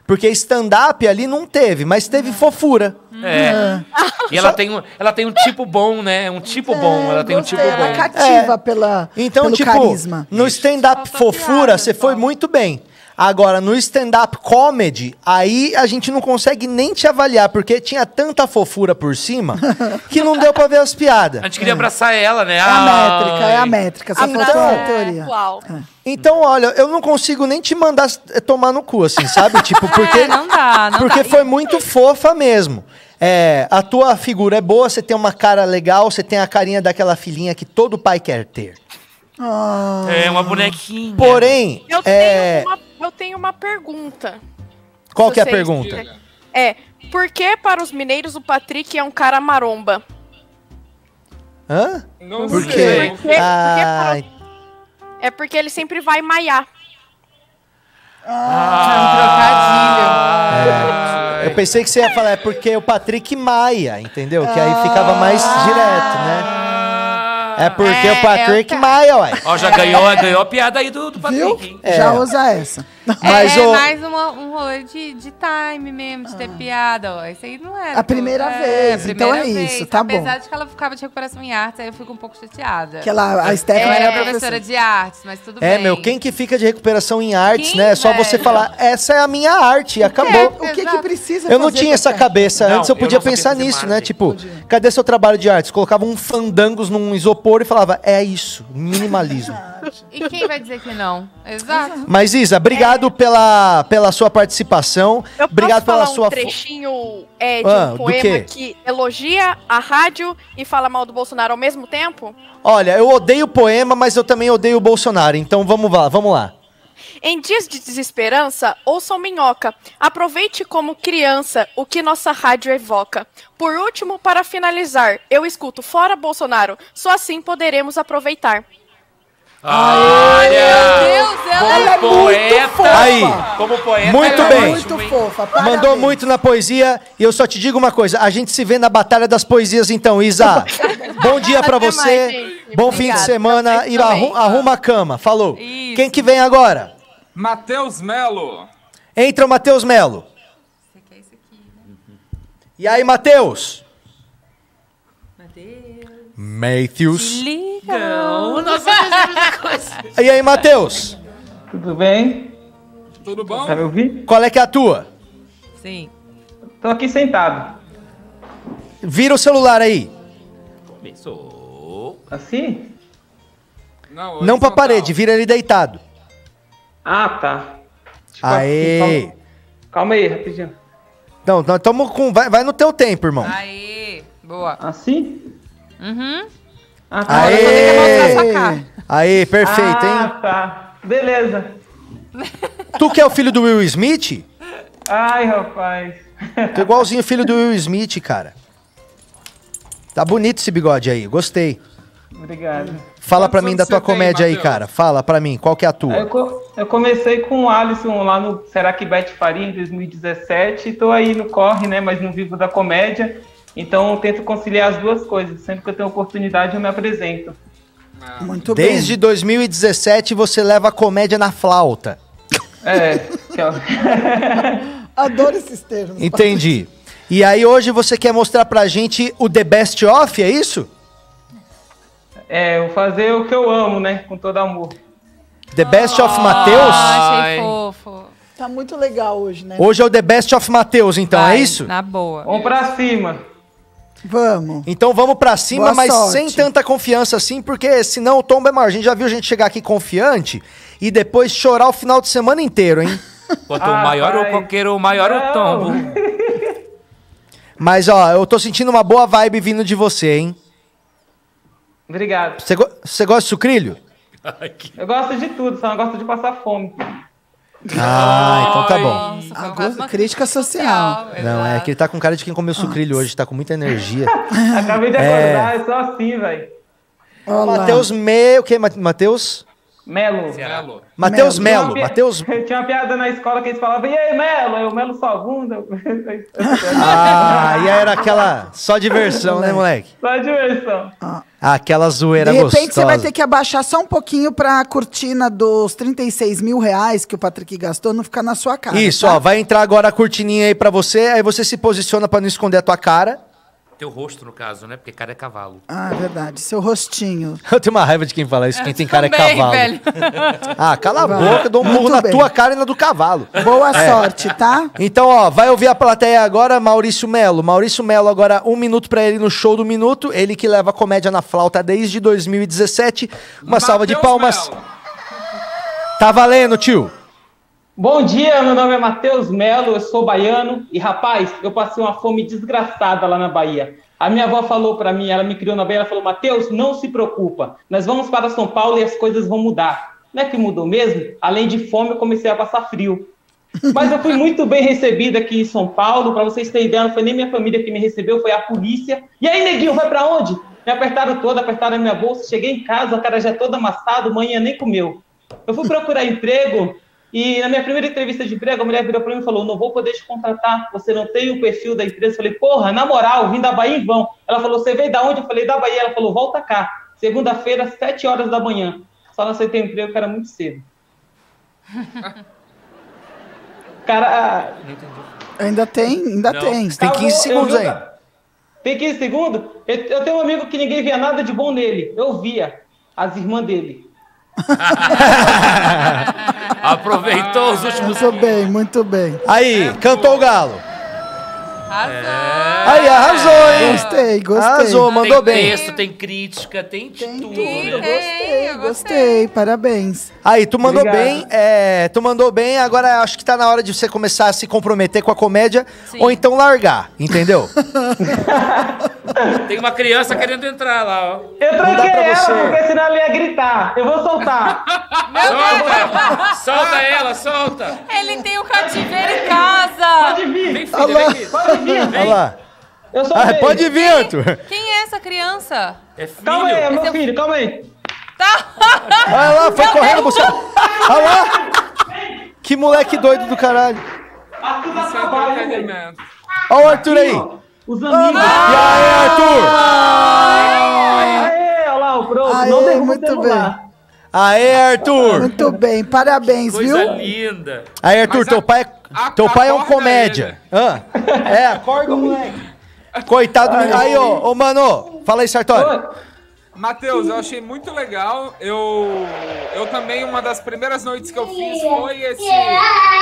Porque stand-up ali não teve, mas teve fofura. Hum. É. E ela tem, um, ela tem um tipo bom, né? Um É, tipo bom. Ela tem um tipo Ela bom. É, cativa pela, Então, pelo tipo, carisma. no stand-up fofura, você foi muito bem. Agora, no stand-up comedy, aí a gente não consegue nem te avaliar, porque tinha tanta fofura por cima que não deu pra ver as piadas. A gente queria abraçar ela, né? a métrica, é a Ai. métrica, só Abraço faltou a é teoria. Uau. Então, olha, eu não consigo nem te mandar s- eh, tomar no cu, assim, sabe? Tipo, porque. É, não dá, não Porque dá. foi muito fofa mesmo. É, a tua figura é boa, você tem uma cara legal, você tem a carinha daquela filhinha que todo pai quer ter. Ah. É uma bonequinha. Porém, Eu, é, tenho uma, eu tenho uma pergunta. qual que é a Vocês- pergunta? É, por que para os mineiros o Patrick é um cara maromba? Hã? Não Por sei. quê? Porque- porque Ah, É porque ele sempre vai maiar. Ah, eu pensei que você ia falar, é porque o Patrick Maia, entendeu? Que aí ficava mais direto, né? É porque É, Ah. o Patrick Maia, ué. Ó, já ganhou, ganhou a piada aí do, do Patrick. hein? É. Já usa essa. Mas é o- mais uma- um rolê de, de time mesmo, de ter piada. Ó. Isso aí não é. Ah. A primeira vez, então é isso, tá bom. Apesar de que ela ficava de recuperação em artes, aí eu fico um pouco chateada. Que ela- a Eu Steph era era professora. professora de artes, mas tudo é bem. É, meu, quem que fica de recuperação em artes, Quem, né? É só velho? você falar, essa é a minha arte, e acabou. O que que precisa Eu não fazer tinha pra essa ter? cabeça. Não, Antes eu eu podia não sabia pensar fazer nisso, né? marketing. Tipo, cadê seu trabalho de artes? Colocava um fandangos num isopor e falava, é isso, minimalismo. E quem vai dizer que não? Exato. Mas, Isa, obrigado pela, pela sua participação. Eu obrigado posso falar pela sua. um fo- trechinho é, de Ah, um do poema quê? que elogia a rádio e fala mal do Bolsonaro ao mesmo tempo? Olha, eu odeio poema, mas eu também odeio o Bolsonaro. Então vamos lá, vamos lá. Em dias de desesperança, ouçam Minhoca. Aproveite como criança o que nossa rádio evoca. Por último, para finalizar, eu escuto Fora Bolsonaro. Só assim poderemos aproveitar. Olha! Meu Deus, ela Ela é Como muito poeta. fofa. Aí, Como poeta. Muito Ela eu é bem. acho, muito hein? fofa. Mandou parabéns. muito na poesia e eu só te digo uma coisa: a gente se vê na Batalha das Poesias, então, Isa. Bom dia pra Até mais, você, gente. bom Obrigada. fim de Pra semana vocês e também. tá? arru- arruma a cama. Falou. Isso. Quem que vem agora? Matheus Melo. Entra o Matheus Melo. E aí, Matheus? Matheus. Não, nós é vamos fazer outra coisa. E aí, Matheus? Tudo bem? Tudo bom? Tá me ouvindo? Qual é que é a tua? Sim. Tô aqui sentado. Vira o celular aí. Começou. Assim? Não, Não pra parede, vira ele deitado. Ah, tá. Tipo assim, Aê. um- calma, calma aí, rapidinho. Não, nós estamos com. Vai, vai no teu tempo, irmão. Aí, boa. Assim? Uhum. Ah, tá. Aê. Tem que mostrar sua cara. Aí, perfeito, hein? Ah, tá. Beleza. Tu que é o filho do Will Smith? Ai, rapaz. Tu é igualzinho o filho do Will Smith, cara. Tá bonito esse bigode aí, gostei. Obrigado. Fala Quantos pra mim anos da tua você tem, comédia aí, Matheus? cara. Fala pra mim, qual que é a tua? Eu, co- eu comecei com o Alisson lá no Será que Bete Faria em 2017 e tô aí no corre, né? Mas não vivo da comédia. Então eu tento conciliar as duas coisas. Sempre que eu tenho oportunidade, eu me apresento. Muito bem. Desde 2017 você leva a comédia na flauta. É, que é o- Adoro esses termos. Entendi. E aí hoje você quer mostrar pra gente o The Best Of, é isso? É, eu fazer o que eu amo, né? Com todo amor. The Best of Mateus? Ah, achei fofo. Tá muito legal hoje, né? Hoje é o The Best of Mateus, então, é isso? Na boa. Vamos pra cima. Vamos. Então vamos pra cima, Boa mas sorte. sem tanta confiança assim, porque senão o tombo é maior. A gente já viu gente chegar aqui confiante e depois chorar o final de semana inteiro, hein? Quanto maior o coqueiro, maior o tombo. mas ó, eu tô sentindo uma boa vibe vindo de você, hein? Obrigado. Você go- você gosta de sucrilho? Eu gosto de tudo, só não gosto de passar fome. Ah, então tá bom. um Agora, crítica social. né? Não, é que ele tá com cara de quem comeu sucrilho hoje, tá com muita energia. Acabei de É. acordar, é, só assim, velho. Matheus Me... O que, Matheus? Melo. Mateus Melo, Tinha uma pi- Mateus- Tinha uma piada na escola que eles falavam, e aí, Melo? Aí o Melo só bunda. Ah, e aí era aquela só diversão, né, moleque? Só diversão. Aquela zoeira De repente você gostosa. vai ter que abaixar só um pouquinho pra cortina dos 36 mil reais que o Patrick gastou não ficar na sua cara. Isso, tá? ó, vai entrar agora a cortininha aí pra você, aí você se posiciona pra não esconder a tua cara. Teu rosto, no caso, né? Porque cara é cavalo. Ah, verdade. Seu rostinho. Eu tenho uma raiva de quem fala isso, quem tem cara é também, cavalo. velho. Ah, cala a Vai. boca, eu dou um Muito murro na bem. tua cara e na do cavalo. É. Boa sorte, tá? Então, ó, vai ouvir a plateia agora, Maurício Melo. Maurício Melo, agora um minuto pra ele no show do minuto. Ele que leva a comédia na flauta desde 2017. Uma salva de palmas. Tá valendo, tio. Bom dia, meu nome é Matheus Melo, eu sou baiano e rapaz, eu passei uma fome desgraçada lá na Bahia. A minha avó falou pra mim, ela me criou na Bahia, ela falou: "Matheus, não se preocupa. Nós vamos para São Paulo e as coisas vão mudar". Não é que mudou mesmo? Além de fome, eu comecei a passar frio. Mas eu fui muito bem recebido aqui em São Paulo, pra vocês terem ideia, não foi nem minha família que me recebeu, foi a polícia. E aí, neguinho, vai pra onde? Me apertaram toda, apertaram a minha bolsa, cheguei em casa, a cara já toda amassado, manhã nem comeu. Eu fui procurar emprego e na minha primeira entrevista de emprego, a mulher virou pra mim e falou: Não vou poder te contratar, você não tem o perfil da empresa. Eu falei: Porra, na moral, vim da Bahia em vão. Ela falou: Você veio da onde? Eu falei: Da Bahia. Ela falou: Volta cá, segunda-feira, às 7 horas da manhã. Só não aceitei emprego, que era muito cedo. Cara, Ainda tem, ainda tem. Tá Acabou, eu nunca- Tem 15 segundos? Eu, eu tenho um amigo que ninguém via nada de bom nele. Eu via as irmãs dele. Aproveitou os últimos. Ah, Muito bem, muito bem. Aí, cantou o galo. Arrasou. Aí, arrasou, hein? Gostei, gostei. Arrasou, mandou É. tem bem. texto, tem crítica, tem, tudo. Eu né? gostei, eu gostei. Parabéns. Aí, tu mandou Obrigado. bem, é, tu mandou bem, agora acho que tá na hora de você começar a se comprometer com a comédia ou então largar, entendeu? Tem uma criança querendo entrar lá, ó. Eu tranquei pra ela, você. porque senão ela ia gritar. Eu vou soltar. Solta! solta ela, solta! Ele tem o cativeiro em casa. Pode assim. vir. Vem, filha, Olha lá. vem, filha. Pode vir. Olha lá. Eu sou Ah, feio. pode vir, Arthur. Quem é essa criança? É Tá. filho. Calma aí, é meu filho, calma aí. Olha lá, foi correndo buscar. Olha lá. Que moleque doido do caralho. Arthur dá trabalho, velho. Olha o Arthur aí. Ah, Os amigos. E aí, Arthur? Aê, olha lá, o pronto. Ah, Aê, não derruba muito o celular. Aê, Arthur. Muito bem, parabéns, viu? Coisa linda. Aí, Arthur, teu pai, é- teu pai é um acorda comédia. Hã? É, acorda, moleque. Coitado do menino. Aí, ô, ô, mano, fala aí, Sartori. Matheus, eu achei muito legal. Eu, eu também, uma das primeiras noites que eu fiz foi esse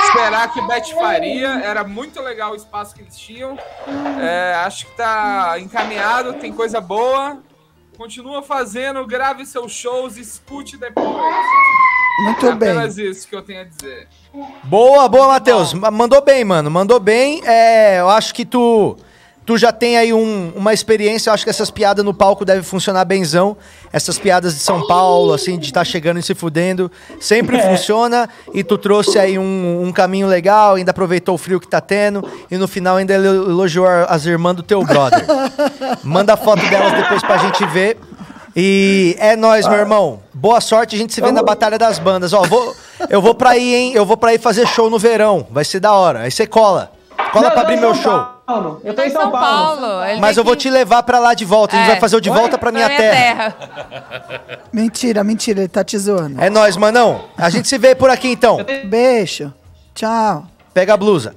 esperar que Bet faria. Era muito legal o espaço que eles tinham. É, acho que tá encaminhado, tem coisa boa. Continua fazendo, grave seus shows, escute depois. É Muito bem. Apenas isso que eu tenho a dizer. Boa, boa, Matheus. Ma- Mandou bem, mano. Mandou bem. É, eu acho que tu tu já tem aí um- uma experiência. Eu acho que essas piadas no palco devem funcionar benzão. Essas piadas de São Paulo, assim, de estar chegando e se fudendo, sempre funciona. E tu trouxe aí um, um caminho legal, ainda aproveitou o frio que tá tendo. E no final ainda ele elogiou a- as irmãs do teu brother. Manda a foto delas depois pra gente ver. E é nóis, meu irmão. Boa sorte, a gente se vê na Batalha das Bandas. Ó, vou, eu vou pra aí, hein? Eu vou pra aí fazer show no verão. Vai ser da hora. Aí você cola. Cola pra Não, eu tô abrir em meu São show. Paulo. Eu tô Tá em São São Paulo. Paulo. ele Mas tem eu vou que- te levar pra lá de volta. A gente É. vai fazer o de volta pra minha, terra. Mentira, mentira, ele tá te zoando. É nóis, manão. A gente se vê por aqui então. Beijo. Tchau. Pega a blusa.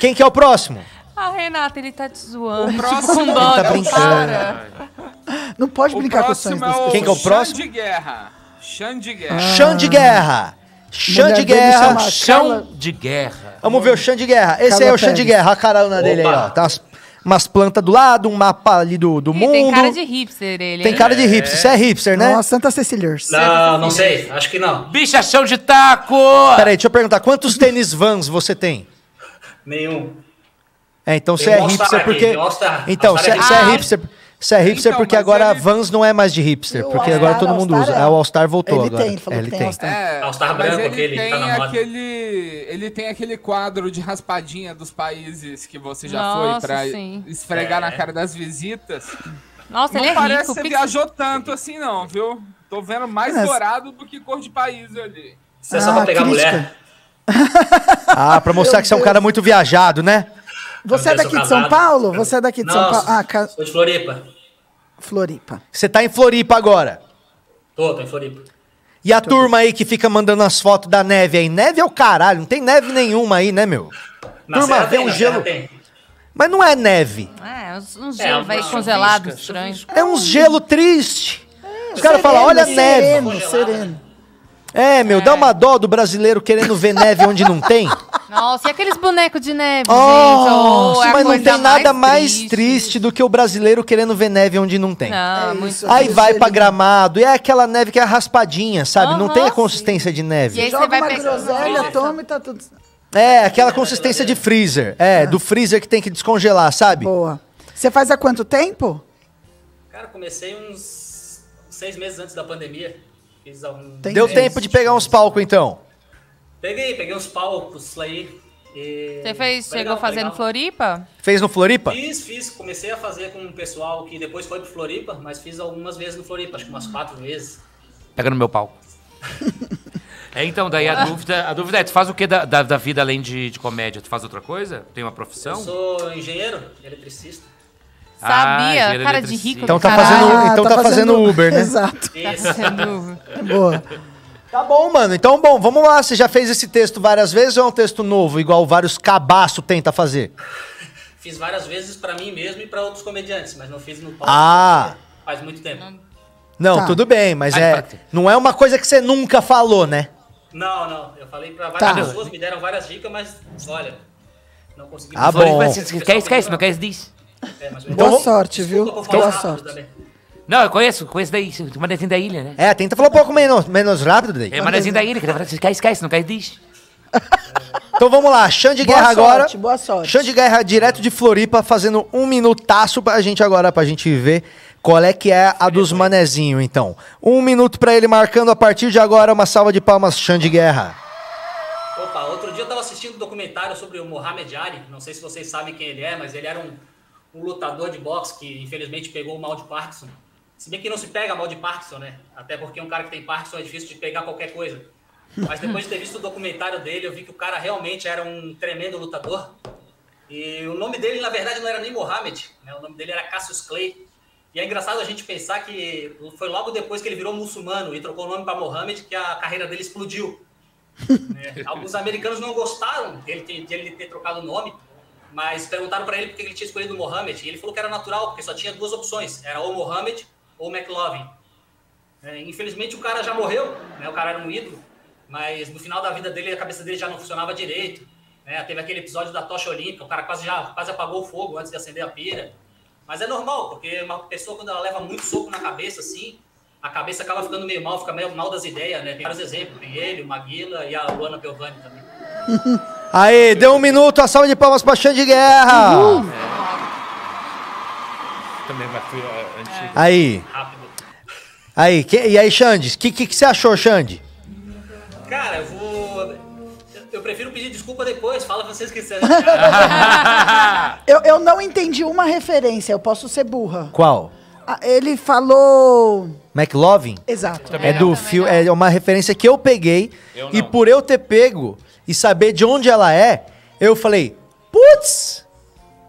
Quem que é o próximo? Ah, Renata, ele tá te zoando. O Tipo, próximo- com dó, Tá não brincando. para. Não pode brincar com os sonhos das pessoas. Ah. Quem que é o próximo? Ah, Xande Guerra. Xande Guerra. Chão de guerra. Chão Mulher de dele guerra. chama Chão de guerra. Vamos ver o chão de guerra. Esse aí é o chão de guerra, a carona dele aí, ó. Tá umas, umas plantas do lado, um mapa ali do, do mundo. Tem cara de hipster ele. Tem hein? é cara de hipster. Você é hipster, né? Nossa, Santa Cecilhers. Não, não sei. Acho que não. Bicha, chão de taco! Peraí, deixa eu perguntar. Quantos tênis vans você tem? Nenhum. É, então você Tem é um All-Star hipster aqui, porque... tem um All-Star. Então, você All-Star Ah. é você é Então, é hipster. hipster... Você é hipster porque agora a Vans não é mais de hipster, porque agora todo mundo usa. É, o All-Star voltou agora. É, ele tem. É, All-Star mas branco, ele aquele que tem tá na moda. aquele, ele tem aquele quadro de raspadinha dos países que você já foi Nossa, pra sim. esfregar É. na cara das visitas. Nossa, não ele é parece rico, que você pix- viajou tanto assim não, viu? Tô vendo mais Mas- dourado do que cor de país ali. Isso é só pra pegar mulher. Ah, pra mostrar Meu que você é um Deus. cara muito viajado, né? Você é Eu sou daqui de São casado. Paulo? Você é daqui de São Não, Paulo? Ah, ca... Sou de Floripa. Floripa. Você tá em Floripa agora. Tô, tô em Floripa. E a turma aí que fica mandando as fotos da neve aí. Neve é o caralho, não tem neve nenhuma aí, né, meu? Na turma, Serra vê tem, um na gelo. Serra tem. Mas não é neve. É, uns, uns É, gelo uma vai chuvisca, congelado, estranho. É um gelo triste. Os caras falam, sereno, olha a sereno, neve. sereno. É, meu, dá uma dó do brasileiro querendo ver neve onde não tem. Nossa, e aqueles bonecos de neve, gente? Oh, Oh, é a mas não coisa tem nada mais mais triste. do que o brasileiro querendo ver neve onde não tem. Ah, Não, muito é Aí vai pra gramado, e é aquela neve que é raspadinha, sabe? não Aham, tem a consistência de neve. E aí Joga você vai uma pegar- groselha, toma e tá tudo... É, aquela consistência de freezer. É, do freezer que tem que descongelar, sabe? Ah. Boa. Você faz há quanto tempo? Cara, comecei uns seis meses antes da pandemia. Fiz algum... Deu tempo de pegar uns palcos, então. Peguei, peguei uns palcos aí. e- Você fez, Foi chegou legal, foi fazendo legal. Floripa? Fez no Floripa? Fiz, fiz. Comecei a fazer com um pessoal que depois foi pro Floripa, mas fiz algumas vezes no Floripa, acho que umas quatro vezes. Pega no meu pau. É, então, daí a dúvida, a dúvida é, tu faz o que da, da, da vida além de, de comédia? Tu faz outra coisa? Tem uma profissão? Eu sou engenheiro, eletricista. Sabia, engenheiro cara de eletricista. rico Então tá fazendo, então tá, fazendo, Uber, né? Exato. Tá fazendo Boa. Tá bom, mano. Então, bom, vamos lá. Você já fez esse texto várias vezes ou é um texto novo, igual vários cabaço tenta fazer? Fiz várias vezes pra mim mesmo e pra outros comediantes, mas não fiz no palco. Ah. Faz muito tempo. Não, Tá. tudo bem, mas é, não é uma coisa que você nunca falou, né? Não, não. Eu falei pra várias Tá. pessoas, me deram várias dicas, mas olha, não consegui. Ah, Floripa, bom. se- se- Quer isso, quer isso, não quer isso, diz. Boa sorte, viu? Boa sorte. Não, eu conheço, conheço daí, o manezinho da ilha, né? É, tenta falar um pouco menos, menos rápido daí. É o manezinho da ilha, que na verdade, quer isso, quer isso, não quer isso, diz. Então vamos lá, Xan de Boa Guerra sorte, agora. boa sorte. Xande Guerra direto de Floripa, fazendo um minutaço pra gente agora, pra gente ver qual é que é a dos manezinho, então. Um minuto pra ele marcando a partir de agora uma salva de palmas, Xande Guerra. Opa, outro dia eu tava assistindo um documentário sobre o Mohamed Ali. Não sei se vocês sabem quem ele é, mas ele era um, um lutador de boxe que infelizmente pegou o mal de Parkinson. Se bem que não se pega mal de Parkinson, né? Até porque um cara que tem Parkinson é difícil de pegar qualquer coisa. Mas depois de ter visto o documentário dele, eu vi que o cara realmente era um tremendo lutador. E o nome dele, na verdade, não era nem Mohamed, né? O nome dele era Cassius Clay. E é engraçado a gente pensar que foi logo depois que ele virou muçulmano e trocou o nome para Mohamed que a carreira dele explodiu. né? Alguns americanos não gostaram dele ter, de ele ter trocado o nome, mas perguntaram para ele por que ele tinha escolhido Mohamed. E ele falou que era natural, porque só tinha duas opções: era ou Mohamed ou McLovin. É, infelizmente o cara já morreu, né? o cara era um ídolo, mas no final da vida dele a cabeça dele já não funcionava direito. né? Teve aquele episódio da tocha olímpica, o cara quase já quase apagou o fogo antes de acender a pira. Mas é normal, porque uma pessoa quando ela leva muito soco na cabeça assim, a cabeça acaba ficando meio mal, fica meio mal das ideias, né? Tem vários exemplos, tem ele, o Maguila e a Luana Piovani também. Aí, deu um minuto, a salva de palmas pra Xande Guerra. Também, mas fui é, antigo. Aí. Aí, que- e aí, Xande, o que, que, que você achou, Xande? Cara, eu vou. eu- Eu prefiro pedir desculpa depois, fala vocês que você. Eu, eu não entendi uma referência, eu posso ser burra. Qual? Ah, ele falou. McLovin? Exato. É do fio, é uma referência que eu peguei. Eu e por eu ter pego e saber de onde ela é, eu falei, putz,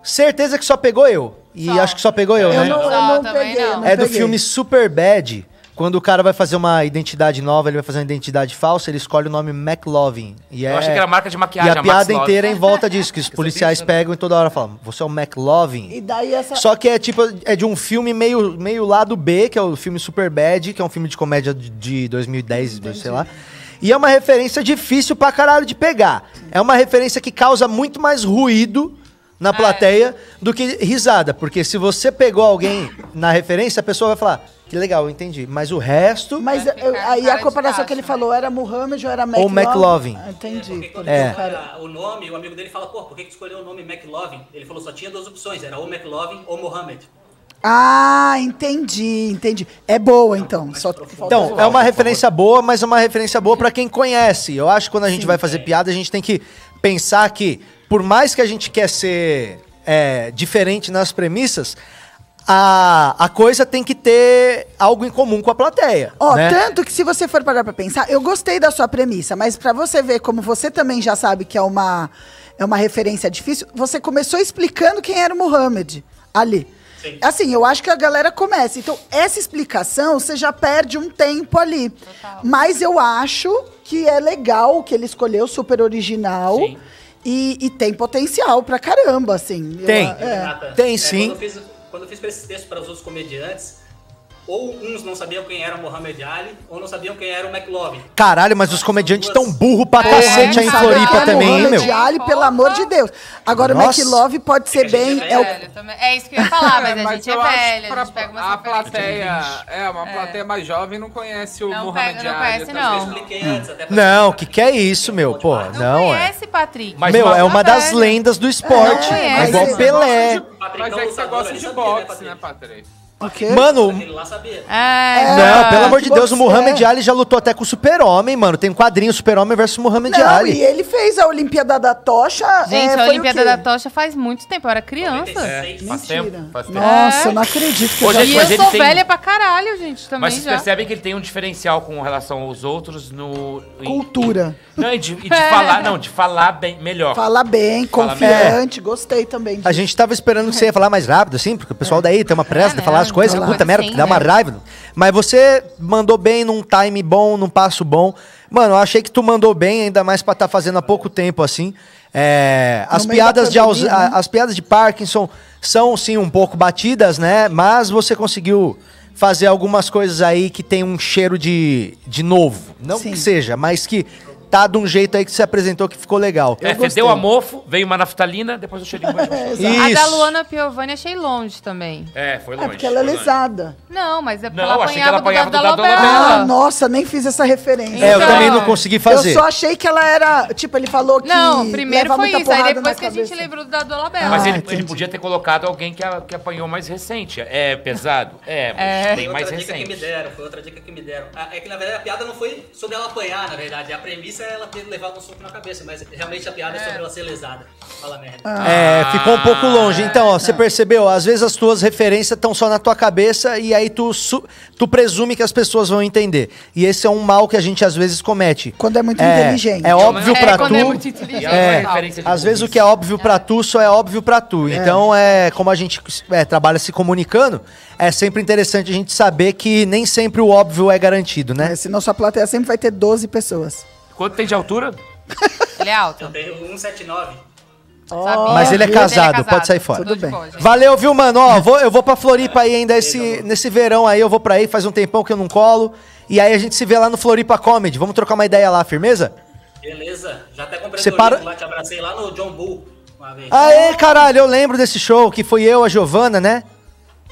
certeza que só pegou eu. E acho que só pegou eu, Eu né? não, eu Não, não também peguei. não. eu é do peguei. filme Super Bad. Quando o cara vai fazer uma identidade nova, ele vai fazer uma identidade falsa, ele escolhe o nome McLovin. E é... Eu achei que era marca de maquiagem, E a a Max piada Lovin. inteira é em volta disso, que os policiais pegam e toda hora falam, você é o McLovin? né? E daí essa. Só que é tipo, é de um filme meio, meio lado B, que é o filme Superbad, que é um filme de comédia de- de 2010, sei lá. E é uma referência difícil pra caralho de pegar. É uma referência que causa muito mais ruído É. na plateia do que risada. Porque se você pegou alguém na referência, a pessoa vai falar, que legal, entendi. Mas o resto... Mas eu- aí a comparação que ele falou era Muhammad ou era Ou McLovin? McLovin. Ah, Entendi. Quando É. ele fala o nome, o amigo dele fala, pô, por que que tu escolheu o nome McLovin? Ele falou, só tinha duas opções, era ou McLovin ou Mohammed. Ah, entendi, entendi. É boa então. Só Então, é uma referência boa, mas é uma referência boa pra quem conhece. Eu acho que quando a gente vai fazer piada, a gente tem que pensar que, por mais que a gente quer ser é, diferente nas premissas, a, a coisa tem que ter algo em comum com a plateia. Ó, né? tanto que se você for parar pra pensar, eu gostei da sua premissa, mas pra você ver como você também já sabe que é uma, é uma referência difícil, você começou explicando quem era o Muhammad ali. Assim, eu acho que a galera começa. Então, essa explicação, você já perde um tempo ali. Mas eu acho que é legal o que ele escolheu, super original. E, e tem potencial pra caramba, assim. Eu- Tem. é. Tem sim. Quando eu fiz, quando eu fiz pra esse texto para os outros comediantes, ou uns não sabiam quem era o Mohammed Ali, ou não sabiam quem era o McLovin. Caralho, mas os comediantes tão burro pra cacete aí em sabe? Floripa Ah, também, hein, Muhammad meu. Ali, pelo amor de Deus. Agora, Nossa. o McLove pode ser bem. É o Velho também. É isso que eu ia falar, mas, a Mas gente é eu acho velho, pra- a gente pega umas A referências. plateia, é, uma É. plateia mais jovem não conhece o Não Mohamed pega- não Ali, conhece, tá? não. Eu expliquei antes, até Não, que que é isso, meu? Pô, não é. Conhece, Patrick? Meu, é uma tá das lendas do esporte. É, É igual mas- Pelé. Mas é que você gosta de boxe, né, Patrick? Mano, É. É. É, Não, pelo amor de Deus, o É. Muhammad Ali já lutou até com o Super-Homem, mano. Tem um quadrinho Super-Homem versus Muhammad Não, Ali. e ele fez a Olimpíada da Ah, Tocha. Gente, é, a foi Olimpíada o quê? da Tocha faz muito tempo, eu era criança. É, faz tempo, faz tempo. é. Nossa, eu não acredito que Ô, eu já gente, E fui. eu Mas ele sou tem- velha pra caralho, gente, também Mas vocês já. percebem que ele tem um diferencial com relação aos outros no. em- Cultura. Não, e de, e de falar, não, de falar bem melhor. Fala bem, Fala confiante, gostei também. A gente tava esperando que você ia falar mais rápido, assim, porque o pessoal daí tem uma pressa de falar as coisas, claro puta que merda, Ah, sim, que dá uma né? raiva. Mas você mandou bem num time bom, num passo bom. Mano, eu achei que tu mandou bem, ainda mais pra tá fazendo há pouco tempo, assim. É, as, meio da piadas de aus- pandemia, né? a- as piadas de Parkinson são, sim, um pouco batidas, né? Mas você conseguiu fazer algumas coisas aí que tem um cheiro de, de novo. Não que seja, mas que tá de um jeito aí que se apresentou que ficou legal. É, fedeu a mofo, veio uma naftalina, depois o cheirinho mais gostoso. A da Isso. Luana Piovani achei longe também. É, foi longe. É porque ela é foi longe. lesada. Não, mas é porque Não, ela achei que ela apanhava, do da, apanhava do da Então, Dado Labella. Ah, nossa, nem fiz essa referência. É, eu também não consegui fazer. Eu só achei que ela era. Tipo, ele falou que. Não, primeiro leva foi muita isso, aí porrada na depois que a gente cabeça. lembrou do da é Dolabella. Mas ele, ele podia ter colocado alguém que, a- que apanhou mais recente. É pesado? É, mas É. tem Foi mais outra dica que me recente. deram, foi outra dica que me deram. Ah, É que na verdade a piada não foi sobre ela apanhar, na verdade. A premissa é ela ter levado um soco na cabeça, mas realmente a piada é, sobre ela ser lesada. Fala merda. É, ficou um pouco longe. Então, Ah. ó, você percebeu? Às vezes as tuas referências estão só na tua cabeça e aí tu, su- tu presume que as pessoas vão entender. E esse é um mal que a gente às vezes comete. Quando é muito inteligente. É óbvio É, pra quando tu. é muito inteligente. é, Referência de às vezes o que é óbvio pra tu só é óbvio pra tu. Então, é como a gente é, trabalha se comunicando, é sempre interessante a gente saber que nem sempre o óbvio é garantido, né? Senão sua plateia sempre vai ter 12 pessoas. Quanto tem de altura? Ele é alto. Eu tenho 179. Mas ele é casado, pode sair fora. Tudo bem. Valeu, viu, mano? Ó, vou- eu vou pra Floripa aí ainda esse, nesse verão aí, eu vou pra aí, faz um tempão que eu não colo. E aí a gente se vê lá no Floripa Comedy. Vamos trocar uma ideia lá, firmeza? Beleza, já até comprei Você o para- É um lá, te abracei lá no John Bull uma vez. Aê, caralho, eu lembro desse show que foi eu, a Giovana, né?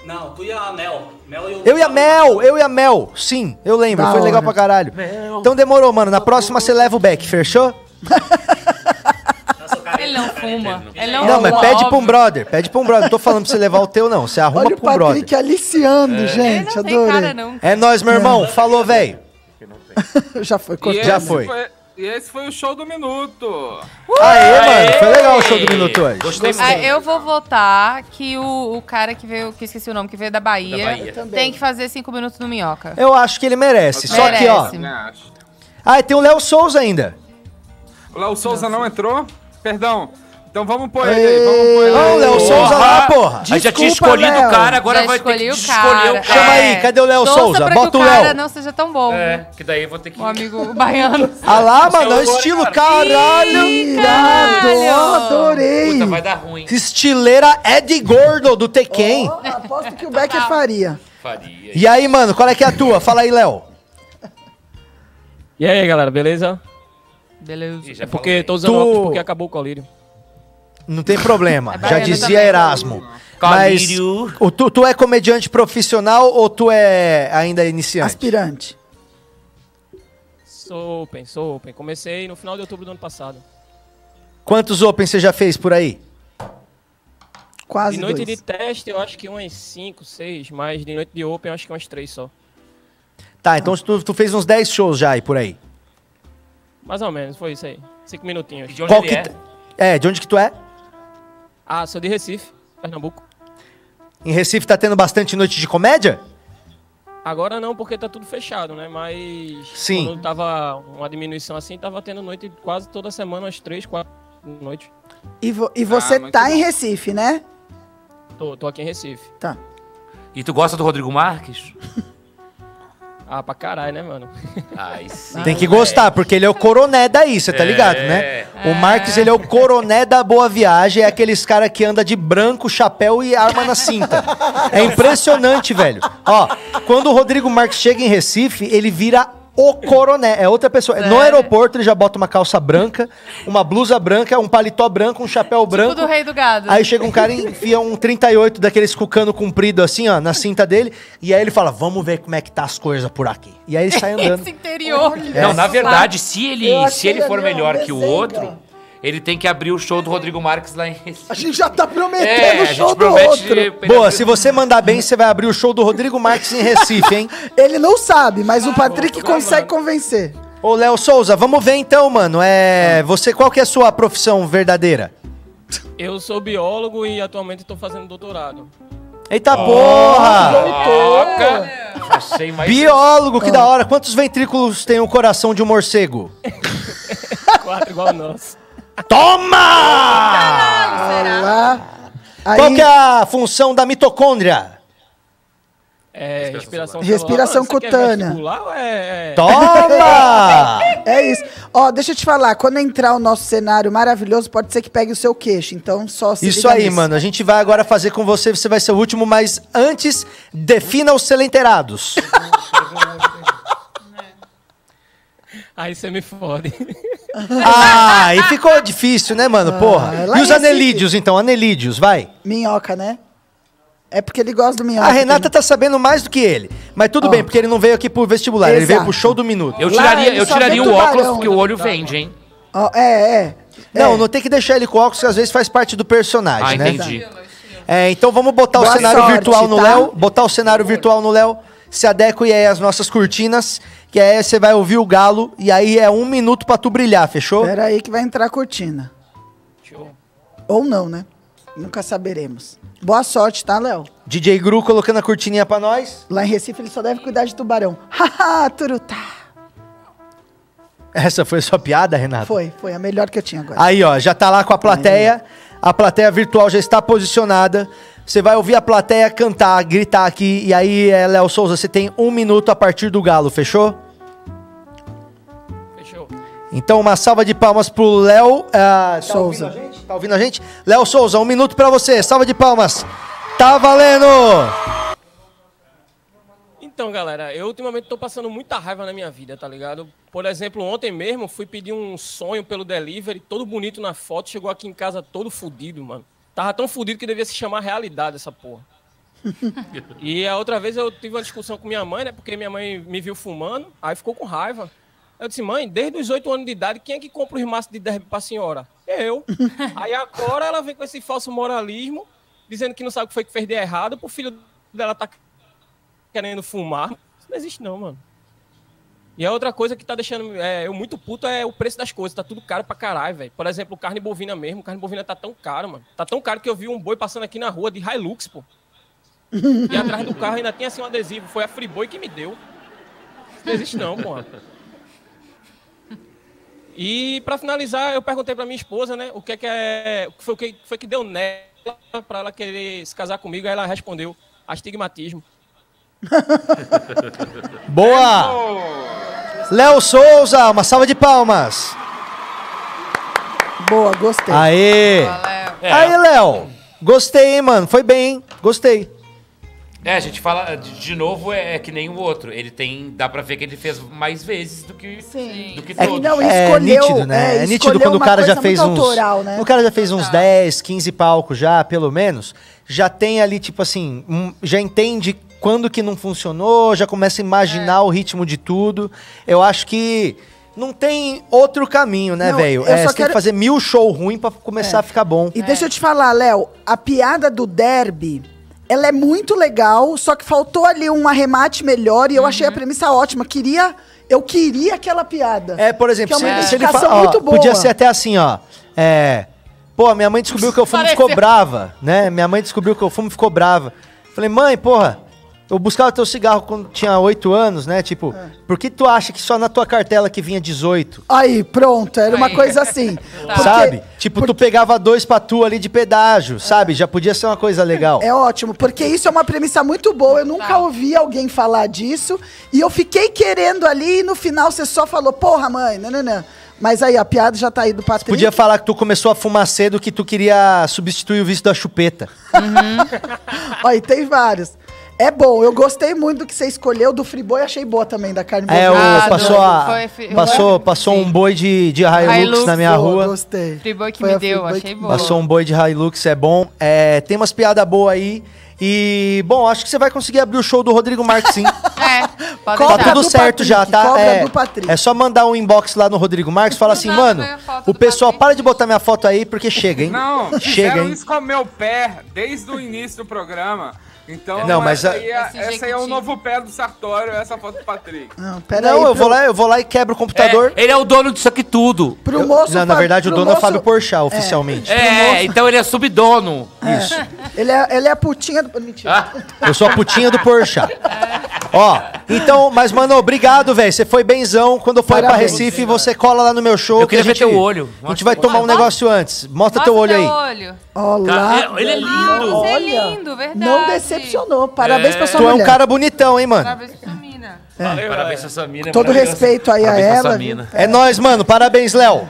Não, tu e a Mel. Mel e o... Eu e a Mel, eu e a Mel. Sim, eu lembro, Da foi legal hora. pra caralho. Então demorou, mano. Na próxima você leva o back, fechou? Ele não fuma. Ele não, Não, fuma, mas pede pra um Então, óbvio. brother, pede pra um brother. Não tô falando pra você levar o teu, não. Você arruma Olha o pro brother. Patrick aliciando, É. gente. tem Adorei. cara, não. É nóis, meu irmão. Falou, velho. Já foi E Já esse foi. E esse foi o show do minuto. Uh! Aê, mano, foi legal o show do Minuto hoje. Gostei Ah, eu vou votar que o, o cara que veio, que eu esqueci o nome, que veio da Bahia, Da Bahia. Eu também. tem que fazer cinco minutos no Minhoca. Eu acho que ele merece. Só que, ó. Ah, e tem o Léo Souza ainda. O Léo Souza não entrou? Perdão. Então vamos pôr ele aí, vamos pôr ele aí. Não, Léo Souza lá, porra. Aí já tinha escolhido o cara, agora Já é vai ter que escolhi o escolher cara. É. o Chama cara. aí, cadê o Léo Torça Souza? pra Bota que o o cara Léo. não seja tão bom. É, que daí eu vou ter que... O amigo baiano. Ah lá, Você mano, é o estilo, caralho. caralho. Adorei. Puta, vai dar ruim. Estileira Ed Gordo, do Tekken. Aposto que o Becker faria. Faria. E aí, mano, qual é que é a tua? Fala aí, Léo. E aí, galera, beleza? Beleza. É porque tô usando Tu- óculos porque acabou o colírio. Não tem É problema, já baiano dizia né? também. Erasmo. Mas Colírio. o, tu, tu é comediante profissional ou tu é ainda iniciante? Aspirante. Sou open, sou open. Comecei no final de outubro do ano passado. Quantos Open você já fez por aí? Quase de noite dois. de teste, eu acho que umas 5, 6, mas de noite de open, eu acho que umas 3 só. Tá, então tu, tu fez uns 10 shows já aí por aí. Mais ou menos, foi isso aí. 5 minutinhos. De Qual que t- É, de onde que tu é? Ah, sou de Recife, Pernambuco. Em Recife tá tendo bastante noite de comédia? Agora não, porque tá tudo fechado, né? Mas Sim. quando tava uma diminuição assim, tava tendo noite quase toda semana, umas 3, 4 noites. E, vo- e você muito tá bom. em Recife, né? Tô, tô aqui em Recife. Tá. E tu gosta do Rodrigo Marques? Ah, pra caralho, né, mano? Ai, sim. Tem que gostar, porque ele é o coroné daí, você tá É. ligado, né? O Marques, ele é o coroné da boa viagem, é aqueles cara que anda de branco, chapéu e arma na cinta. É impressionante, velho. Ó, quando o Rodrigo Marques chega em Recife, ele vira o coroné, é outra pessoa. No aeroporto ele já bota uma calça branca, uma blusa branca, um paletó branco, um chapéu branco. Tipo do rei do gado. Aí chega um cara e enfia um 38 daqueles com cano comprido assim, ó, na cinta dele, e aí ele fala: "Vamos ver como é que tá as coisas por aqui". E aí ele sai andando. Esse interior. Não, na verdade, se Eu ele, achei se ele for legal, melhor que o desenho, outro, ele tem que abrir o show do Rodrigo Marques lá em Recife. A gente já tá prometendo É, a o show gente do promete outro. de- Boa, se você mandar bem, você vai abrir o show do Rodrigo Marques em Recife, hein? Ele não sabe, Ah, mas o Patrick consegue convencer. Ô, Léo Souza, vamos ver então, mano. Ah. É, você, qual que é a sua profissão verdadeira? Eu sou biólogo e atualmente tô fazendo doutorado. Eita Tá, Ah. porra! Toca! Achei mais. Biólogo, Ah. que da hora. Quantos ventrículos tem o coração de um morcego? Quatro igual o nosso. Toma! Olá. Qual que é a função da mitocôndria? É, respiração, Respiração celular. Mano, cutânea. Você quer vestibular ou é... é- Toma! é isso. Ó, deixa eu te falar, quando entrar o nosso cenário maravilhoso, pode ser que pegue o seu queixo, então só se Isso liga aí, nisso. mano. A gente vai agora fazer com você, você vai ser o último, mas antes, defina os selenterados. Aí você me fode. ah, e ficou difícil, né, mano? Porra. Ah, lá e em os Recife. anelídeos, então? Anelídeos, vai. Minhoca, né? É porque ele gosta do minhoca. A Renata tá sabendo mais do que ele. Mas tudo bem, porque ele não veio aqui pro vestibular, ele Exato. veio pro show do minuto. Eu tiraria, ele eu só tiraria vê o tubarão, óculos porque né? o olho vende, hein? Ó, é, é. Não, não tem que deixar ele com óculos, que às vezes faz parte do personagem, Ah, né? entendi. É, então vamos botar Boa o cenário sorte, virtual no tá? Léo, botar o cenário virtual no Léo, se adequa e aí as nossas cortinas, que aí você vai ouvir o galo, e aí é um minuto pra tu brilhar, fechou? Pera aí que vai entrar a cortina. Ou não, né? Nunca saberemos. Boa sorte, tá, Léo? DJ Gru colocando a cortininha pra nós. Lá em Recife ele só deve cuidar de tubarão. Haha, turutá. Essa foi a sua piada, Renata? Foi, foi a melhor que eu tinha agora. Aí, ó, já tá lá com a plateia. A plateia virtual já está posicionada. Você vai ouvir a plateia cantar, gritar aqui. E aí, é, Léo Souza, você tem um minuto a partir do galo, fechou? Fechou. Então, uma salva de palmas pro Léo ah, tá Souza. Ouvindo a gente? Tá ouvindo a gente? Léo Souza, um minuto pra você. Salva de palmas. Tá valendo! Então, galera, eu ultimamente tô passando muita raiva na minha vida, tá ligado? Por exemplo, ontem mesmo fui pedir um sonho pelo delivery, todo bonito na foto, chegou aqui em casa todo fudido, mano. Tava tão fudido que devia se chamar realidade essa porra. E a outra vez eu tive uma discussão com minha mãe, né? Porque minha mãe me viu fumando, aí ficou com raiva. Eu disse, mãe, desde os oito anos de idade, quem é que compra os maços de derby pra senhora? Eu. aí agora ela vem com esse falso moralismo, dizendo que não sabe o que foi que fez de errado, pro filho dela tá querendo fumar. Isso não existe não, mano. E a outra coisa que tá deixando é, eu muito puto é o preço das coisas. Tá tudo caro pra caralho, velho. Por exemplo, carne bovina mesmo. Carne bovina tá tão caro, mano. Tá tão caro que eu vi um boi passando aqui na rua de Hilux, pô. E atrás do carro ainda tinha assim um adesivo. Foi a Friboi que me deu. Isso não existe não, porra. E pra finalizar, eu perguntei pra minha esposa, né, o que é que é, o que foi o que foi que deu nela pra ela querer se casar comigo. Aí ela respondeu: astigmatismo. Boa! Léo Souza, uma salva de palmas. Boa, gostei. Aê! É. Aí, Léo. Gostei, hein, mano. Foi bem, hein? Gostei. É, a gente fala, de de novo, é, é que nem o outro. Ele tem, dá pra ver que ele fez mais vezes do que, do que É, todos. não, É Escolheu, nítido, né? é, É, nítido escolheu quando o uma cara coisa já fez muito uns. autoral, né? O cara já fez uns 10, 15 palcos já, pelo menos. Já tem ali, tipo assim, um- já entende quando que não funcionou, já começa a É. imaginar o ritmo de tudo. Eu acho que não tem outro caminho, né, Não, velho? eu É, só você tem quero- que fazer mil show ruim pra começar a ficar bom. É. E deixa eu te falar, Léo, a piada do derby, ela é muito legal, só que faltou ali um arremate melhor Uhum. e eu achei a premissa ótima. Queria, eu queria aquela piada. É, por exemplo, que é uma se, se ele identificação fa- ó, muito boa. Podia ser até assim, ó. É. Pô, minha mãe descobriu que eu fumo e ficou Parecia- brava, né? Minha mãe descobriu que eu fumo e ficou brava. Falei, mãe, porra, eu buscava teu cigarro quando tinha 8 anos, né? Tipo, É. por que tu acha que só na tua cartela que vinha 18? Aí, pronto, era uma Aí. coisa assim. Porque Sabe? Tipo, tu pegava dois pra tu ali de pedágio, sabe? Já podia ser uma coisa legal. É ótimo, porque isso é uma premissa muito boa. Eu nunca ouvi alguém falar disso. E eu fiquei querendo ali e no final você só falou, porra, mãe, nananã. Mas aí, a piada já tá aí do Patrick. Podia falar que tu começou a fumar cedo que tu queria substituir o vício da chupeta. Uhum. Ó, e tem vários. É bom, eu gostei muito do que você escolheu, do Friboi, achei boa também, da carne É, o, bovina. passou, a- Ah, Foi fi- passou, passou um boi de, de Hilux, Hilux, na minha boa, rua. Gostei. Friboi que Foi me a deu, Friboi achei que- boa. Passou um boi de Hilux, é bom. É, tem umas piadas boas aí. E, bom, acho que você vai conseguir abrir o show do Rodrigo Marques, sim. É, pode tá deixar. tudo certo já, tá? cobra é, do Patrick. é só mandar um inbox lá no Rodrigo Marques, fala assim, mano, o pessoal para de botar minha foto aí porque chega, hein? Não, chega, fizeram hein? isso com o meu pé desde o início do programa. Então, Não, mas essa, a- aí, é, essa aí é o novo pé do Sartório, essa foto do Patrick. Não, Não, eu vou lá, eu vou lá e quebro o computador. ele é o dono disso aqui tudo. Pro Eu- moço não, na fa- verdade, o pro dono é moço- Fábio Porchat, É. oficialmente. É, então ele é subdono. Isso. Ele é, ele é a putinha do. Ah. Mentira. Eu sou a putinha do Porchat. Ó, então, mas, mano, obrigado, velho. Você foi benzão. Quando eu for aí pra Parabéns. Recife, você cola lá no meu show. Eu queria que a ver teu olho. A gente vai tomar um negócio antes. Mostra Mostra teu olho aí. olho. Olá. Ele é lindo. Você é Olha, lindo, verdade. Não decepcionou. Parabéns pra sua Tu é mulher. um cara bonitão, hein, mano? Parabéns pra mina. Valeu, Parabéns pra essa mina. é Todo maravilhosa. respeito aí Parabéns a pra essa ela. mina. É nóis, mano. Parabéns, Léo.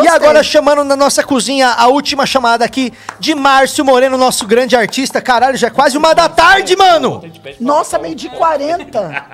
E agora chamando na nossa cozinha a última chamada aqui de Márcio Moreno, nosso grande artista. Caralho, já é quase uma da tarde, mano. Nossa, meio de 40.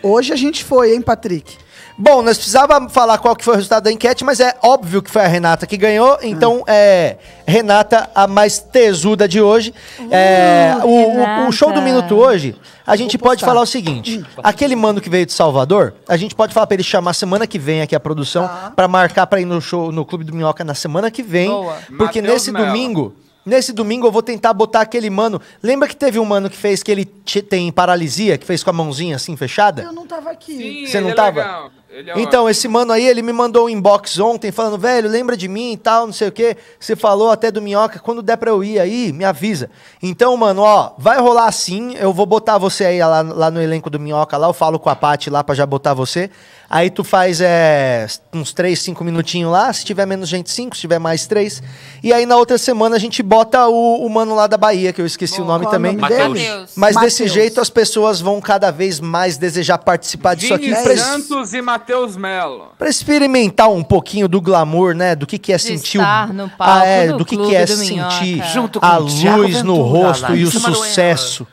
Hoje a gente foi, hein, Patrick? Bom, nós precisava falar qual que foi o resultado da enquete, mas é óbvio que foi a Renata que ganhou. Então, é Renata, a mais tesuda de hoje. É, o- o, o show do Minuto hoje, a gente pode falar o seguinte. Aquele mano que veio de Salvador, a gente pode falar pra ele chamar semana que vem aqui a produção, pra marcar pra ir no show, no Clube do Minhoca na semana que vem. Boa. Porque Matheus nesse Mello. domingo... Nesse domingo eu vou tentar botar aquele mano. Lembra que teve um mano que fez que ele te- tem paralisia, que fez com a mãozinha assim fechada? Eu não tava aqui. Você não tava? então, esse mano aí, ele me mandou um inbox ontem falando, velho, lembra de mim e tal, não sei o quê. Você falou até do Minhoca, quando der pra eu ir aí, me avisa. Então, mano, ó, vai rolar assim, eu vou botar você aí lá, lá no elenco do Minhoca, lá eu falo com a Paty lá pra já botar você. Aí tu faz é, uns 3, 5 minutinhos lá, se tiver menos gente, 5, se tiver mais 3. E aí na outra semana a gente bota o, o mano lá da Bahia, que eu esqueci o nome Qual é o também. nome dele? Mateus. Mas desse Mateus. jeito as pessoas vão cada vez mais desejar participar disso aqui. Vini Pre- Santos e Matheus Melo. Pra experimentar um pouquinho do glamour, né? Do que, que é sentir o... estar no palco ah, é, do do, que, Clube que é do sentir Minhoca. Junto com a o Thiago luz no Ventura, rosto e o Larissa Manoela. sucesso,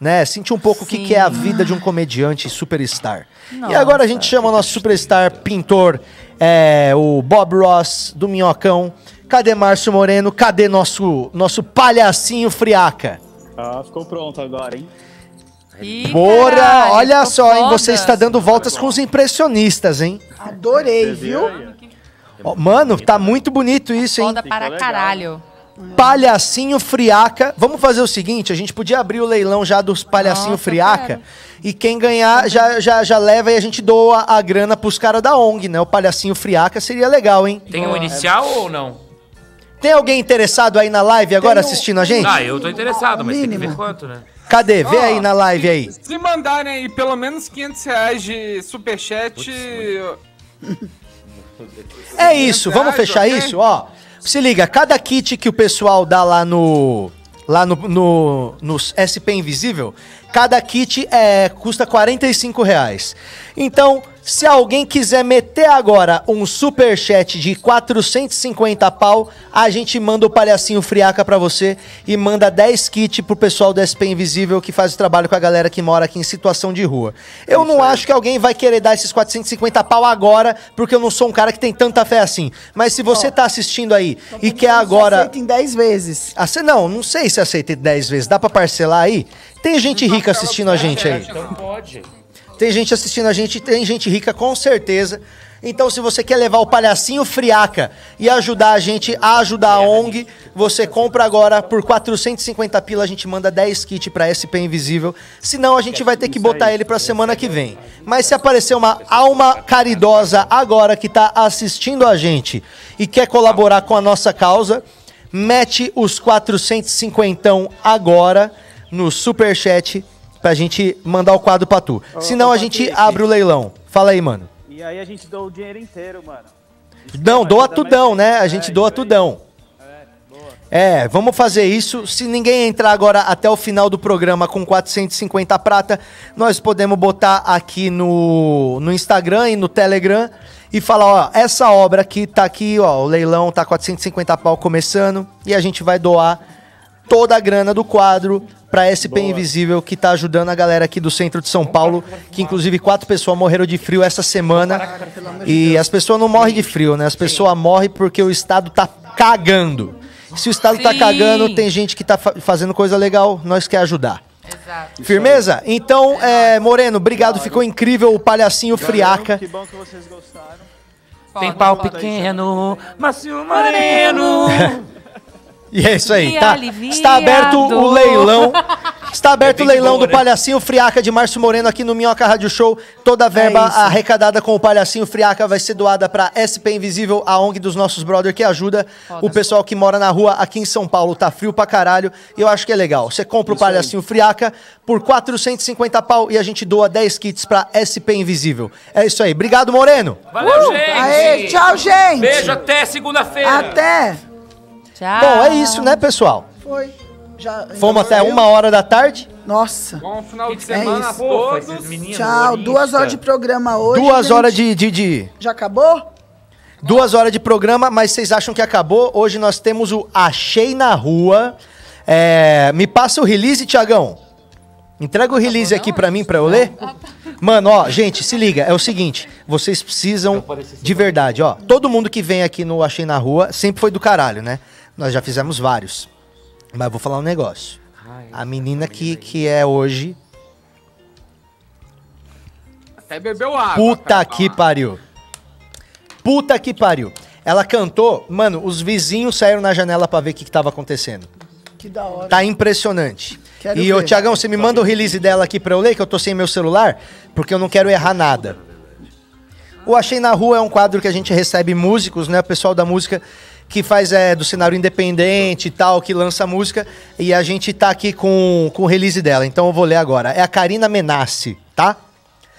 né? Sentir um pouco o que, que é a vida de um comediante superstar. E Nossa. agora a gente chama o nosso superstar pintor, é, o Bob Ross do Minhocão. Cadê Márcio Moreno? Cadê nosso, nosso palhacinho friaca? Ah, ficou pronto agora, hein? Bora! caralho, olha ficou só, hein? foda. Você está dando voltas com os impressionistas, hein? Adorei, viu? Ó, Mano, tá muito bonito isso, hein? Foda para caralho. Palhacinho Friaca. Vamos fazer o seguinte, a gente podia abrir o leilão já dos Palhacinho Nossa, Friaca. E quem ganhar já, já, já leva e a gente doa a grana pros caras da ONG, né? O Palhacinho Friaca seria legal, hein? Tem um inicial ou não? Tem alguém interessado aí na live agora assistindo a gente? Ah, eu tô interessado, mas tem que ver Mínimo. quanto, né? Cadê? Vê Ó, aí na live aí. Se mandarem aí pelo menos 500 reais de superchat, eu, É isso, vamos fechar isso, ó. Se liga, cada kit que o pessoal dá lá no lá no, no nos SP Invisível, cada kit é custa 45 reais. Então, se alguém quiser meter agora um super chat de 450 pau, a gente manda o palhacinho friaca pra você e manda 10 kits pro pessoal do SP Invisível que faz o trabalho com a galera que mora aqui em situação de rua. Eu não acho que alguém vai querer dar esses 450 pau agora, porque eu não sou um cara que tem tanta fé assim. Mas se você tá assistindo aí então e quer agora. Aceita em 10 vezes. Não, não sei se aceita em 10 vezes. Dá pra parcelar aí? Tem gente rica assistindo a gente aí. Então pode. Tem gente assistindo a gente, tem gente rica com certeza. Então, se você quer levar o palhacinho friaca e ajudar a gente a ajudar a ONG, você compra agora por 450 pila, a gente manda 10 kits pra SP Invisível. Senão, a gente vai ter que botar ele pra semana que vem. Mas se aparecer uma alma caridosa agora que tá assistindo a gente e quer colaborar com a nossa causa, mete os 450 agora no superchat pra gente mandar o quadro pra tu. Ô, Senão a ô, gente Patrick. abre o leilão. Fala aí, mano. E aí a gente doa o dinheiro inteiro, mano. Não, doa tudão, né? A gente doa tudão. É, É, vamos fazer isso. Se ninguém entrar agora até o final do programa com 450 prata, nós podemos botar aqui no, no Instagram e no Telegram e falar, ó, essa obra aqui tá aqui, ó, o leilão tá 450 pau começando e a gente vai doar toda a grana do quadro pra SP Invisível que tá ajudando a galera aqui do centro de São Paulo, que inclusive quatro pessoas morreram de frio essa semana. E as pessoas não morrem de frio, né? As pessoas morrem porque o Estado tá cagando. Se o Estado tá Sim. cagando, tem gente que tá fa- fazendo coisa legal, nós quer ajudar. É, Firmeza? Então, é, Moreno, obrigado, ficou incrível o palhacinho friaca. Que bom que vocês gostaram. Tem pau pequeno, macio moreno. E é isso aí, Me tá? aliviado. Está aberto o leilão. É Está aberto o leilão né? do Palhacinho Friaca de Márcio Moreno aqui no Minhoca Rádio Show. É Toda a verba isso. arrecadada com o Palhacinho Friaca vai ser doada para SP Invisível, a ONG dos nossos brother que ajuda o pessoal que mora na rua aqui em São Paulo. Tá frio pra caralho. E eu acho que é legal. Você compra o Palhacinho Friaca por 450 pau e a gente doa 10 kits para SP Invisível. É isso aí. Obrigado, Moreno. Valeu, Uh! gente. Aê, tchau, gente. Beijo, até segunda-feira. Até. Tchau. Bom, é isso, né, pessoal? Foi. Já, Fomos até valeu. uma hora da tarde. Nossa. Bom final de É semana a isso. todos. Tchau. Duas horas de programa hoje. Duas gente. horas de, de, de- Já acabou? Duas horas de programa, mas vocês acham que acabou? Hoje nós temos o Achei na Rua. É, me passa o release, Tiagão. Entrega o release aqui pra mim, pra eu ler. Mano, ó, gente, se liga. É o seguinte, vocês precisam de verdade, ó. Todo mundo que vem aqui no Achei na Rua sempre foi do caralho, né? Nós já fizemos vários. Mas vou falar um negócio. A menina que, que é hoje... Até bebeu água. Puta que pariu. Puta que pariu. Ela cantou, mano, os vizinhos saíram na janela pra ver o que, que tava acontecendo. Que da hora. Tá impressionante. Quero e, ô, ver. Tiagão, você me manda o release dela aqui pra eu ler, que eu tô sem meu celular, porque eu não quero errar nada. O Achei na Rua é um quadro que a gente recebe músicos, né? O pessoal da música que faz é, do cenário independente e tal, que lança música. E a gente tá aqui com, com o release dela. Então eu vou ler agora. É a Karina Menassi, tá?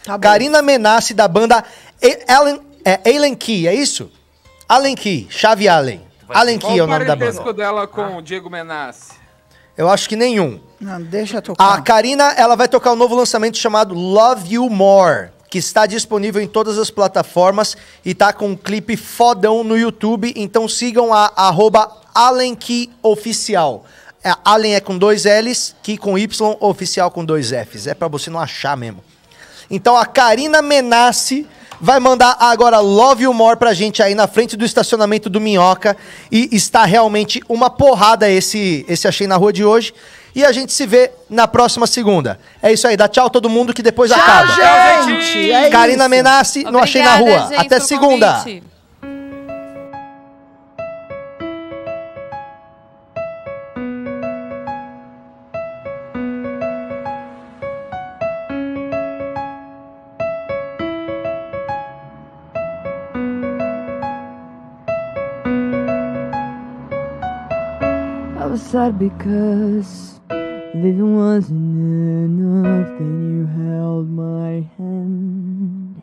tá Karina Menassi, da banda E- Ellen, é, Allen Key, é isso? Allen Key, Chave Allen. Allen Qual Key é o nome da parentesco banda. dela com o Diego Menassi? Eu acho que nenhum. Não, deixa tocar. A Karina, ela vai tocar um novo lançamento chamado Love You More, que está disponível em todas as plataformas e tá com um clipe fodão no YouTube. Então sigam a arroba AllenKeyOficial. É, Allen é com dois L's, Key com Y, oficial com dois F's. É pra você não achar mesmo. Então a Karina Menassi vai mandar agora Love You More pra gente aí na frente do estacionamento do Minhoca. E está realmente uma porrada esse, esse Achei na Rua de hoje. E a gente se vê na próxima segunda. É isso aí, dá tchau todo mundo que depois Tchau, acaba. gente! É Karina isso. Menassi, não Achei na Obrigada, Rua. gente, Até pelo segunda. convite. I was sad because there wasn't enough that you held my hand.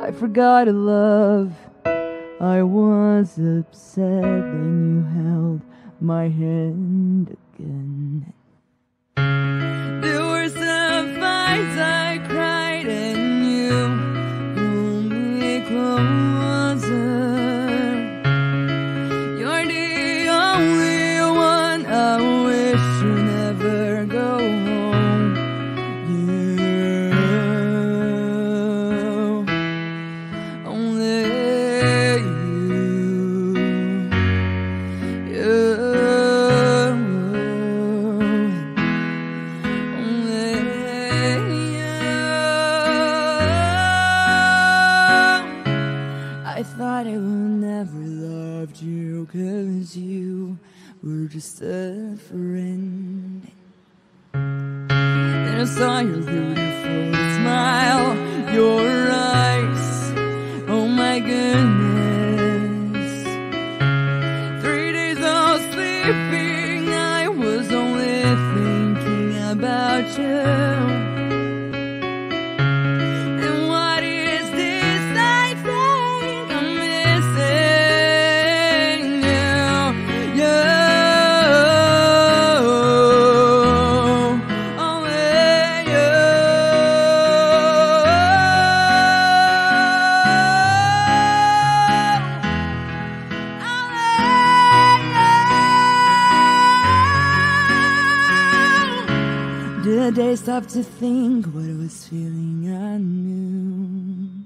I forgot a love I was upset when you held my hand again. There were some fights I cried and you pulled me closer. You're the only one I wish you never go home. You, only you, you. I thought I would never loved you cause you were just a friend. Then I saw your beautiful smile, your eyes. Oh my goodness. Three days of sleeping, I was only thinking about you. And what is this I think I'm missing? You, you, only you. Did I stop to think what I was feeling? I knew.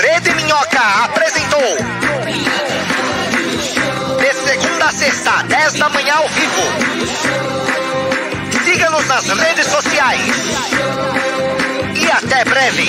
Rede Minhoca apresentou. De segunda a sexta, 10 da manhã ao vivo. Siga-nos nas redes sociais. E até breve.